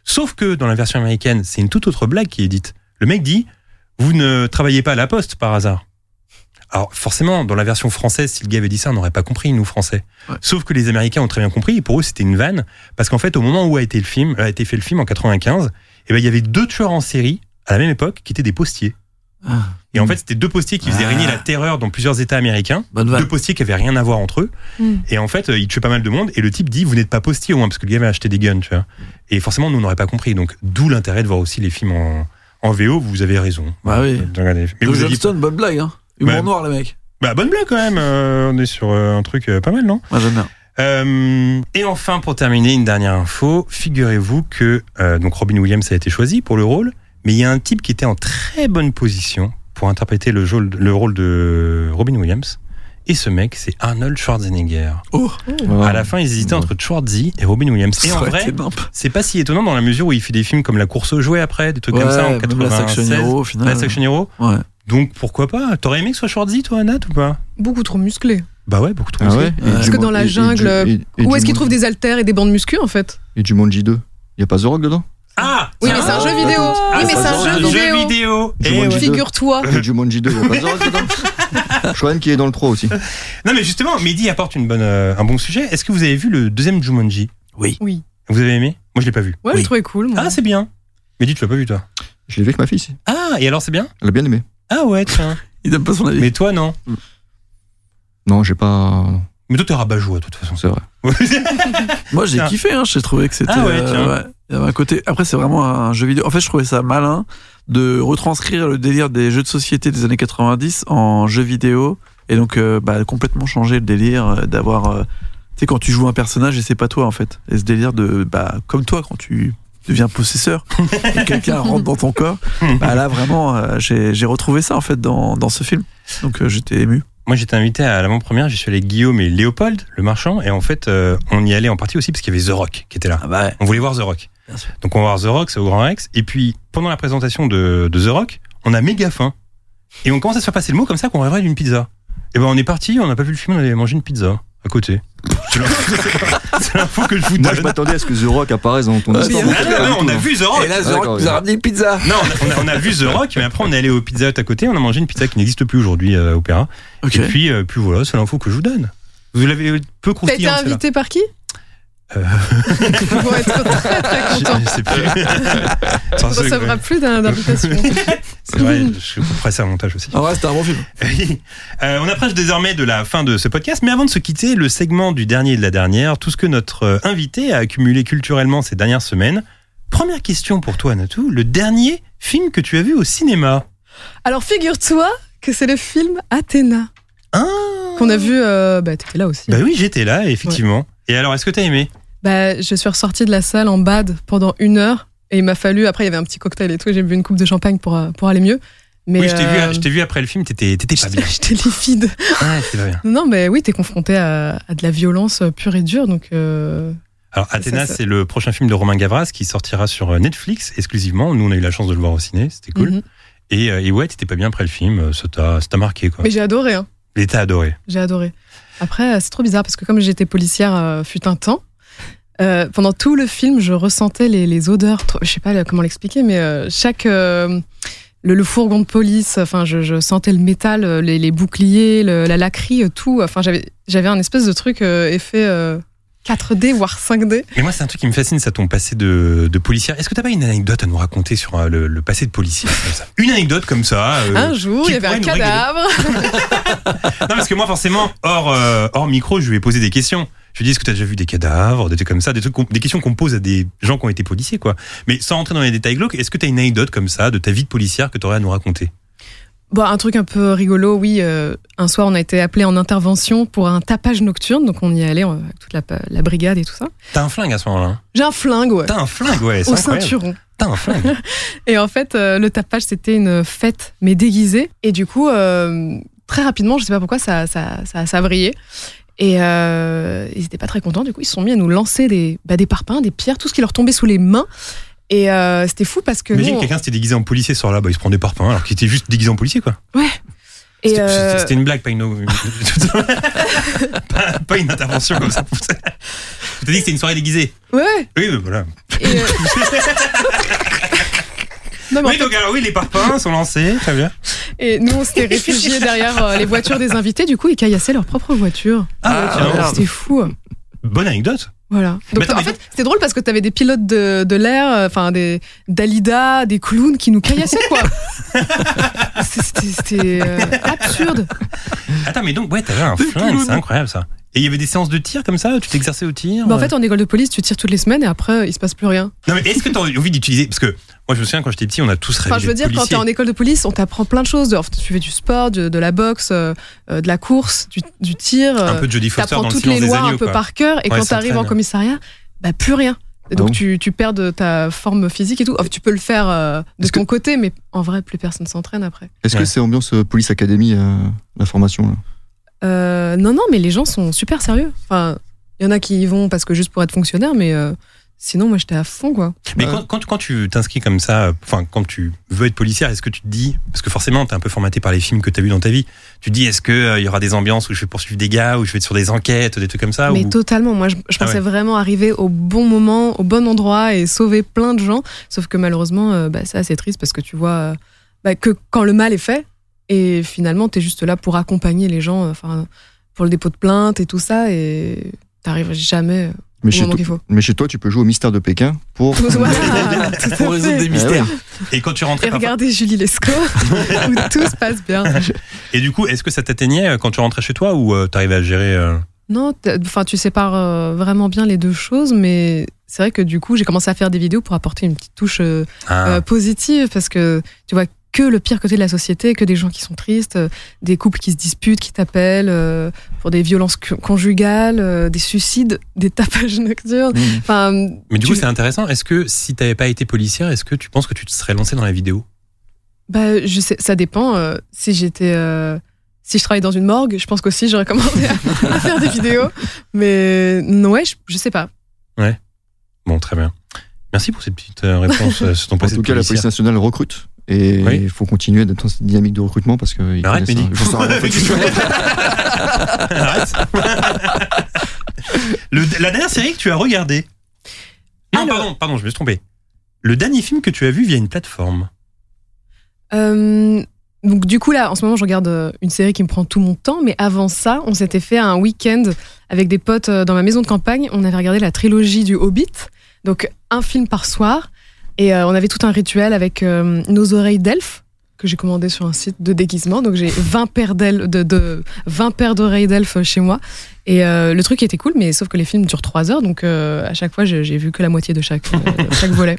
Speaker 3: Sauf que dans la version américaine, c'est une toute autre blague qui est dite. Le mec dit Vous ne travaillez pas à la poste par hasard. Alors forcément, dans la version française, si le gars avait dit ça, on n'aurait pas compris, nous français.
Speaker 4: Ouais.
Speaker 3: Sauf que les Américains ont très bien compris, et pour eux c'était une vanne, parce qu'en fait au moment où a été, le film, a été fait le film en 95, eh ben, il y avait deux tueurs en série, à la même époque, qui étaient des postiers.
Speaker 4: Ah.
Speaker 3: Et en fait c'était deux postiers qui faisaient
Speaker 4: Ah.
Speaker 3: régner la terreur dans plusieurs États américains,
Speaker 4: Bonne
Speaker 3: deux
Speaker 4: vanne.
Speaker 3: postiers qui avaient rien à voir entre eux,
Speaker 5: Mm.
Speaker 3: et en fait euh, ils tuaient pas mal de monde, et le type dit, vous n'êtes pas postier au moins, parce que le gars avait acheté des guns, tu vois. Et forcément nous on n'aurait pas compris, donc d'où l'intérêt de voir aussi les films en, en VO, vous avez raison.
Speaker 4: Bah oui.
Speaker 3: De regarder les films. Mais
Speaker 4: Joe
Speaker 3: vous aviez-
Speaker 4: Johnston, bonne blague, hein. Humour
Speaker 3: Ouais.
Speaker 4: noir, les mecs.
Speaker 3: Bah, bonne blague quand même. euh, on est sur euh, un truc euh, pas mal, non
Speaker 4: Moi, j'aime bien.
Speaker 3: Euh, et enfin, pour terminer, une dernière info. Figurez-vous que euh, donc Robin Williams a été choisi pour le rôle, mais il y a un type qui était en très bonne position pour interpréter le, jôle- le rôle de Robin Williams. Et ce mec, c'est Arnold Schwarzenegger.
Speaker 4: Oh,
Speaker 3: À la fin, ils hésitaient
Speaker 6: Ouais.
Speaker 3: entre Schwarzy et Robin Williams. Et
Speaker 4: ça
Speaker 3: en
Speaker 4: aurait
Speaker 3: vrai,
Speaker 4: été nimp.
Speaker 3: c'est pas si étonnant dans la mesure où il fait des films comme La course au jouet après, des trucs comme ça en
Speaker 4: Ouais, même
Speaker 3: 96.
Speaker 4: la Section Hero, au final.
Speaker 3: Last Action Hero.
Speaker 4: Ouais.
Speaker 3: Donc pourquoi pas T'aurais aimé que ce soit Schwarzy, toi, Nat, ou pas
Speaker 5: Beaucoup trop musclé.
Speaker 3: Bah ouais, beaucoup trop.
Speaker 6: Ah
Speaker 3: musclé.
Speaker 6: ouais
Speaker 4: Parce
Speaker 5: que dans la jungle,
Speaker 6: euh,
Speaker 5: Où est-ce qu'ils trouvent des haltères et des bandes muscu en fait
Speaker 6: Et Jumanji 2 Il y a pas The Rock dedans
Speaker 3: Ah
Speaker 5: Oui, mais c'est un jeu vidéo.
Speaker 3: Ah,
Speaker 5: Oui, mais c'est un jeu vidéo.
Speaker 3: vidéo.
Speaker 6: Je
Speaker 3: Eh
Speaker 6: vois
Speaker 3: ouais.
Speaker 6: le jeu.
Speaker 5: Figure-toi.
Speaker 6: Et Jumanji 2, il y a pas The Rock dedans Schwan qui est dans le 3 aussi.
Speaker 3: Non mais justement, Mehdi apporte une bonne, euh, un bon sujet. Est-ce que vous avez vu le deuxième Jumanji
Speaker 5: Oui.
Speaker 3: Vous avez aimé Moi je l'ai pas vu.
Speaker 5: Ouais,
Speaker 4: Oui.
Speaker 5: je trouvais cool. moi.
Speaker 3: Ah c'est bien. Mehdi tu l'as pas vu toi
Speaker 6: Je l'ai vu avec ma fille, si.
Speaker 3: Ah et alors c'est bien
Speaker 6: Elle a bien aimé.
Speaker 3: Ah ouais tiens.
Speaker 4: Il donne pas son avis.
Speaker 3: mais toi non.
Speaker 6: Mm. Non, j'ai pas. non,
Speaker 3: Mais toi t'es rabat joie de toute façon.
Speaker 6: C'est vrai.
Speaker 4: Moi, j'ai
Speaker 3: Tiens.
Speaker 4: kiffé, hein. J'ai trouvé que c'était. euh,
Speaker 3: Ah ouais, tiens.
Speaker 4: il y avait un côté. Après, c'est vraiment un jeu vidéo. En fait, je trouvais ça malin de retranscrire le délire des jeux de société des années 90 en jeu vidéo. Et donc, euh, bah, complètement changer le délire euh, d'avoir. euh, tu sais, quand tu joues un personnage et c'est pas toi, en fait. Et ce délire de. Bah, comme toi, quand tu deviens possesseur et quelqu'un rentre dans ton corps. Bah, là, vraiment, euh, j'ai j'ai retrouvé ça, en fait, dans, dans ce film. Donc, euh, j'étais ému.
Speaker 3: Moi j'étais invité à l'avant-première, j'y suis allé avec Guillaume et Léopold, le marchand, et en fait euh, on y allait en partie aussi parce qu'il y avait The Rock qui était là.
Speaker 4: Ah bah ouais.
Speaker 3: On voulait voir The Rock.
Speaker 4: Bien sûr.
Speaker 3: Donc on va voir The Rock, c'est au Grand Rex. Et puis pendant la présentation de, de The Rock, on a méga faim. Et on commence à se faire passer le mot comme ça qu'on rêverait d'une pizza. Et ben on est parti, on n'a pas vu le film, on avait mangé une pizza à côté. C'est l'info- c'est l'info que je vous
Speaker 6: Moi, je
Speaker 3: donne.
Speaker 6: m'attendais à ce que The Rock apparaisse dans ton
Speaker 4: Ah,
Speaker 6: histoire.
Speaker 4: bien
Speaker 6: donc,
Speaker 4: sûr.
Speaker 6: pas
Speaker 3: Non,
Speaker 6: du
Speaker 3: non,
Speaker 6: tout,
Speaker 3: on a
Speaker 6: non.
Speaker 3: vu The Rock.
Speaker 4: Et là, The
Speaker 6: Ah,
Speaker 4: Rock
Speaker 6: d'accord,
Speaker 4: nous a
Speaker 6: oui.
Speaker 4: ramené une pizza.
Speaker 3: Non, on a, on a- on a vu The Rock, mais après on est allé au Pizza Hut à côté, on a mangé une pizza qui n'existe plus aujourd'hui euh, au Péra.
Speaker 4: Ok.
Speaker 3: Et puis, euh, puis voilà, c'est l'info que je vous donne. Vous l'avez peu
Speaker 5: T'as été
Speaker 3: croustillante. celle-là.
Speaker 5: invité par qui
Speaker 3: hein, Euh.
Speaker 5: Ils vont être très très contents.
Speaker 3: Je sais plus.
Speaker 5: On ne recevra plus d'un- d'invitation.
Speaker 3: C'est vrai, je ferai ça au montage aussi.
Speaker 4: En vrai, Ah c'était un bon film.
Speaker 3: Oui. Euh, on approche désormais de la fin de ce podcast, mais avant de se quitter, le segment du dernier et de la dernière, tout ce que notre euh, invité a accumulé culturellement ces dernières semaines. Première question pour toi, Natou, le dernier film que tu as vu au cinéma
Speaker 5: Alors figure-toi que c'est le film Athéna
Speaker 3: Hein
Speaker 5: qu'on a vu. euh, bah t'étais là aussi.
Speaker 3: Bah oui, j'étais là, effectivement. Et alors, est-ce que t'as aimé
Speaker 5: Bah, je suis ressortie de la salle en bad pendant une heure et il m'a fallu. Après, il y avait un petit cocktail et tout. et J'ai bu une coupe de champagne pour, euh, pour aller mieux. Mais
Speaker 3: Oui, je t'ai vu-
Speaker 5: euh,
Speaker 3: je t'ai vu, après le film, t'étais t'étais pas bien.
Speaker 5: j'étais j'étais livide.
Speaker 3: Ouais, t'étais pas bien.
Speaker 5: Non, mais oui, t'es confronté à, à de la violence pure et dure. Donc, euh,
Speaker 3: Alors, Athéna,
Speaker 5: ça.
Speaker 3: c'est le prochain film de Romain Gavras qui sortira sur euh, Netflix exclusivement. Nous, on a eu la chance de le voir au ciné, c'était cool.
Speaker 5: mhm.
Speaker 3: Et, euh, et ouais, t'étais pas bien après le film, euh, ça t'a ça t'a marqué, quoi.
Speaker 5: Mais j'ai adoré. hein.
Speaker 3: Et t'as adoré.
Speaker 5: J'ai adoré. Après, euh, c'est trop bizarre parce que comme j'étais policière euh, fut un temps, euh, pendant tout le film, je ressentais les, les odeurs. trop- Je sais pas euh, comment l'expliquer, mais euh, chaque euh, le, le fourgon de police, enfin, je, je sentais le métal, euh, les, les boucliers, le- la laquerie, euh, tout. Enfin, j'avais j'avais un espèce de truc euh, effet euh, 4D voire 5D.
Speaker 3: Mais moi, c'est un truc qui me fascine, ça, ton passé de, de policière. Est-ce que t'as pas une anecdote à nous raconter sur euh, le, le passé de policier comme ça Une anecdote comme ça euh,
Speaker 5: un jour,
Speaker 3: qui
Speaker 5: il y avait
Speaker 3: pourrait
Speaker 5: un
Speaker 3: nous régaler.
Speaker 5: cadavre.
Speaker 3: Non, parce que moi, forcément, hors, euh, hors micro, je lui ai posé des questions. Je lui ai dit, est-ce que t'as déjà vu des cadavres, des trucs comme ça, des, trucs qu'on- des questions qu'on pose à des gens qui ont été policiers, quoi. Mais sans rentrer dans les détails glauques, est-ce que t'as une anecdote comme ça de ta vie de policière que t'aurais à nous raconter
Speaker 5: Bon, Bah, un truc un peu rigolo, oui. euh, un soir, on a été appelé en intervention pour un tapage nocturne, donc on y allait euh, avec toute la, la brigade et tout ça.
Speaker 3: T'as un flingue à ce moment-là. hein
Speaker 5: J'ai un flingue, ouais.
Speaker 3: T'as un flingue, ouais, c'est
Speaker 5: au
Speaker 3: incroyable.
Speaker 5: ceinturon.
Speaker 3: T'as un flingue.
Speaker 5: Et en fait, euh, le tapage, c'était une fête, mais déguisée. Et du coup, euh, très rapidement, je sais pas pourquoi, ça, ça, ça, ça a brillé. Et euh, ils étaient pas très contents. Du coup, ils se sont mis à nous lancer des, bah, des parpaings, des pierres, tout ce qui leur tombait sous les mains. Et euh, c'était fou parce que.
Speaker 3: Imagine
Speaker 5: nous, on-
Speaker 3: quelqu'un s'était déguisé en policier ce soir-là, bah, il se prend des parpaings alors qu'il était juste déguisé en policier, quoi.
Speaker 5: et,
Speaker 3: C'était
Speaker 5: euh,
Speaker 3: c'était une blague, pas une... une- pas, pas une intervention comme ça. Je t'ai dit que c'était une soirée déguisée.
Speaker 5: euh, ouais, ouais.
Speaker 3: Oui, mais voilà.
Speaker 5: Et, euh, non, mais en
Speaker 3: oui, donc alors oui, les parpaings sont lancés, très bien.
Speaker 5: Et nous, on s'était réfugiés derrière euh, les voitures des invités. Du coup, ils caillassaient leur propre voiture.
Speaker 3: Ah, tiens,
Speaker 4: merde.
Speaker 5: C'était fou.
Speaker 3: bonne anecdote.
Speaker 5: Voilà.
Speaker 3: Mais
Speaker 5: Donc,
Speaker 3: attends, mais
Speaker 5: en fait, c'était drôle parce que t'avais des pilotes de, de l'air, euh, enfin, des Dalida, des clowns qui nous caillassaient, quoi. C'est- c'était- c'était euh, absurde.
Speaker 3: Attends, mais donc ouais, t'avais un
Speaker 4: Des
Speaker 3: flingue,
Speaker 4: clowns.
Speaker 3: c'est incroyable ça. Et il y avait des séances de tir comme ça, tu t'exerçais au tir.
Speaker 5: Bah, Mais en fait, en école de police, tu tires toutes les semaines et après, il se passe plus rien.
Speaker 3: non mais est-ce que t'as envie d'utiliser parce que Moi, je me souviens quand j'étais petit, on a tous rêvé.
Speaker 5: Enfin, je veux
Speaker 3: d'être
Speaker 5: dire, quand t'es
Speaker 3: policier.
Speaker 5: en école de police, on t'apprend plein de choses. de- enfin, tu fais du sport, de, de la boxe, euh, euh, de la course, du, du tir.
Speaker 3: un
Speaker 5: euh,
Speaker 3: peu de Jodie Foster
Speaker 5: t'apprends
Speaker 3: dans le
Speaker 5: toutes
Speaker 3: silence
Speaker 5: les
Speaker 3: des
Speaker 5: lois un
Speaker 3: agneaux.
Speaker 5: peu
Speaker 3: quoi.
Speaker 5: par cœur. Et
Speaker 3: Ouais,
Speaker 5: quand
Speaker 3: ça
Speaker 5: t'arrives en
Speaker 3: traîne.
Speaker 5: commissariat, bah plus rien. Et
Speaker 6: Ah
Speaker 5: donc
Speaker 6: bon
Speaker 5: tu, tu perds de ta forme physique et tout. Enfin, tu peux le faire euh, de
Speaker 6: Est-ce que-
Speaker 5: ton côté, mais en vrai, plus personne s'entraîne après.
Speaker 6: Est-ce
Speaker 3: Ouais.
Speaker 6: que c'est ambiance euh, Police Academy, euh, la formation là
Speaker 5: Euh, non, non, mais les gens sont super sérieux. Enfin, il y en a qui y vont parce que juste pour être fonctionnaire, mais euh, sinon, moi, j'étais à fond, quoi.
Speaker 3: Mais
Speaker 6: Ouais.
Speaker 3: quand, quand, quand tu t'inscris comme ça, euh, enfin, quand tu veux être policière, est-ce que tu te dis, parce que forcément, t'es un peu formaté par les films que t'as vus dans ta vie, tu te dis, est-ce que euh, il y aura des ambiances où je vais poursuivre des gars, où je vais être sur des enquêtes, des trucs comme
Speaker 6: Ah
Speaker 3: ça
Speaker 5: mais
Speaker 3: ou-
Speaker 5: totalement. Moi, je, je
Speaker 3: Ah
Speaker 5: pensais
Speaker 3: ouais.
Speaker 5: vraiment arriver au bon moment, au bon endroit et sauver plein de gens. Sauf que malheureusement, euh, bah, c'est assez triste parce que tu vois euh, bah, que quand le mal est fait, et finalement, t'es juste là pour accompagner les gens, euh, enfin, pour le dépôt de plainte et tout ça, et t'arrives jamais
Speaker 6: mais
Speaker 5: au
Speaker 6: chez,
Speaker 5: moment
Speaker 6: toi,
Speaker 5: qu'il faut.
Speaker 6: mais chez toi, tu peux jouer au mystère de Pékin pour.
Speaker 5: Voilà, tout à
Speaker 4: Pour résoudre
Speaker 5: fait.
Speaker 4: des mystères.
Speaker 3: Et quand tu rentrais,
Speaker 5: Eh Et
Speaker 3: parfois-
Speaker 5: regardez Julie Lescaut, où tout se passe bien.
Speaker 3: et du coup, est-ce que ça t'atteignait euh, quand tu rentrais chez toi ou euh, t'arrivais à gérer euh,
Speaker 5: Non, t'as- enfin tu sépares euh, vraiment bien les deux choses, mais c'est vrai que du coup j'ai commencé à faire des vidéos pour apporter une petite touche euh,
Speaker 3: ah,
Speaker 5: euh, positive parce que tu vois que le pire côté de la société, que des gens qui sont tristes, euh, des couples qui se disputent, qui t'appellent euh, pour des violences cu- conjugales, euh, des suicides, des tapages nocturnes.
Speaker 6: Mmh.
Speaker 5: Enfin,
Speaker 3: Mais du
Speaker 5: tu-
Speaker 3: coup, c'est intéressant. Est-ce que si t'avais pas été policière, est-ce que tu penses que tu te serais lancé dans la vidéo
Speaker 5: bah, je sais, ça dépend. euh, si j'étais, euh, si je travaillais dans une morgue, je pense qu'aussi j'aurais commencé à, à faire des vidéos. Mais non, ouais, je, je sais pas.
Speaker 3: Bon, très bien. Merci pour cette petite euh, réponse euh, sur ton
Speaker 6: En
Speaker 3: passé
Speaker 6: tout
Speaker 3: de
Speaker 6: cas, la
Speaker 3: policière.
Speaker 6: police nationale recrute. Et il
Speaker 3: Oui.
Speaker 6: faut continuer d'être dans cette dynamique de recrutement parce que. ils
Speaker 3: Arrête,
Speaker 6: connaissent
Speaker 3: Mehdi.
Speaker 6: un- J'en sais rien, en fait.
Speaker 3: Arrête. Le- la dernière série que tu as regardée. Non,
Speaker 5: Alors-
Speaker 3: pardon, pardon, je me suis trompé. Le dernier film que tu as vu via une plateforme.
Speaker 5: Euh, donc du coup là, en ce moment, je regarde euh, une série qui me prend tout mon temps. Mais avant ça, on s'était fait un week-end avec des potes euh, dans ma maison de campagne. On avait regardé la trilogie du Hobbit, donc un film par soir. Et euh, on avait tout un rituel avec euh, nos oreilles d'elfe que j'ai commandé sur un site de déguisement. Donc j'ai 20 paires d'ailes- de, de 20 paires d'oreilles d'elfe chez moi. Et euh, le truc était cool, mais sauf que les films durent 3 heures, donc euh, à chaque fois j'ai j'ai vu que la moitié de chaque, euh, chaque volet.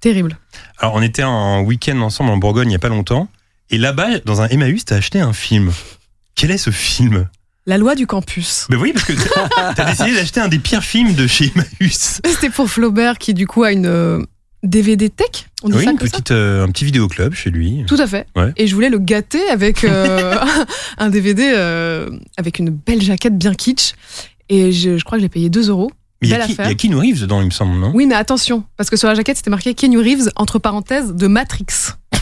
Speaker 5: Terrible.
Speaker 3: Alors, on était en week-end ensemble en Bourgogne il n'y a pas longtemps. Et là-bas, dans un Emmaüs, t'as acheté un film. Quel est ce film
Speaker 5: La loi du campus.
Speaker 3: Ben oui, parce que t'as t'as décidé d'acheter un des pires films de chez Emmaüs.
Speaker 5: C'était pour Flaubert qui du coup a une euh, DVD tech. On dit
Speaker 3: Oui,
Speaker 5: ça
Speaker 3: une
Speaker 5: comme ça
Speaker 3: petite, euh, un petit vidéoclub chez lui.
Speaker 5: Tout à fait.
Speaker 3: Ouais.
Speaker 5: Et je voulais le gâter avec euh, un DVD euh, avec une belle jaquette bien kitsch. Et je, je crois que j'ai payé 2 euros.
Speaker 3: Mais il y
Speaker 5: belle
Speaker 3: a qui- il y a
Speaker 5: affaire.
Speaker 3: Keanu Reeves dedans, il me semble, non
Speaker 5: Oui, mais attention, parce que sur la jaquette, c'était marqué Keanu Reeves, entre parenthèses, de Matrix. Et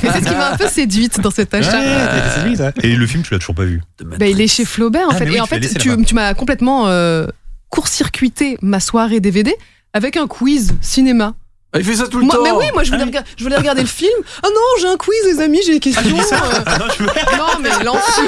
Speaker 5: c'est ce qui m'a un peu séduite dans cet achat.
Speaker 3: Ouais, c'est lui, ça. Et le film, tu l'as toujours pas vu.
Speaker 5: Bah, il est chez Flaubert en
Speaker 3: Ah,
Speaker 5: fait.
Speaker 3: mais oui,
Speaker 5: et en
Speaker 3: tu l'as
Speaker 5: fait,
Speaker 3: laissé
Speaker 5: tu,
Speaker 3: là-bas.
Speaker 5: tu m'as complètement euh, court-circuité ma soirée DVD avec un quiz cinéma.
Speaker 4: Ah, Il fait ça tout le
Speaker 5: Moi-
Speaker 4: temps.
Speaker 5: mais oui, moi
Speaker 3: Ah
Speaker 5: je voulais, rega- je voulais regarder le film. Ah non, j'ai un quiz, les amis, j'ai des questions. euh,
Speaker 3: Ah non, je veux-
Speaker 5: non, mais l'enfer.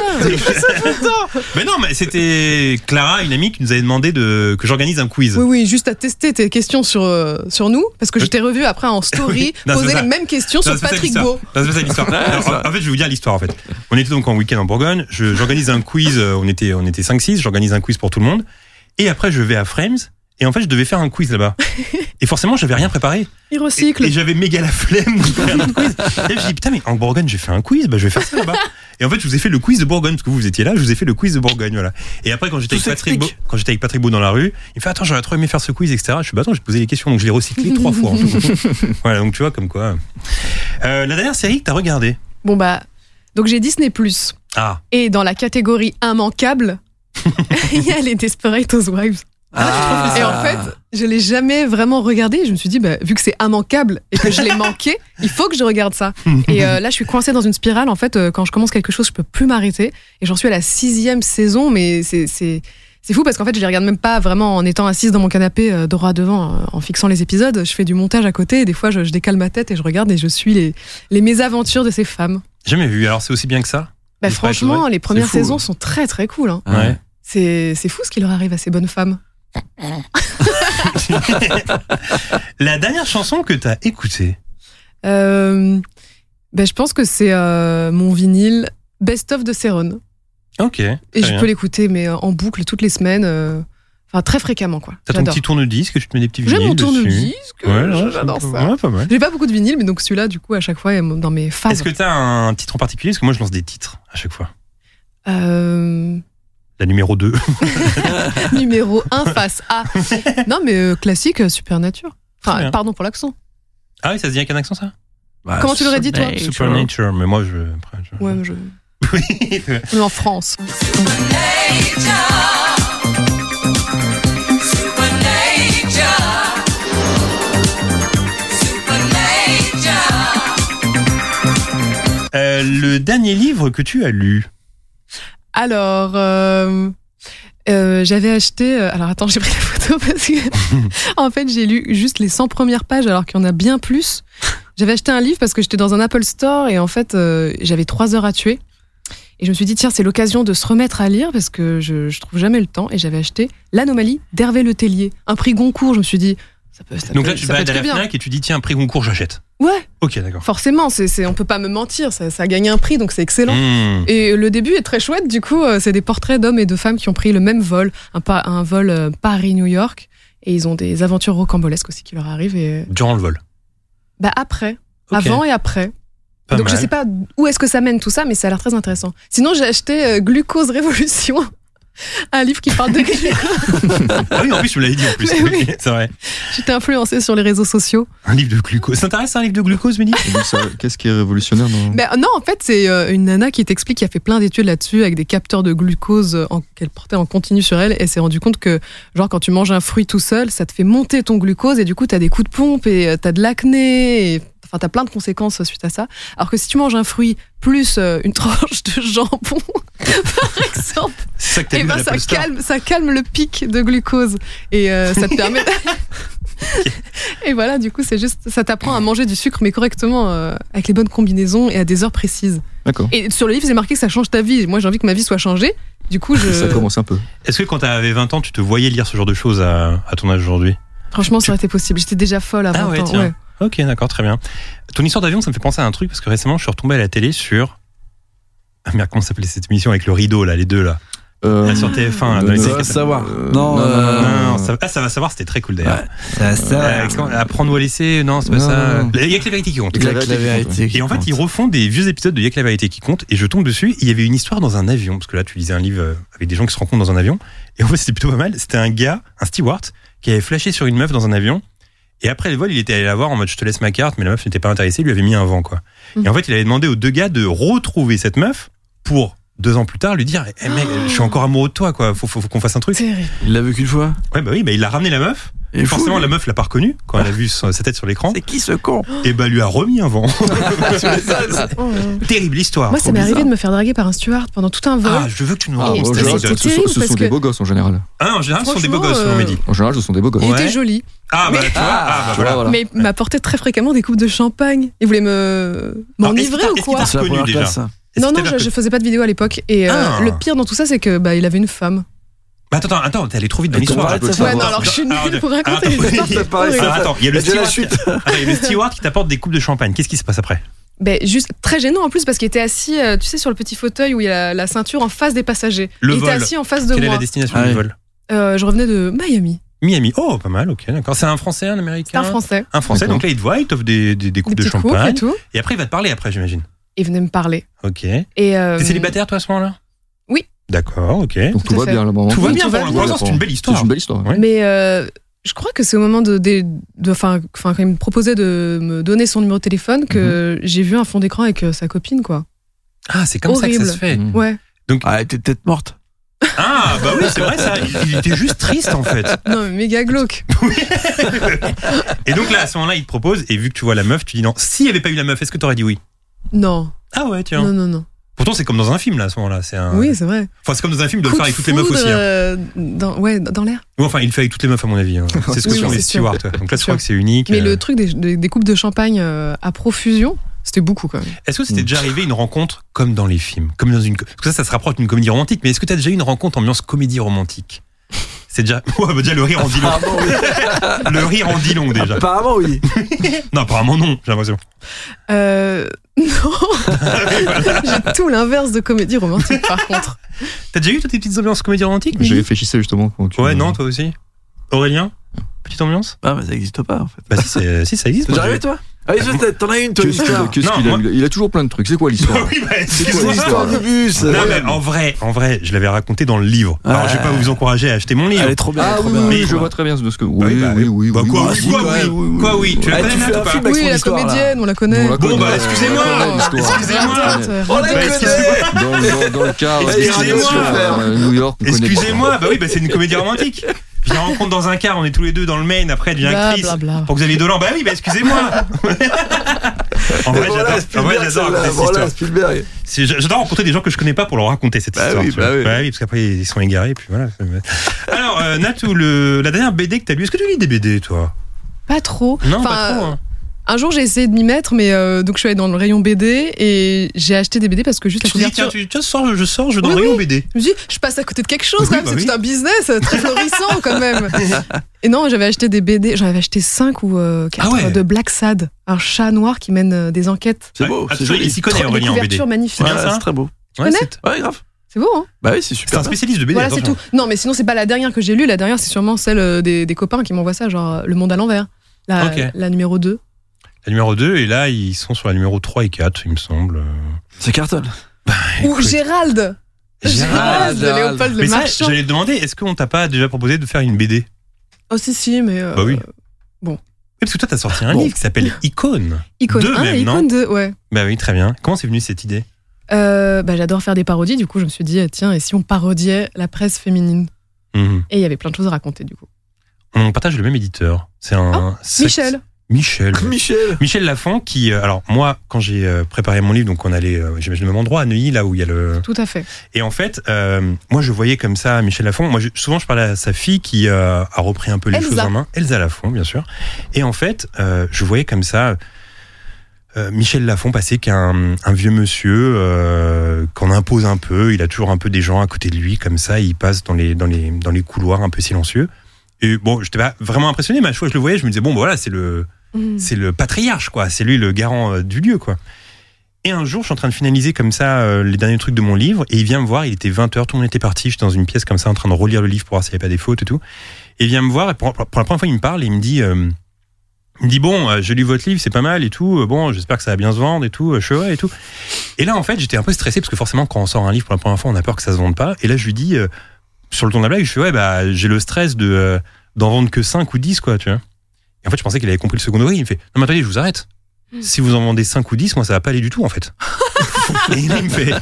Speaker 3: Mais non, mais c'était Clara, une amie, qui nous avait demandé de... que j'organise un quiz.
Speaker 5: Oui, oui, juste à tester tes questions sur, euh, sur nous, parce que je t'ai revu après en story
Speaker 3: Oui. Non, c'est
Speaker 5: poser
Speaker 3: ça.
Speaker 5: les mêmes questions
Speaker 3: Non,
Speaker 5: sur
Speaker 3: c'est pas ça
Speaker 5: Patrick
Speaker 3: l'histoire.
Speaker 5: Beau.
Speaker 3: Non, c'est pas ça l'histoire. Alors, en- en fait, je vais vous dire l'histoire en fait. On était donc en week-end en Bourgogne. Je- J'organise un quiz. euh, On était, on était 5-6. J'organise un quiz pour tout le monde. Et après, je vais à Frames. Et en fait, je devais faire un quiz là-bas. Et forcément, j'avais rien préparé.
Speaker 5: Il
Speaker 3: Et,
Speaker 5: recycle.
Speaker 3: et j'avais méga la flemme de faire un autre quiz. Et je me suis dit, putain, mais en Bourgogne, j'ai fait un quiz, bah, je vais faire ça là-bas. Et en fait, je vous ai fait le quiz de Bourgogne, parce que vous, vous étiez là, je vous ai fait le quiz de Bourgogne, voilà. Et après, quand j'étais
Speaker 4: Tout
Speaker 3: avec Patrick Beau,
Speaker 4: s'explique.
Speaker 3: quand j'étais avec Patrick Beau dans la rue, il me fait, attends, j'aurais trop aimé faire ce quiz, etc. Je suis bah, attends, j'ai posé les questions, donc je l'ai recyclé trois fois. en tout. voilà, donc tu vois, comme quoi. Euh, la dernière série que t'as regardée.
Speaker 5: Bon, bah, donc j'ai Disney.
Speaker 3: Ah.
Speaker 5: Et dans la catégorie immanquable, il y a les Desperate Housewives.
Speaker 4: Ah.
Speaker 5: Et en fait, je l'ai jamais vraiment regardé. Et Je me suis dit, bah, vu que c'est immanquable et que je l'ai manqué, il faut que je regarde ça. Et euh, là, je suis coincée dans une spirale. En fait, euh, quand je commence quelque chose, je peux plus m'arrêter. Et j'en suis à la sixième saison, mais c'est c'est c'est fou parce qu'en fait, je les regarde même pas vraiment en étant assise dans mon canapé euh, droit devant, euh, en fixant les épisodes. Je fais du montage à côté. Et des fois, je, je décale ma tête et je regarde et je suis les les mésaventures de ces femmes.
Speaker 3: Jamais vu, alors c'est aussi bien que ça
Speaker 5: Bah,
Speaker 3: Desperate
Speaker 5: franchement, les premières
Speaker 4: fou.
Speaker 5: saisons sont très très cool. hein.
Speaker 4: Ah ouais.
Speaker 5: C'est c'est fou ce qui leur arrive à ces bonnes femmes.
Speaker 3: La dernière chanson que t'as écoutée.
Speaker 5: Euh, ben, je pense que c'est euh, mon vinyle Best of de Céron.
Speaker 3: Ok. très
Speaker 5: Et je
Speaker 3: bien.
Speaker 5: peux l'écouter, mais euh, en boucle toutes les semaines. euh, Enfin, très fréquemment, quoi.
Speaker 3: T'as ton
Speaker 5: J'adore.
Speaker 3: petit tourne-disque, tu te mets des petits
Speaker 5: J'ai
Speaker 3: vinyles
Speaker 5: mon
Speaker 3: dessus.
Speaker 5: tourne-disque,
Speaker 3: Ouais,
Speaker 5: je-
Speaker 3: ouais,
Speaker 5: j'adore
Speaker 3: c'est un peu-
Speaker 5: ça.
Speaker 3: ouais, pas mal.
Speaker 5: J'ai pas beaucoup de vinyle, mais donc celui-là, du coup, à chaque fois, est dans mes phases.
Speaker 3: Est-ce que t'as un titre en particulier Parce que moi, je lance des titres à chaque fois.
Speaker 5: Euh,
Speaker 3: La numéro 2.
Speaker 5: numéro 1 face A. Non, mais euh, classique, euh, Supernature.
Speaker 3: Très
Speaker 5: Enfin,
Speaker 3: bien.
Speaker 5: pardon pour l'accent.
Speaker 3: Ah oui, ça se dit avec un accent, ça
Speaker 4: Bah,
Speaker 5: Comment tu l'aurais dit, toi
Speaker 4: Supernature.
Speaker 3: Supernature, mais moi, je. après, je-
Speaker 5: Ouais, mais je...
Speaker 3: Oui,
Speaker 5: On est en France.
Speaker 3: Euh, le dernier livre que tu as lu.
Speaker 5: Alors, euh, euh, j'avais acheté. euh, alors, attends, j'ai pris la photo parce que. en fait, j'ai lu juste les 100 premières pages, alors qu'il y en a bien plus. J'avais acheté un livre parce que j'étais dans un Apple Store et en fait, euh, j'avais 3 heures à tuer. Et je me suis dit, tiens, c'est l'occasion de se remettre à lire parce que je, je trouve jamais le temps. Et j'avais acheté L'Anomalie d'Hervé Le Tellier, un prix Goncourt. Je me suis dit, ça peut, ça
Speaker 3: Donc
Speaker 5: peut-
Speaker 3: là, tu te
Speaker 5: ça peut
Speaker 3: balades
Speaker 5: être
Speaker 3: à la
Speaker 5: très bien.
Speaker 3: Fnac et tu dis tiens, prix Goncourt, j'achète.
Speaker 5: Ouais,
Speaker 3: Ok, d'accord.
Speaker 5: forcément, c'est, c'est, on peut pas me mentir, ça, ça a gagné un prix donc c'est excellent.
Speaker 3: Mmh.
Speaker 5: Et le début est très chouette, du coup, euh, c'est des portraits d'hommes et de femmes qui ont pris le même vol, un, pa- un vol euh, Paris-New York, et ils ont des aventures rocambolesques aussi qui leur arrivent. Et...
Speaker 3: Durant le vol.
Speaker 5: Bah après,
Speaker 3: Ok.
Speaker 5: avant et après.
Speaker 3: Pas
Speaker 5: Donc
Speaker 3: mal.
Speaker 5: je sais pas où est-ce que ça mène tout ça, mais ça a l'air très intéressant. Sinon, j'ai acheté euh, Glucose Révolution, un livre qui parle de glucose.
Speaker 3: Ah oui, en plus, tu me l'avais dit en plus.
Speaker 5: Mais oui.
Speaker 3: Ok, C'est vrai.
Speaker 5: J'étais influencée sur les réseaux sociaux.
Speaker 3: Un livre de glucose. Ça t'intéresse un livre de glucose, Mehdi
Speaker 6: Donc ça, Qu'est-ce qui est révolutionnaire
Speaker 4: Mm.
Speaker 6: dans...
Speaker 5: Ben, non, en fait, c'est euh, une nana qui t'explique qui a fait plein d'études là-dessus avec des capteurs de glucose euh, en- qu'elle portait en continu sur elle et s'est rendu compte que, genre, quand tu manges un fruit tout seul, ça te fait monter ton glucose et du coup, t'as des coups de pompe et euh, t'as de l'acné et enfin, t'as plein de conséquences euh, suite à ça. Alors que si tu manges un fruit plus euh, une tranche de jambon, par exemple,
Speaker 3: C'est ça que t'as
Speaker 5: et
Speaker 3: lu à
Speaker 5: ben, ça,
Speaker 3: l'Apple Store.
Speaker 5: calme, ça calme le pic de glucose et euh, ça te permet. et voilà, du coup, c'est juste, ça t'apprend à manger du sucre, mais correctement, euh, avec les bonnes combinaisons et à des heures précises.
Speaker 6: D'accord.
Speaker 5: Et sur le livre, c'est marqué que ça change ta vie. Moi, j'ai envie que ma vie soit changée. Du coup, je.
Speaker 6: Ça commence un peu.
Speaker 3: Est-ce que quand t'avais 20 ans, tu te voyais lire ce genre de choses à, à ton âge aujourd'hui
Speaker 5: Franchement, ça aurait été possible. J'étais déjà folle à
Speaker 3: Ah
Speaker 5: 20
Speaker 3: ouais,
Speaker 5: ans.
Speaker 3: tiens. Ok, d'accord, très bien. Ton histoire d'avion, ça me fait penser à un truc parce que récemment, je suis retombé à la télé sur. Ah merde, comment s'appelait cette émission avec le rideau, là, les deux, là
Speaker 6: Euh,
Speaker 3: Là, Sur TF1, là,
Speaker 6: euh,
Speaker 3: dans
Speaker 6: non,
Speaker 3: les
Speaker 4: Ça
Speaker 3: années
Speaker 4: va
Speaker 3: 80.
Speaker 4: savoir.
Speaker 6: Euh,
Speaker 4: Non,
Speaker 6: non,
Speaker 4: euh,
Speaker 3: Non, non, ça, ah, ça va savoir, c'était très cool d'ailleurs.
Speaker 4: Ouais. Ça,
Speaker 3: Euh, comment- apprendre ou à laisser Non, c'est pas
Speaker 6: Non,
Speaker 3: ça.
Speaker 6: non.
Speaker 3: Il y a que la vérité qui compte.
Speaker 6: Il y a que la
Speaker 3: Et en fait, ils refont des vieux épisodes de Y'a que la vérité qui compte. Et je tombe dessus. Il y avait une histoire dans un avion. Parce que là, tu lisais un livre euh, avec des gens qui se rencontrent dans un avion. Et en fait, c'était plutôt pas mal. C'était un gars, un steward, qui avait flashé sur une meuf dans un avion. Et après le vol, il était allé la voir en mode je te laisse ma carte. Mais la meuf n'était pas intéressée. Il lui avait mis un vent, quoi.
Speaker 5: Mhm.
Speaker 3: Et en fait, il avait demandé aux deux gars de retrouver cette meuf pour. Deux ans plus tard, lui dire Eh, mec, je suis encore amoureux de toi, quoi. Faut, faut- faut qu'on fasse un truc.
Speaker 5: Terrible.
Speaker 4: Il l'a vu qu'une fois.
Speaker 3: Ouais, bah oui, bah il a ramené la meuf.
Speaker 4: Il est
Speaker 3: Et
Speaker 4: fou,
Speaker 3: forcément,
Speaker 4: lui.
Speaker 3: la meuf l'a pas reconnu quand elle a vu son- sa tête sur l'écran.
Speaker 4: C'est qui ce con
Speaker 3: Et bah, lui a remis un vent.
Speaker 5: Oh, euh.
Speaker 3: Terrible histoire.
Speaker 5: Moi, ça m'est arrivé de me faire draguer par un steward pendant tout un vol.
Speaker 3: Ah, je veux que tu nous
Speaker 6: Ah,
Speaker 3: racontes
Speaker 6: en
Speaker 3: cette
Speaker 6: général, ce,
Speaker 5: c'est
Speaker 3: anecdote.
Speaker 6: ce-
Speaker 5: terrible
Speaker 6: ce sont
Speaker 5: parce
Speaker 6: des
Speaker 5: que-
Speaker 6: beaux gosses en général.
Speaker 3: Ah, en général, ce sont des beaux
Speaker 5: Franchement,
Speaker 3: gosses, on m'a
Speaker 5: euh,
Speaker 3: dit.
Speaker 6: En général, ce sont des beaux gosses.
Speaker 5: Il était
Speaker 3: Ouais.
Speaker 5: joli,
Speaker 3: Ah, bah, tu vois, ah, bah,
Speaker 6: Tu vois,
Speaker 3: voilà.
Speaker 6: voilà.
Speaker 5: mais il m'apportait très fréquemment des coupes de champagne. Il voulait
Speaker 6: Ah,
Speaker 5: me
Speaker 3: Alors, est-ce que
Speaker 5: m'enivrer
Speaker 3: t'as-
Speaker 5: ou
Speaker 3: est-ce que
Speaker 5: quoi
Speaker 3: t'as
Speaker 4: C'est la
Speaker 3: reconnu,
Speaker 4: première
Speaker 3: déjà.
Speaker 4: classe. ça.
Speaker 3: Est-ce
Speaker 5: Non,
Speaker 3: que
Speaker 5: non,
Speaker 3: t'as
Speaker 5: je,
Speaker 3: vu-
Speaker 5: je faisais pas de vidéo à l'époque. Et euh,
Speaker 3: Ah.
Speaker 5: le pire dans tout ça, c'est que bah, il avait une femme.
Speaker 3: Bah, Attends, attends, attends, t'es allé trop vite dans
Speaker 4: Et ton
Speaker 3: l'histoire.
Speaker 4: mari,
Speaker 3: là.
Speaker 4: ça
Speaker 5: Ouais,
Speaker 4: va.
Speaker 5: non, alors je suis
Speaker 3: Ah,
Speaker 5: nulle pour
Speaker 3: attends,
Speaker 5: raconter les histoires.
Speaker 3: oui.
Speaker 5: c'est
Speaker 4: pareil,
Speaker 5: horrible.
Speaker 4: ça.
Speaker 3: Ah, attends, il y a le
Speaker 4: Déjà la
Speaker 3: steward. Ah, il y a le steward qui t'apporte des coupes de champagne. Qu'est-ce qui se passe après
Speaker 5: Ben, juste très gênant en plus parce qu'il était assis, euh, tu sais, sur le petit fauteuil où il y a la, la ceinture en face des passagers.
Speaker 3: Le
Speaker 5: il était
Speaker 3: vol.
Speaker 5: assis en face de
Speaker 3: Quelle est
Speaker 5: moi.
Speaker 3: la destination
Speaker 4: Ah,
Speaker 3: du
Speaker 4: oui.
Speaker 3: vol
Speaker 5: Euh, je revenais de Miami.
Speaker 3: Miami. Oh, pas mal, ok, d'accord. C'est un Français, un
Speaker 5: C'était
Speaker 3: Américain
Speaker 5: un Français.
Speaker 3: Un Français, donc là, il te voit, il t'offre des, des- des
Speaker 5: Des
Speaker 3: coupes de
Speaker 5: petites coupes et
Speaker 3: champagne.
Speaker 5: tout.
Speaker 3: Et après, il va te parler, après, j'imagine.
Speaker 5: Il venait me parler.
Speaker 3: Ok.
Speaker 5: Et euh,
Speaker 3: T'es célibataire, toi, à ce moment-là
Speaker 5: Oui.
Speaker 3: D'accord, ok.
Speaker 6: Donc tout
Speaker 5: Tout à
Speaker 6: va
Speaker 5: fait.
Speaker 6: bien là-bas.
Speaker 3: Tout va
Speaker 5: Oui,
Speaker 3: bien,
Speaker 5: tout va
Speaker 3: pour
Speaker 5: bien.
Speaker 3: l'instant, c'est une belle
Speaker 6: C'est
Speaker 3: histoire.
Speaker 6: une belle histoire.
Speaker 3: Ouais.
Speaker 5: Mais euh, je crois que c'est au moment de, des- de, enfin, enfin, quand il me proposait de me donner son numéro de téléphone que
Speaker 3: Mhm.
Speaker 5: j'ai vu un fond d'écran avec euh, sa copine, quoi.
Speaker 3: Ah, c'est comme ça que ça se
Speaker 5: Horrible. Mm.
Speaker 3: fait.
Speaker 6: Mmh.
Speaker 5: Ouais.
Speaker 4: Ah, elle était peut-être morte.
Speaker 3: Ah, bah oui, c'est vrai, ça. Il était juste triste, en fait.
Speaker 5: Non, mais méga glauque.
Speaker 3: Et donc là, à ce moment-là, il te propose, et vu que tu vois la meuf, tu dis non. S'il n'y avait pas eu la meuf, est-ce que t'aurais dit oui
Speaker 5: Non,
Speaker 3: Ah ouais, tiens.
Speaker 5: non, non, non.
Speaker 3: Pourtant, c'est comme dans un film, là, à ce moment-là. C'est un...
Speaker 5: Oui, c'est vrai.
Speaker 3: Enfin, c'est comme dans un film de le
Speaker 5: Coup
Speaker 3: faire
Speaker 5: de
Speaker 3: avec toutes les meufs
Speaker 5: foudre,
Speaker 3: aussi. hein.
Speaker 5: euh, dans, ouais, dans dans l'air.
Speaker 3: Ou enfin, il le fait avec toutes les meufs, à mon avis. hein. C'est ce que
Speaker 5: Oui,
Speaker 3: sont
Speaker 5: oui,
Speaker 3: les
Speaker 5: c'est sûr.
Speaker 3: stewards. ouais. Donc là, je
Speaker 5: Sûr.
Speaker 3: crois que c'est unique.
Speaker 5: Mais
Speaker 3: Euh,
Speaker 5: le truc des, des- des coupes de champagne euh, à profusion, c'était beaucoup quand même.
Speaker 3: Est-ce que c'était
Speaker 6: Mm.
Speaker 3: déjà arrivé une rencontre comme dans les films comme dans une... Parce que ça, ça se rapproche d'une comédie romantique, mais est-ce que t'as déjà eu une rencontre ambiance comédie romantique C'est déjà. Ouais, bah, déjà, le rire en dit long.
Speaker 4: Apparemment, oui.
Speaker 3: le rire en dit long déjà.
Speaker 4: Apparemment, oui.
Speaker 3: Non, apparemment non, j'ai l'impression.
Speaker 5: Euh, non, j'ai tout l'inverse de comédie romantique par contre.
Speaker 3: T'as déjà eu toutes tes petites ambiances comédie romantique
Speaker 6: Je
Speaker 3: Mimi
Speaker 6: réfléchissais justement. Quand tu
Speaker 3: Ouais,
Speaker 6: me-
Speaker 3: non, toi aussi. Aurélien Petite ambiance
Speaker 4: Ah, mais ça n'existe pas, en fait.
Speaker 3: Bah si, c'est- si, ça existe.
Speaker 4: T'es
Speaker 3: moi,
Speaker 4: déjà arrivé, toi Ah, oui, toi, t'en as une, toi, une
Speaker 6: Qu'est-ce qu'il a,
Speaker 4: histoire.
Speaker 6: qu'est-ce
Speaker 3: Non,
Speaker 6: qu'il a
Speaker 3: moi-
Speaker 6: eu Il a toujours plein de trucs. C'est quoi
Speaker 3: j'ai- Bah
Speaker 6: l'histoire
Speaker 3: oui, bah,
Speaker 4: C'est
Speaker 6: quoi
Speaker 4: quoi l'histoire
Speaker 6: l'histoire
Speaker 4: du bus
Speaker 3: Non, mais en vrai, en vrai, je l'avais raconté dans le livre. Alors, je vais pas vous encourager à acheter mon livre.
Speaker 4: Elle est trop bien. elle est
Speaker 6: Ah
Speaker 4: trop
Speaker 6: oui,
Speaker 4: bien,
Speaker 6: oui,
Speaker 4: elle
Speaker 6: oui,
Speaker 4: est trop
Speaker 6: je
Speaker 4: bien.
Speaker 6: vois très bien ce que.
Speaker 3: Bah
Speaker 6: Oui,
Speaker 3: bah
Speaker 6: oui, oui.
Speaker 3: Bah,
Speaker 6: oui,
Speaker 3: quoi,
Speaker 6: oui,
Speaker 3: oui,
Speaker 6: si,
Speaker 3: quoi,
Speaker 6: quand
Speaker 3: oui,
Speaker 6: même,
Speaker 3: quoi, oui, tu
Speaker 4: Ah,
Speaker 3: la
Speaker 4: tu
Speaker 3: connais,
Speaker 4: fais
Speaker 3: Nat,
Speaker 4: un
Speaker 3: ou pas
Speaker 4: film avec
Speaker 5: Oui,
Speaker 4: son
Speaker 5: la
Speaker 4: histoire, là.
Speaker 5: comédienne, on la connaît.
Speaker 6: On la
Speaker 3: Bon,
Speaker 6: connaît,
Speaker 3: bah,
Speaker 6: on la
Speaker 3: excusez-moi,
Speaker 6: connaît, l'histoire.
Speaker 3: excusez-moi.
Speaker 4: On la
Speaker 3: Bah,
Speaker 4: connaît
Speaker 3: excusez-moi.
Speaker 6: Dans le, dans le cadre
Speaker 3: Excusez-moi.
Speaker 6: Excusez-moi. euh, New York. on connaît pas.
Speaker 3: Excusez-moi, bah oui, bah c'est une comédie romantique. Je la rencontre dans un car, on est tous les deux dans le Maine, après elle devient
Speaker 5: Bla,
Speaker 3: actrice.
Speaker 5: bla, bla.
Speaker 3: Pour que vous allez Dolan, bah oui, bah excusez-moi. en vrai, j'adore en
Speaker 4: Voilà,
Speaker 3: vrai,
Speaker 4: Spielberg,
Speaker 3: j'adore
Speaker 4: celle-là,
Speaker 3: raconter cette
Speaker 4: voilà,
Speaker 3: histoire.
Speaker 4: Spielberg.
Speaker 3: C'est- J'adore rencontrer des gens que je connais pas pour leur raconter cette
Speaker 4: Bah
Speaker 3: histoire.
Speaker 4: oui,
Speaker 3: tu vois.
Speaker 4: bah oui.
Speaker 3: Ouais, parce qu'après ils sont égarés, puis voilà. Alors, euh, Natou, le, la dernière BD que t'as lu, est-ce que tu lis des BD, toi
Speaker 5: Pas trop.
Speaker 3: Non,
Speaker 5: Enfin,
Speaker 3: pas trop. hein.
Speaker 5: Un jour, j'ai essayé de m'y mettre, mais euh, donc je suis allée dans le rayon BD et j'ai acheté des BD parce que juste la
Speaker 3: Tu te dis, tiens,
Speaker 5: couverture.
Speaker 3: tu, tiens, sors, je sors, je vais dans
Speaker 5: Oui,
Speaker 3: le rayon
Speaker 5: oui.
Speaker 3: BD.
Speaker 5: Je me suis dit, je passe à côté de quelque chose quand
Speaker 3: Oui,
Speaker 5: même,
Speaker 3: bah
Speaker 5: c'est
Speaker 3: oui.
Speaker 5: tout un business euh, très florissant quand même. Et non, j'avais acheté des BD, j'en avais acheté 5 ou 4
Speaker 3: Ah ouais.
Speaker 5: de Black Sad, un chat noir qui mène euh, des enquêtes. Oh,
Speaker 4: C'est
Speaker 3: Ouais,
Speaker 4: beau,
Speaker 3: ah,
Speaker 4: c'est
Speaker 3: tu vois,
Speaker 4: joli.
Speaker 3: Il s'y connaît,
Speaker 5: Trop- des
Speaker 3: Aurélien, en BD.
Speaker 5: couvertures magnifiques.
Speaker 3: bien
Speaker 4: Ouais,
Speaker 3: ça
Speaker 4: C'est très beau.
Speaker 5: Tu
Speaker 3: Ouais,
Speaker 5: connais
Speaker 3: c'est
Speaker 4: Ouais, grave.
Speaker 5: C'est beau, hein
Speaker 4: Bah oui, c'est
Speaker 3: c'est
Speaker 4: super.
Speaker 3: un spécialiste de BD.
Speaker 5: Voilà, c'est
Speaker 3: attention.
Speaker 5: tout. Non, mais sinon, c'est pas la dernière que j'ai lue. La dernière, c'est sûrement celle euh, des, des copains qui m'envoient ça, genre euh, Le Monde à l'envers. La,
Speaker 3: Ok.
Speaker 5: la numéro 2.
Speaker 3: La numéro 2, et là, ils sont sur la numéro 3 et 4, il me semble.
Speaker 4: Ça cartonne.
Speaker 5: Ou Gérald
Speaker 4: Gérald,
Speaker 5: de Léopold
Speaker 3: Ah, Mais
Speaker 5: le
Speaker 3: ça,
Speaker 5: Marchand.
Speaker 3: j'allais te demander, est-ce qu'on t'a pas déjà proposé de faire une BD Oui,
Speaker 5: Oh, si, si, mais. euh,
Speaker 3: Bah oui. Parce que toi, t'as sorti un
Speaker 5: Bon.
Speaker 3: livre qui s'appelle Icône.
Speaker 5: Icône
Speaker 3: Deux
Speaker 5: 1
Speaker 3: même,
Speaker 5: et
Speaker 3: non
Speaker 5: Icône 2, ouais.
Speaker 3: Bah oui, très bien. Comment c'est venu cette idée
Speaker 5: Euh, bah, J'adore faire des parodies, du coup, je me suis dit, eh, tiens, et si on parodiait la presse féminine
Speaker 3: Mhm.
Speaker 5: Et il y avait plein de choses à raconter, du coup.
Speaker 3: On partage le même éditeur. C'est un. sexe-
Speaker 5: Oh, Michel
Speaker 3: Michel.
Speaker 4: Michel.
Speaker 3: Michel Lafont, qui. euh, alors, moi, quand j'ai euh, préparé mon livre, donc on allait, euh, j'imagine, au même endroit, à Neuilly, là où il y a le.
Speaker 5: Tout à fait.
Speaker 3: Et en fait, euh, moi, je voyais comme ça Michel Lafon. Moi, je- souvent, je parlais à sa fille qui euh, a repris un peu les
Speaker 5: Elsa.
Speaker 3: choses en main. Elsa Lafon, bien sûr. Et en fait, euh, je voyais comme ça euh, Michel Lafon passer qu'un un vieux monsieur euh, qu'on impose un peu. Il a toujours un peu des gens à côté de lui, comme ça. Il passe dans les, dans les, dans les couloirs un peu silencieux. Et bon, j'étais pas vraiment impressionné, mais à chaque fois que je le voyais, je me disais, bon, bah, voilà, c'est le,
Speaker 5: Mhm.
Speaker 3: c'est le patriarche, quoi. C'est lui le garant euh, du lieu, quoi. Et un jour, je suis en train de finaliser comme ça euh, les derniers trucs de mon livre, et il vient me voir. Il était 20h, tout le monde était parti. J'étais dans une pièce comme ça, en train de relire le livre pour voir s'il n'y avait pas des fautes et tout. Et il vient me voir, et pour, pour la première fois, il me parle, et il me dit. euh, il me dit bon, euh, j'ai lu votre livre, c'est pas mal et tout. euh, Bon, j'espère que ça va bien se vendre et tout. euh, Je suis ouais et tout. Et là, en fait, j'étais un peu stressé parce que forcément, quand on sort un livre pour la première fois, on a peur que ça se vende pas. Et là, je lui dis euh, sur le ton de la blague, je fais ouais, bah j'ai le stress de euh, d'en vendre que 5 ou 10 quoi, tu vois. Et en fait, je pensais qu'il avait compris le second degré. Il me fait Non, mais attendez, je vous arrête. Si vous en vendez 5 ou 10, moi, ça va pas aller du tout, en fait. et là, il me fait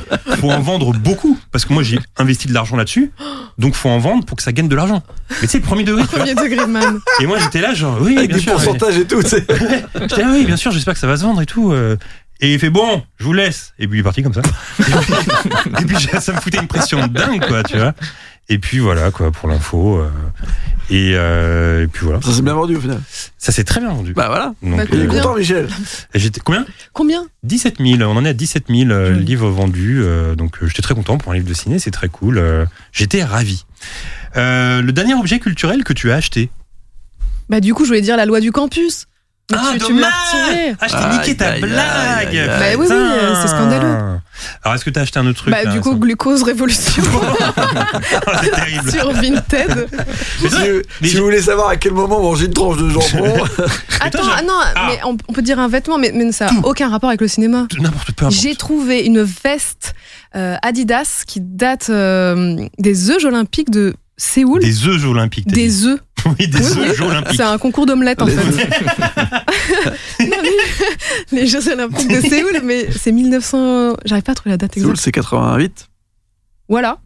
Speaker 3: Faut en vendre beaucoup, parce que moi, j'ai investi de l'argent là-dessus. Donc, faut en vendre pour que ça gagne de l'argent. Mais tu sais, premier degré. tu vois.
Speaker 5: Premier degré de man.
Speaker 3: Et moi, j'étais là, genre, oui,
Speaker 4: Avec
Speaker 3: bien
Speaker 4: des
Speaker 3: sûr. ouais.
Speaker 4: pourcentages et tout, tu sais.
Speaker 3: J'étais là, oui, bien sûr, j'espère que ça va se vendre et tout. euh. Et il fait bon, je vous laisse. Et puis il est parti comme ça. Et puis, et puis, j'ai- ça me foutait une pression de dingue, quoi, tu vois. Et puis voilà, quoi, pour l'info. euh. Et, euh, et puis voilà.
Speaker 4: Ça s'est bien vendu au final.
Speaker 3: Ça s'est très bien vendu.
Speaker 4: Bah voilà.
Speaker 3: Donc,
Speaker 5: Bah,
Speaker 4: Il est
Speaker 5: Euh,
Speaker 4: content, Michel.
Speaker 3: J'étais combien
Speaker 5: Combien
Speaker 3: 17 000. On en est à 17 000 euh,
Speaker 5: Joli.
Speaker 3: livres vendus. euh, donc euh, j'étais très content pour un livre de ciné, c'est très cool. euh, j'étais ravi. Euh, le dernier objet culturel que tu as acheté.
Speaker 5: Bah, du coup, je voulais dire la loi du campus. Mais tu, tu me l'as retiré.
Speaker 3: Ah, je t'ai
Speaker 4: Aïe,
Speaker 3: niqué ta
Speaker 4: aïe,
Speaker 3: blague.
Speaker 4: aïe, aïe,
Speaker 5: aïe. Bah oui, oui, euh, c'est scandaleux.
Speaker 3: Alors est-ce que t'as acheté un autre truc
Speaker 5: bah,
Speaker 3: là,
Speaker 5: du coup,
Speaker 3: récemment
Speaker 5: glucose révolution
Speaker 3: Ah, C'est terrible.
Speaker 5: sur Vinted.
Speaker 3: Mais toi-
Speaker 4: Si, vous-
Speaker 3: mais
Speaker 4: si
Speaker 3: j'ai-
Speaker 4: vous voulez savoir à quel moment manger une tranche de jambon,
Speaker 5: Attends,
Speaker 3: j'ai-
Speaker 5: ah non,
Speaker 3: Ah.
Speaker 5: mais on, on peut dire un vêtement, mais, mais ça n'a aucun rapport avec le cinéma.
Speaker 3: N'importe peu. importe.
Speaker 5: J'ai trouvé une veste euh, Adidas qui date euh, des œufs olympiques de Séoul.
Speaker 3: Des œufs olympiques. t'as dit.
Speaker 5: Des œufs.
Speaker 3: Oui, des
Speaker 5: Oui,
Speaker 3: œufs
Speaker 5: oui.
Speaker 3: olympiques.
Speaker 5: C'est un concours d'omelette en fait. Non, mais- les Jeux Olympiques de Séoul, mais c'est 1900. J'arrive pas à trouver la date
Speaker 4: Séoul,
Speaker 5: exacte.
Speaker 4: c'est 88.
Speaker 5: Voilà.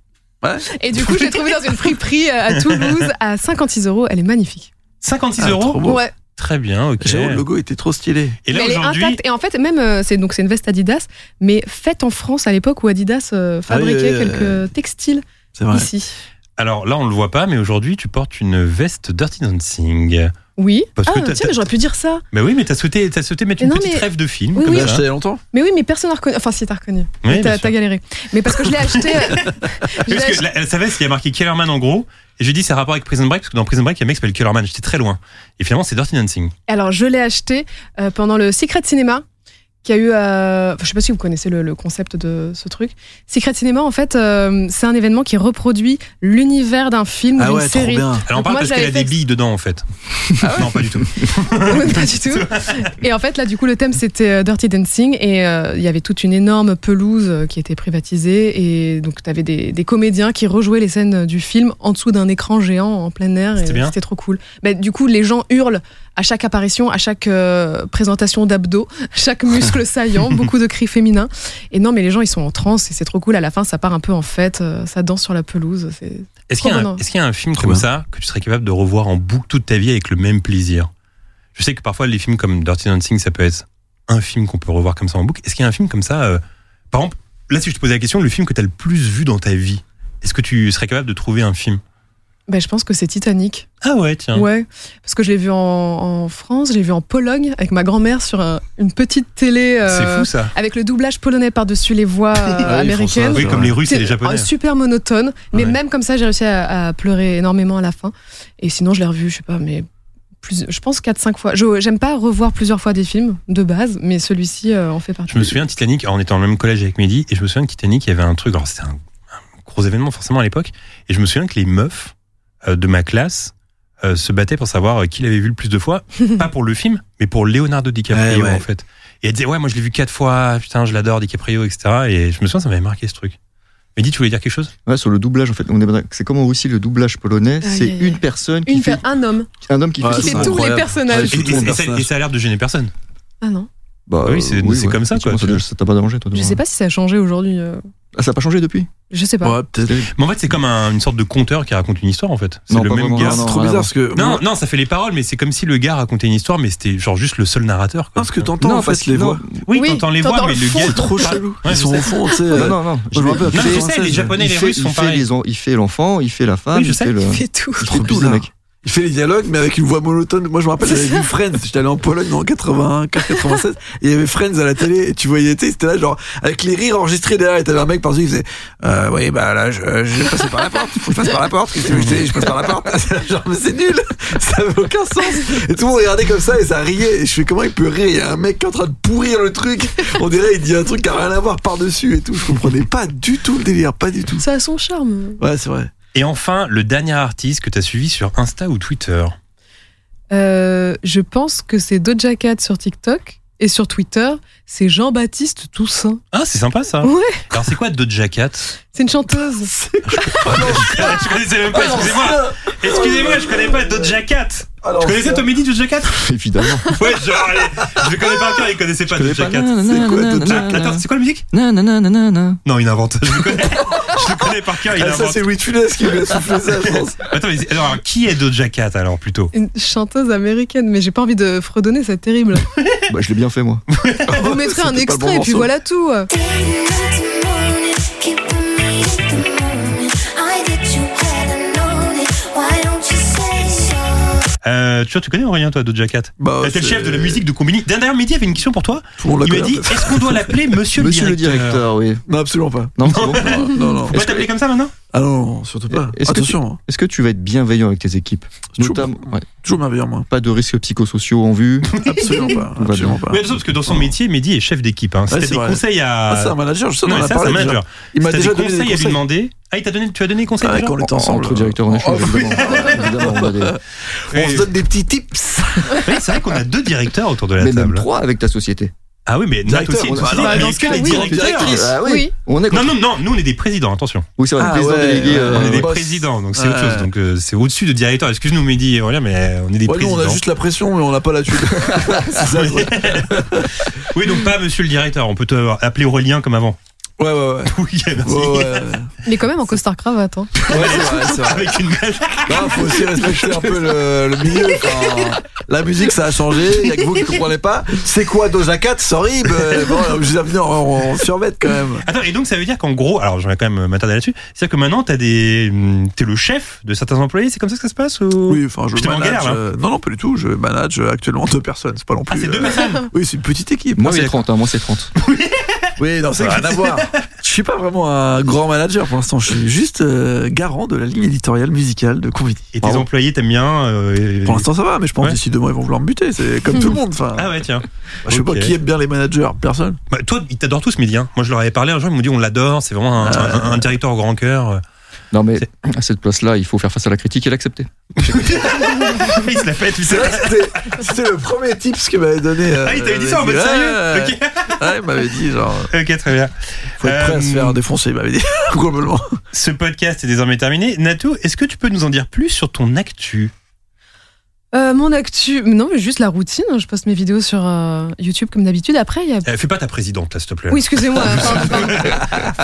Speaker 4: Ouais.
Speaker 5: Et du coup, j'ai trouvé dans une friperie euh, à Toulouse à 56 euros. Elle est magnifique.
Speaker 3: 56
Speaker 4: Ah, trop
Speaker 3: euros.
Speaker 4: beau.
Speaker 5: Ouais.
Speaker 3: Très bien, ok.
Speaker 4: Géo, le logo était trop stylé.
Speaker 3: Et là
Speaker 5: mais elle est
Speaker 3: aujourd'hui,
Speaker 5: intacte. Et en fait, même euh, c'est donc c'est une veste Adidas, mais faite en France à l'époque où Adidas
Speaker 4: Ah
Speaker 5: euh,
Speaker 4: oui,
Speaker 5: fabriquait
Speaker 4: euh,
Speaker 5: quelques textiles
Speaker 4: C'est vrai.
Speaker 5: ici.
Speaker 3: Alors là, on le voit pas, mais aujourd'hui, tu portes une veste Dirty Dancing.
Speaker 5: Oui.
Speaker 3: Parce que
Speaker 5: ah,
Speaker 3: t'as-
Speaker 5: tiens, mais j'aurais pu dire ça.
Speaker 3: Mais oui, mais t'as souhaité, t'as souhaité mettre une
Speaker 5: Mais non,
Speaker 3: petite
Speaker 5: mais-
Speaker 3: rêve de film.
Speaker 5: Oui,
Speaker 3: comme
Speaker 5: oui.
Speaker 3: ça.
Speaker 4: Là, j'étais longtemps.
Speaker 5: Mais oui, mais personne n'a reconnu. Enfin, si, t'as reconnu.
Speaker 3: Oui, bien
Speaker 5: t'as,
Speaker 3: sûr.
Speaker 5: t'as galéré. Mais parce que je l'ai acheté. euh, je l'ai
Speaker 3: Parce que
Speaker 5: acheté-
Speaker 3: là, elle savait s'il y a marqué Kellerman en gros. Et j'ai dit c'est rapport avec Prison Break parce que dans Prison Break il y a un mec qui s'appelle Kellerman. J'étais très loin. Et finalement c'est Dirty Dancing.
Speaker 5: Alors, je l'ai acheté euh, pendant le Secret Cinéma, qui a eu. euh, enfin, je sais pas si vous connaissez le, le concept de ce truc. Secret Cinéma, en fait, euh, c'est un événement qui reproduit l'univers d'un film ou
Speaker 4: Ah
Speaker 5: d'une
Speaker 4: ouais, trop
Speaker 5: série.
Speaker 4: bien.
Speaker 3: Alors on
Speaker 5: Donc
Speaker 3: parle
Speaker 5: moi,
Speaker 3: parce
Speaker 5: je
Speaker 3: qu'elle a
Speaker 5: l'avais
Speaker 3: des
Speaker 5: fait- Ah
Speaker 3: billes dedans en fait. non pas du tout.
Speaker 5: Oui, pas du tout. Et en fait, là, du coup, le thème, c'était euh, Dirty Dancing. Et euh, il y avait toute une énorme pelouse euh, qui était privatisée. Et donc, tu avais des, des comédiens qui rejouaient les scènes euh, du film en dessous d'un écran géant en plein air.
Speaker 3: C'était
Speaker 5: et
Speaker 3: bien.
Speaker 5: C'était trop cool. Mais, du coup, les gens hurlent à chaque apparition, à chaque euh, présentation d'abdos, chaque muscle saillant, beaucoup de cris féminins. Et non, mais les gens, ils sont en transe et c'est trop cool. À la fin, ça part un peu en fête, euh, ça danse sur la pelouse. C'est
Speaker 3: Est-ce qu'il y, a
Speaker 5: Trop
Speaker 3: un-
Speaker 5: bon, non.
Speaker 3: est-ce qu'il y a un film
Speaker 4: Trop
Speaker 3: comme
Speaker 4: bien.
Speaker 3: ça que tu serais capable de revoir en boucle toute ta vie avec le même plaisir Je sais que parfois les films comme Dirty Dancing ça peut être un film qu'on peut revoir comme ça en boucle. Est-ce qu'il y a un film comme ça euh, Par exemple là si je te posais la question le film que t'as le plus vu dans ta vie est-ce que tu serais capable de trouver un film
Speaker 5: Ben, je pense que c'est Titanic.
Speaker 3: Ah ouais tiens.
Speaker 5: Ouais, parce que je l'ai vu en, en France, je l'ai vu en Pologne avec ma grand-mère sur un- une petite télé euh,
Speaker 3: C'est fou ça.
Speaker 5: avec le doublage polonais par-dessus les voix euh,
Speaker 4: Ah oui, ils font ça,
Speaker 5: américaines.
Speaker 4: c'est
Speaker 3: Oui, comme
Speaker 4: vrai.
Speaker 3: les Russes et les
Speaker 5: un
Speaker 3: Japonais.
Speaker 5: super monotone, mais
Speaker 3: Ouais.
Speaker 5: même comme ça, j'ai réussi à, à pleurer énormément à la fin. Et sinon, je l'ai revu, je sais pas, mais plus, je pense 4-5 fois. Je J'aime pas revoir plusieurs fois des films de base, mais celui-ci euh, en fait partie.
Speaker 3: Je me souviens de Titanic, alors on était dans le même collège avec Mehdi, et je me souviens de Titanic, il y avait un truc, alors c'était un, un gros événement forcément à l'époque, et je me souviens que les meufs euh, de ma classe euh, se battaient pour savoir euh, qui l'avait vu le plus de fois, pas pour le film, mais pour Leonardo DiCaprio
Speaker 4: Ouais, ouais.
Speaker 3: en fait. Et elle disait, ouais, moi je l'ai vu quatre fois, putain, je l'adore DiCaprio, etc. Et je me souviens, ça m'avait marqué ce truc. Mehdi, tu voulais dire quelque chose
Speaker 6: Ouais, sur le doublage, en fait, on est bien d'accord. c'est comme en Russie, le doublage polonais,
Speaker 5: Aïe,
Speaker 6: c'est
Speaker 5: aïe, aïe.
Speaker 6: une personne qui
Speaker 5: Une
Speaker 6: fait,
Speaker 5: per- un homme
Speaker 6: un homme qui
Speaker 4: Ouais,
Speaker 6: fait
Speaker 5: qui
Speaker 4: c'est
Speaker 5: fait
Speaker 6: tout.
Speaker 5: tous
Speaker 4: incroyable.
Speaker 5: les personnages.
Speaker 4: Ouais,
Speaker 3: et,
Speaker 4: c'est tout
Speaker 3: et-
Speaker 4: mon
Speaker 3: et ça,
Speaker 4: personnage.
Speaker 3: et ça a l'air de gêner personne.
Speaker 5: Ah non,
Speaker 6: Bah,
Speaker 3: Oui, c'est- c'est comme ça, quoi.
Speaker 6: effectivement, Ça, ça t'a pas dérangé, toi. de
Speaker 5: je
Speaker 6: voir.
Speaker 5: sais pas si ça a changé aujourd'hui. euh,
Speaker 6: Ah, ça a pas changé depuis.
Speaker 5: Je sais pas.
Speaker 4: Ouais, peut-être.
Speaker 3: Mais en fait, c'est comme un- une sorte de conteur qui raconte une histoire en fait. C'est
Speaker 6: Non,
Speaker 3: le
Speaker 6: pas
Speaker 3: même
Speaker 6: vraiment,
Speaker 3: gars.
Speaker 4: C'est
Speaker 6: non,
Speaker 4: trop
Speaker 6: rien à
Speaker 4: bizarre
Speaker 6: voir.
Speaker 4: parce que.
Speaker 3: Non,
Speaker 4: Euh, moi-
Speaker 3: non, ça fait les paroles, mais c'est comme si le gars racontait une histoire, mais c'était genre juste le seul narrateur. Quoi.
Speaker 4: Non, ce que t'entends, en fait,
Speaker 6: parce que-
Speaker 4: les
Speaker 6: non,
Speaker 4: voix.
Speaker 3: Oui,
Speaker 5: Oui,
Speaker 3: t'entends les
Speaker 5: t'entends
Speaker 3: voix,
Speaker 5: le
Speaker 3: mais le
Speaker 5: fond.
Speaker 3: gars.
Speaker 4: C'est trop
Speaker 3: parle-
Speaker 4: chelou.
Speaker 3: Ouais,
Speaker 4: Ils
Speaker 3: je
Speaker 4: sont
Speaker 3: sais.
Speaker 4: au fond, tu sais.
Speaker 6: Non, non, non.
Speaker 4: je me rappelle,
Speaker 3: Non, je sais,
Speaker 4: Française,
Speaker 3: les Japonais et
Speaker 6: il
Speaker 3: les
Speaker 6: fait,
Speaker 3: Russes
Speaker 6: il
Speaker 3: sont
Speaker 6: fait
Speaker 3: pareils.
Speaker 6: les en- il fait l'enfant, il fait la femme,
Speaker 3: Oui,
Speaker 6: Ah,
Speaker 3: je
Speaker 6: il
Speaker 3: sais.
Speaker 6: fait le.
Speaker 5: Il fait tout.
Speaker 6: Il
Speaker 4: Trop
Speaker 6: fait tout, le
Speaker 4: bizarre.
Speaker 6: mec.
Speaker 4: Il fait les dialogues, mais avec une voix monotone. Moi, je me rappelle, j'avais vu Friends. J'étais allé en Pologne en 81, 96. Et il y avait Friends à la télé. Et tu voyais, tu sais, c'était là, genre, avec les rires enregistrés derrière. Et t'avais un mec par-dessus qui faisait, euh, oui, bah là, je, je vais passer par la porte. Faut que je passe par la porte. Qu'est-ce que tu veux que je te dise Je passe par la porte. genre, mais c'est nul. Ça avait aucun sens. Et tout le monde regardait comme ça et ça riait. Et je fais, comment il peut rire Il y a un mec qui est en train de pourrir le truc. On dirait, il dit un truc qui a rien à voir par-dessus et tout. Je comprenais pas du tout le délire. Pas du tout.
Speaker 5: Ça a son charme.
Speaker 4: Ouais, c'est vrai.
Speaker 3: Et enfin, le dernier artiste que t'as suivi sur Insta ou Twitter.
Speaker 5: Euh, je pense que c'est Doja Cat sur TikTok et sur Twitter, c'est Jean-Baptiste Toussaint.
Speaker 3: Ah, c'est sympa ça.
Speaker 5: Ouais.
Speaker 3: Alors, c'est quoi Doja Cat
Speaker 5: C'est une chanteuse.
Speaker 3: Je connaissais même pas, excusez-moi. Excusez-moi, je connais pas Doja Cat.
Speaker 4: Alors,
Speaker 3: Tu connaissais Tommy Lee Doja Cat
Speaker 6: Évidemment.
Speaker 3: Ouais, genre, allez, je le connais par cœur, il connaissait pas Doja Cat.
Speaker 4: c'est quoi, Doja
Speaker 3: Ah, Attends, c'est quoi la musique Non, il invente. Je le connais. Je le connais par cœur, il
Speaker 4: Ah, ça,
Speaker 3: invente.
Speaker 4: c'est Louis de Funès qui lui a soufflé ça, je pense.
Speaker 3: Attends, mais c'est- alors, qui est Doja Cat alors plutôt
Speaker 5: Une chanteuse américaine, mais j'ai pas envie de fredonner, c'est terrible.
Speaker 6: Bah, je l'ai bien fait, moi.
Speaker 5: Vous mettrez un
Speaker 4: C'était pas le bon
Speaker 5: extrait et puis
Speaker 4: morceau.
Speaker 5: voilà tout.
Speaker 3: Euh, tu vois, tu connais Aurélien, toi, Doja Cat
Speaker 4: Bah,
Speaker 3: T'es le
Speaker 4: c'est-
Speaker 3: chef de la musique de Combini. D'ailleurs, Mehdi avait une question pour toi.
Speaker 4: On la
Speaker 3: Il m'a
Speaker 4: connaît,
Speaker 3: dit
Speaker 4: en fait.
Speaker 3: est-ce qu'on doit l'appeler monsieur,
Speaker 6: Monsieur le directeur, oui.
Speaker 4: Non, absolument pas.
Speaker 6: Non, c'est bon.
Speaker 4: Non, non, non.
Speaker 3: On va t'appeler comme ça maintenant
Speaker 4: Ah non, non, surtout pas.
Speaker 6: Est-ce que
Speaker 4: Attention, hein.
Speaker 6: Est-ce que tu vas être bienveillant avec tes équipes
Speaker 4: toujours,
Speaker 6: Notamment, ouais,
Speaker 4: toujours merveilleux, moi.
Speaker 6: pas de risques psychosociaux en vue.
Speaker 4: Absolument pas.
Speaker 6: va
Speaker 4: Absolument
Speaker 6: bien.
Speaker 4: pas.
Speaker 3: Oui, attention, parce que dans son métier, Mehdi est chef d'équipe. Hein. Si
Speaker 4: Ouais,
Speaker 3: t'as
Speaker 4: c'est
Speaker 3: des
Speaker 4: vrai.
Speaker 3: conseils à.
Speaker 4: Ah, c'est un manager, je sais, on
Speaker 3: Ouais,
Speaker 4: en a
Speaker 3: ça, c'est un
Speaker 4: parlé. déjà.
Speaker 3: manager.
Speaker 4: Il
Speaker 3: Si
Speaker 4: m'a
Speaker 3: t'as des
Speaker 4: déjà donné des
Speaker 3: conseils à lui
Speaker 4: conseils.
Speaker 3: demander. Ah, il t'a donné, tu as donné des conseils
Speaker 4: Ah,
Speaker 3: déjà
Speaker 4: quand on était
Speaker 6: En-
Speaker 4: ensemble.
Speaker 6: Entre directeurs en échange,
Speaker 4: Oh, oui.
Speaker 6: évidemment. Évidemment, on a des-
Speaker 4: On se donne des petits tips.
Speaker 3: Oui, C'est vrai qu'on a deux directeurs autour de la
Speaker 6: Mais même
Speaker 3: table.
Speaker 6: trois avec ta société.
Speaker 3: Ah oui, mais Nat
Speaker 4: Directeur,
Speaker 3: aussi.
Speaker 4: on a-
Speaker 3: Bah,
Speaker 4: Bah,
Speaker 3: non,
Speaker 5: dans
Speaker 3: mais
Speaker 5: ce
Speaker 3: que
Speaker 5: cas,
Speaker 3: les
Speaker 5: oui.
Speaker 3: directeurs.
Speaker 6: Ah oui.
Speaker 5: Oui.
Speaker 6: On est
Speaker 3: Non, non, non, nous on est des présidents, attention.
Speaker 6: Oui, c'est vrai, le
Speaker 4: Ah
Speaker 6: président
Speaker 4: ouais,
Speaker 6: délégué.
Speaker 4: ouais,
Speaker 6: euh,
Speaker 3: on est des
Speaker 4: boss.
Speaker 3: présidents, donc c'est autre
Speaker 4: Ouais.
Speaker 3: chose. Donc euh, c'est au-dessus de directeur. Excuse-nous, Mehdi et Aurélien, mais on est des
Speaker 4: Ouais, nous,
Speaker 3: présidents.
Speaker 4: on a juste la pression, mais on n'a pas la tuile. C'est ça, le truc.
Speaker 3: oui, donc pas monsieur le directeur. On peut te appeler Aurélien comme avant.
Speaker 4: Ouais, ouais, ouais.
Speaker 3: Oui, merci.
Speaker 4: Ouais, ouais, ouais.
Speaker 5: Il est quand même en costard cravate. Hein.
Speaker 4: Ouais, c'est vrai, c'est vrai.
Speaker 3: Avec une belle.
Speaker 4: Non, faut aussi respecter un peu le, le milieu. enfin, la musique, ça a changé. Il y a que vous qui comprenez pas. C'est quoi Doja Cat Sorry, mais bon, on est obligé de venir en, en survêt quand même.
Speaker 3: Attends, et donc ça veut dire qu'en gros, alors je vais quand même m'attarder là-dessus, c'est-à-dire que maintenant t'as des, hum, t'es le chef de certains employés, c'est comme ça que ça se passe ou
Speaker 4: Oui, enfin, je
Speaker 3: J'étais en
Speaker 4: manage.
Speaker 3: galère, là.
Speaker 4: euh, non, non, pas du tout. Je manage euh, actuellement deux personnes. C'est pas non
Speaker 3: Ah,
Speaker 4: plus.
Speaker 3: c'est deux
Speaker 4: euh,
Speaker 3: personnes.
Speaker 4: oui, c'est une petite équipe.
Speaker 6: Moi,
Speaker 4: Ah,
Speaker 6: c'est
Speaker 4: oui,
Speaker 6: 30, hein, moi, c'est 30.
Speaker 4: Oui, non, ça n'a rien à voir. Je suis pas vraiment un grand manager pour l'instant. Je suis juste euh, garant de la ligne éditoriale musicale de Convidi.
Speaker 3: Et tes
Speaker 4: Pardon.
Speaker 3: employés t'aimes bien euh, et-
Speaker 4: Pour l'instant, ça va, mais je pense
Speaker 3: Ouais.
Speaker 4: que d'ici deux mois, ils vont vouloir me buter. C'est comme tout le monde. Enfin,
Speaker 3: Ah ouais, tiens.
Speaker 4: je sais
Speaker 3: Ok.
Speaker 4: pas qui aime bien les managers. Personne.
Speaker 3: Bah, toi, ils t'adorent tous, Médien. Moi, je leur avais parlé un jour, ils m'ont dit on l'adore, c'est vraiment un, un- un directeur au grand cœur.
Speaker 6: Ah. Non, mais à cette place-là, il faut faire face à la critique et l'accepter.
Speaker 3: il se la fait, tu sais.
Speaker 4: C'était- C'était le premier tips qu'il m'avait donné. euh,
Speaker 3: Ah, il t'avait dit ça en
Speaker 4: m'avait
Speaker 3: mode
Speaker 4: dit,
Speaker 3: sérieux Ok.
Speaker 4: ouais, ouais, il m'avait dit, genre,
Speaker 3: Ok, très bien.
Speaker 4: faut être prêt à se
Speaker 3: Euh,
Speaker 4: faire défoncer, il m'avait dit, globalement.
Speaker 3: Ce podcast est désormais terminé. Natou, est-ce que tu peux nous en dire plus sur ton actu
Speaker 5: Euh, mon actu. Non, mais juste la routine. hein. Je poste mes vidéos sur euh, YouTube comme d'habitude. Après, il y a.
Speaker 3: Euh, Fais pas ta présidente, là, s'il te plaît.
Speaker 5: Oui, excusez-moi. pardon, pardon.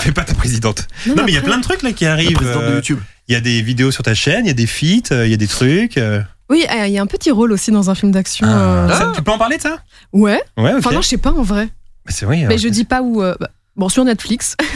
Speaker 3: Fais pas ta présidente. Non, mais il y a
Speaker 5: après-
Speaker 3: plein de trucs là qui
Speaker 4: Le
Speaker 3: arrivent.
Speaker 4: président de
Speaker 3: Euh,
Speaker 4: YouTube.
Speaker 3: Il y a des vidéos sur ta chaîne, il y a des feats, euh, il y a des trucs. euh.
Speaker 5: Oui, euh, il y a un petit rôle aussi dans un film d'action. euh,
Speaker 3: Ça, tu peux en parler de ça
Speaker 5: Ouais.
Speaker 3: Ouais, Ah. ok.
Speaker 5: Enfin, non, je sais pas en vrai.
Speaker 3: Bah, c'est vrai.
Speaker 5: Mais
Speaker 3: euh,
Speaker 5: je dis pas où. euh, bah, Bon, sur Netflix.
Speaker 3: Non,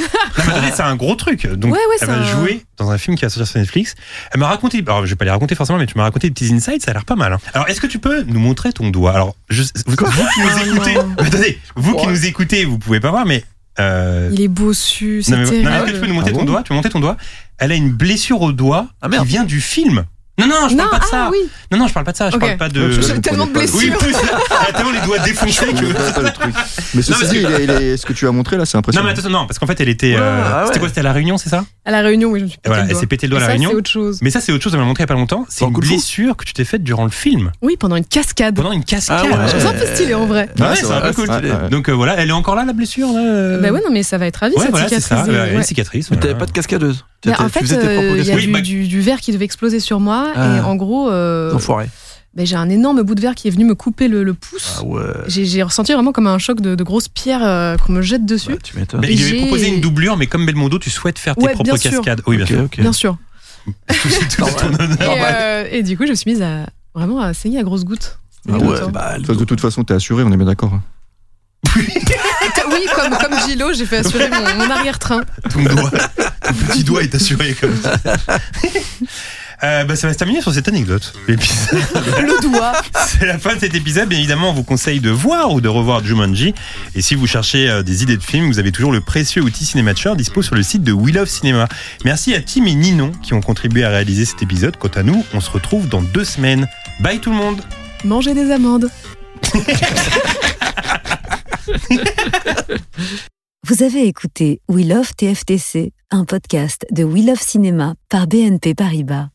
Speaker 3: mais attendez, c'est un gros truc. Donc,
Speaker 5: Ouais, ouais,
Speaker 3: elle
Speaker 5: c'est
Speaker 3: va
Speaker 5: un-
Speaker 3: jouer dans un film qui va sortir sur Netflix. Elle m'a raconté, alors je vais pas les raconter forcément, mais tu m'as raconté des petits insights, ça a l'air pas mal. hein. Alors, est-ce que tu peux nous montrer ton doigt Alors, je- vous, vous qui nous
Speaker 5: Ah,
Speaker 3: écoutez,
Speaker 5: non.
Speaker 3: Mais attendez, vous qui
Speaker 4: Ouais.
Speaker 3: nous écoutez, vous pouvez pas voir, mais. euh,
Speaker 5: Il est bossu, c'est
Speaker 3: non, mais, non, mais est-ce
Speaker 5: terrible.
Speaker 3: que tu peux nous montrer
Speaker 6: Ah bon
Speaker 3: ton doigt Tu peux montrer ton doigt Elle a une blessure au doigt
Speaker 4: Ah, merde.
Speaker 3: qui vient du film. Non, non, je
Speaker 5: non,
Speaker 3: parle pas de ça.
Speaker 5: ah oui,
Speaker 3: Non, non, je parle pas de ça. Je
Speaker 5: Ok.
Speaker 3: parle Euh, pas de.
Speaker 6: Je-
Speaker 5: j'ai tellement de
Speaker 6: comprenais pas.
Speaker 3: Oui,
Speaker 5: blessures.
Speaker 3: plus. Elle a tellement les doigts défoncés
Speaker 6: Je
Speaker 3: que.
Speaker 6: comprends pas le truc. Mais ceci
Speaker 3: parce
Speaker 6: dit, il
Speaker 3: que-
Speaker 6: est- il est- ce que tu as montré là, c'est
Speaker 3: Non, mais
Speaker 6: impressionnant.
Speaker 3: attends, non, parce qu'en fait, elle était.
Speaker 4: Ouais,
Speaker 3: euh,
Speaker 4: ah ouais.
Speaker 3: C'était quoi C'était à la Réunion, c'est ça
Speaker 5: À la réunion, oui, je me suis
Speaker 3: Et
Speaker 5: pété
Speaker 3: voilà,
Speaker 5: le
Speaker 3: elle
Speaker 5: doigt.
Speaker 3: s'est pété le doigt à
Speaker 5: Et
Speaker 3: la
Speaker 5: ça,
Speaker 3: Réunion.
Speaker 5: c'est autre chose.
Speaker 3: Mais ça, c'est autre chose, elle m'a montré il y a pas longtemps. C'est
Speaker 4: Dans
Speaker 3: une
Speaker 4: Kung Fu
Speaker 3: blessure que tu t'es faite durant le film,
Speaker 5: Oui, pendant une cascade.
Speaker 3: pendant une cascade.
Speaker 4: Ah ouais.
Speaker 5: Je trouve ça un peu stylé en vrai.
Speaker 3: Ouais,
Speaker 4: Ouais,
Speaker 3: c'est
Speaker 4: c'est
Speaker 3: un
Speaker 4: vrai,
Speaker 3: peu cool.
Speaker 4: c'est stylé.
Speaker 6: Ouais.
Speaker 3: Donc euh, voilà, elle est encore là, la blessure là
Speaker 5: Bah ouais, non, mais ça va être ravi,
Speaker 3: euh, Ouais,
Speaker 5: cette
Speaker 3: voilà, c'est
Speaker 5: cicatrice.
Speaker 3: ça,
Speaker 5: euh,
Speaker 3: ouais, une
Speaker 5: ouais.
Speaker 3: cicatrice.
Speaker 4: Mais
Speaker 3: voilà.
Speaker 4: t'avais pas de cascadeuse.
Speaker 5: Bah,
Speaker 4: T'étais-
Speaker 5: en
Speaker 4: tu
Speaker 5: fait,
Speaker 4: faisais tes
Speaker 5: euh,
Speaker 4: propres
Speaker 5: il y a
Speaker 4: cascades.
Speaker 5: du,
Speaker 3: Oui, bah-
Speaker 5: du- du verre qui devait exploser sur moi. Et
Speaker 4: Ah.
Speaker 5: en gros, euh,
Speaker 4: Enfoiré.
Speaker 5: bah, j'ai un énorme bout de verre qui est venu me couper le, le pouce.
Speaker 4: Ah ouais.
Speaker 5: J'ai- J'ai ressenti vraiment comme un choc de, de grosses pierres euh, qu'on me jette dessus.
Speaker 4: Bah, tu m'étonnes.
Speaker 3: Mais il devait
Speaker 5: J'ai-
Speaker 3: proposer une doublure, mais comme Belmondo, tu souhaites faire tes
Speaker 5: Ouais,
Speaker 3: propres
Speaker 5: bien sûr.
Speaker 3: cascades. Oui, bien
Speaker 4: Ok,
Speaker 3: sûr.
Speaker 4: ok.
Speaker 5: Bien sûr.
Speaker 3: Tout à ton honneur.
Speaker 5: Et, euh, et du coup, je me suis mise à vraiment à saigner à grosses gouttes.
Speaker 4: Ah
Speaker 5: Tout le
Speaker 4: ouais,
Speaker 5: temps.
Speaker 4: bah, le-
Speaker 6: Enfin, De toute façon, t'es assuré, on est bien d'accord. hein.
Speaker 5: Oui, comme, comme Gilo, j'ai fait assurer mon, mon arrière-train.
Speaker 3: Ton doigt, ton petit doigt est assuré comme ça. Euh, bah, ça va se terminer sur cette anecdote. L'épisode.
Speaker 5: Le doigt.
Speaker 3: C'est la fin de cet épisode. Bien évidemment, on vous conseille de voir ou de revoir Jumanji. Et si vous cherchez euh, des idées de films, vous avez toujours le précieux outil Cinémature dispo sur le site de We Love Cinéma. Merci à Tim et Ninon qui ont contribué à réaliser cet épisode. Quant à nous, on se retrouve dans deux semaines. Bye tout le monde
Speaker 5: Manger des amandes.
Speaker 1: Vous avez écouté We Love TFTC, un podcast de We Love Cinéma par BNP Paribas.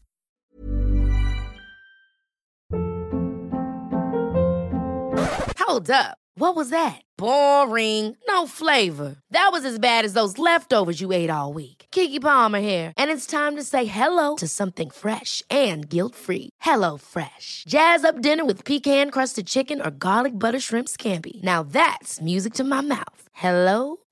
Speaker 8: Hold up. What was that? Boring. No flavor. That was as bad as those leftovers you ate all week. Kiki Palmer here, and it's time to say hello to something fresh and guilt-free. Hello Fresh. Jazz up dinner with pecan-crusted chicken or garlic butter shrimp scampi. Now that's music to my mouth. Hello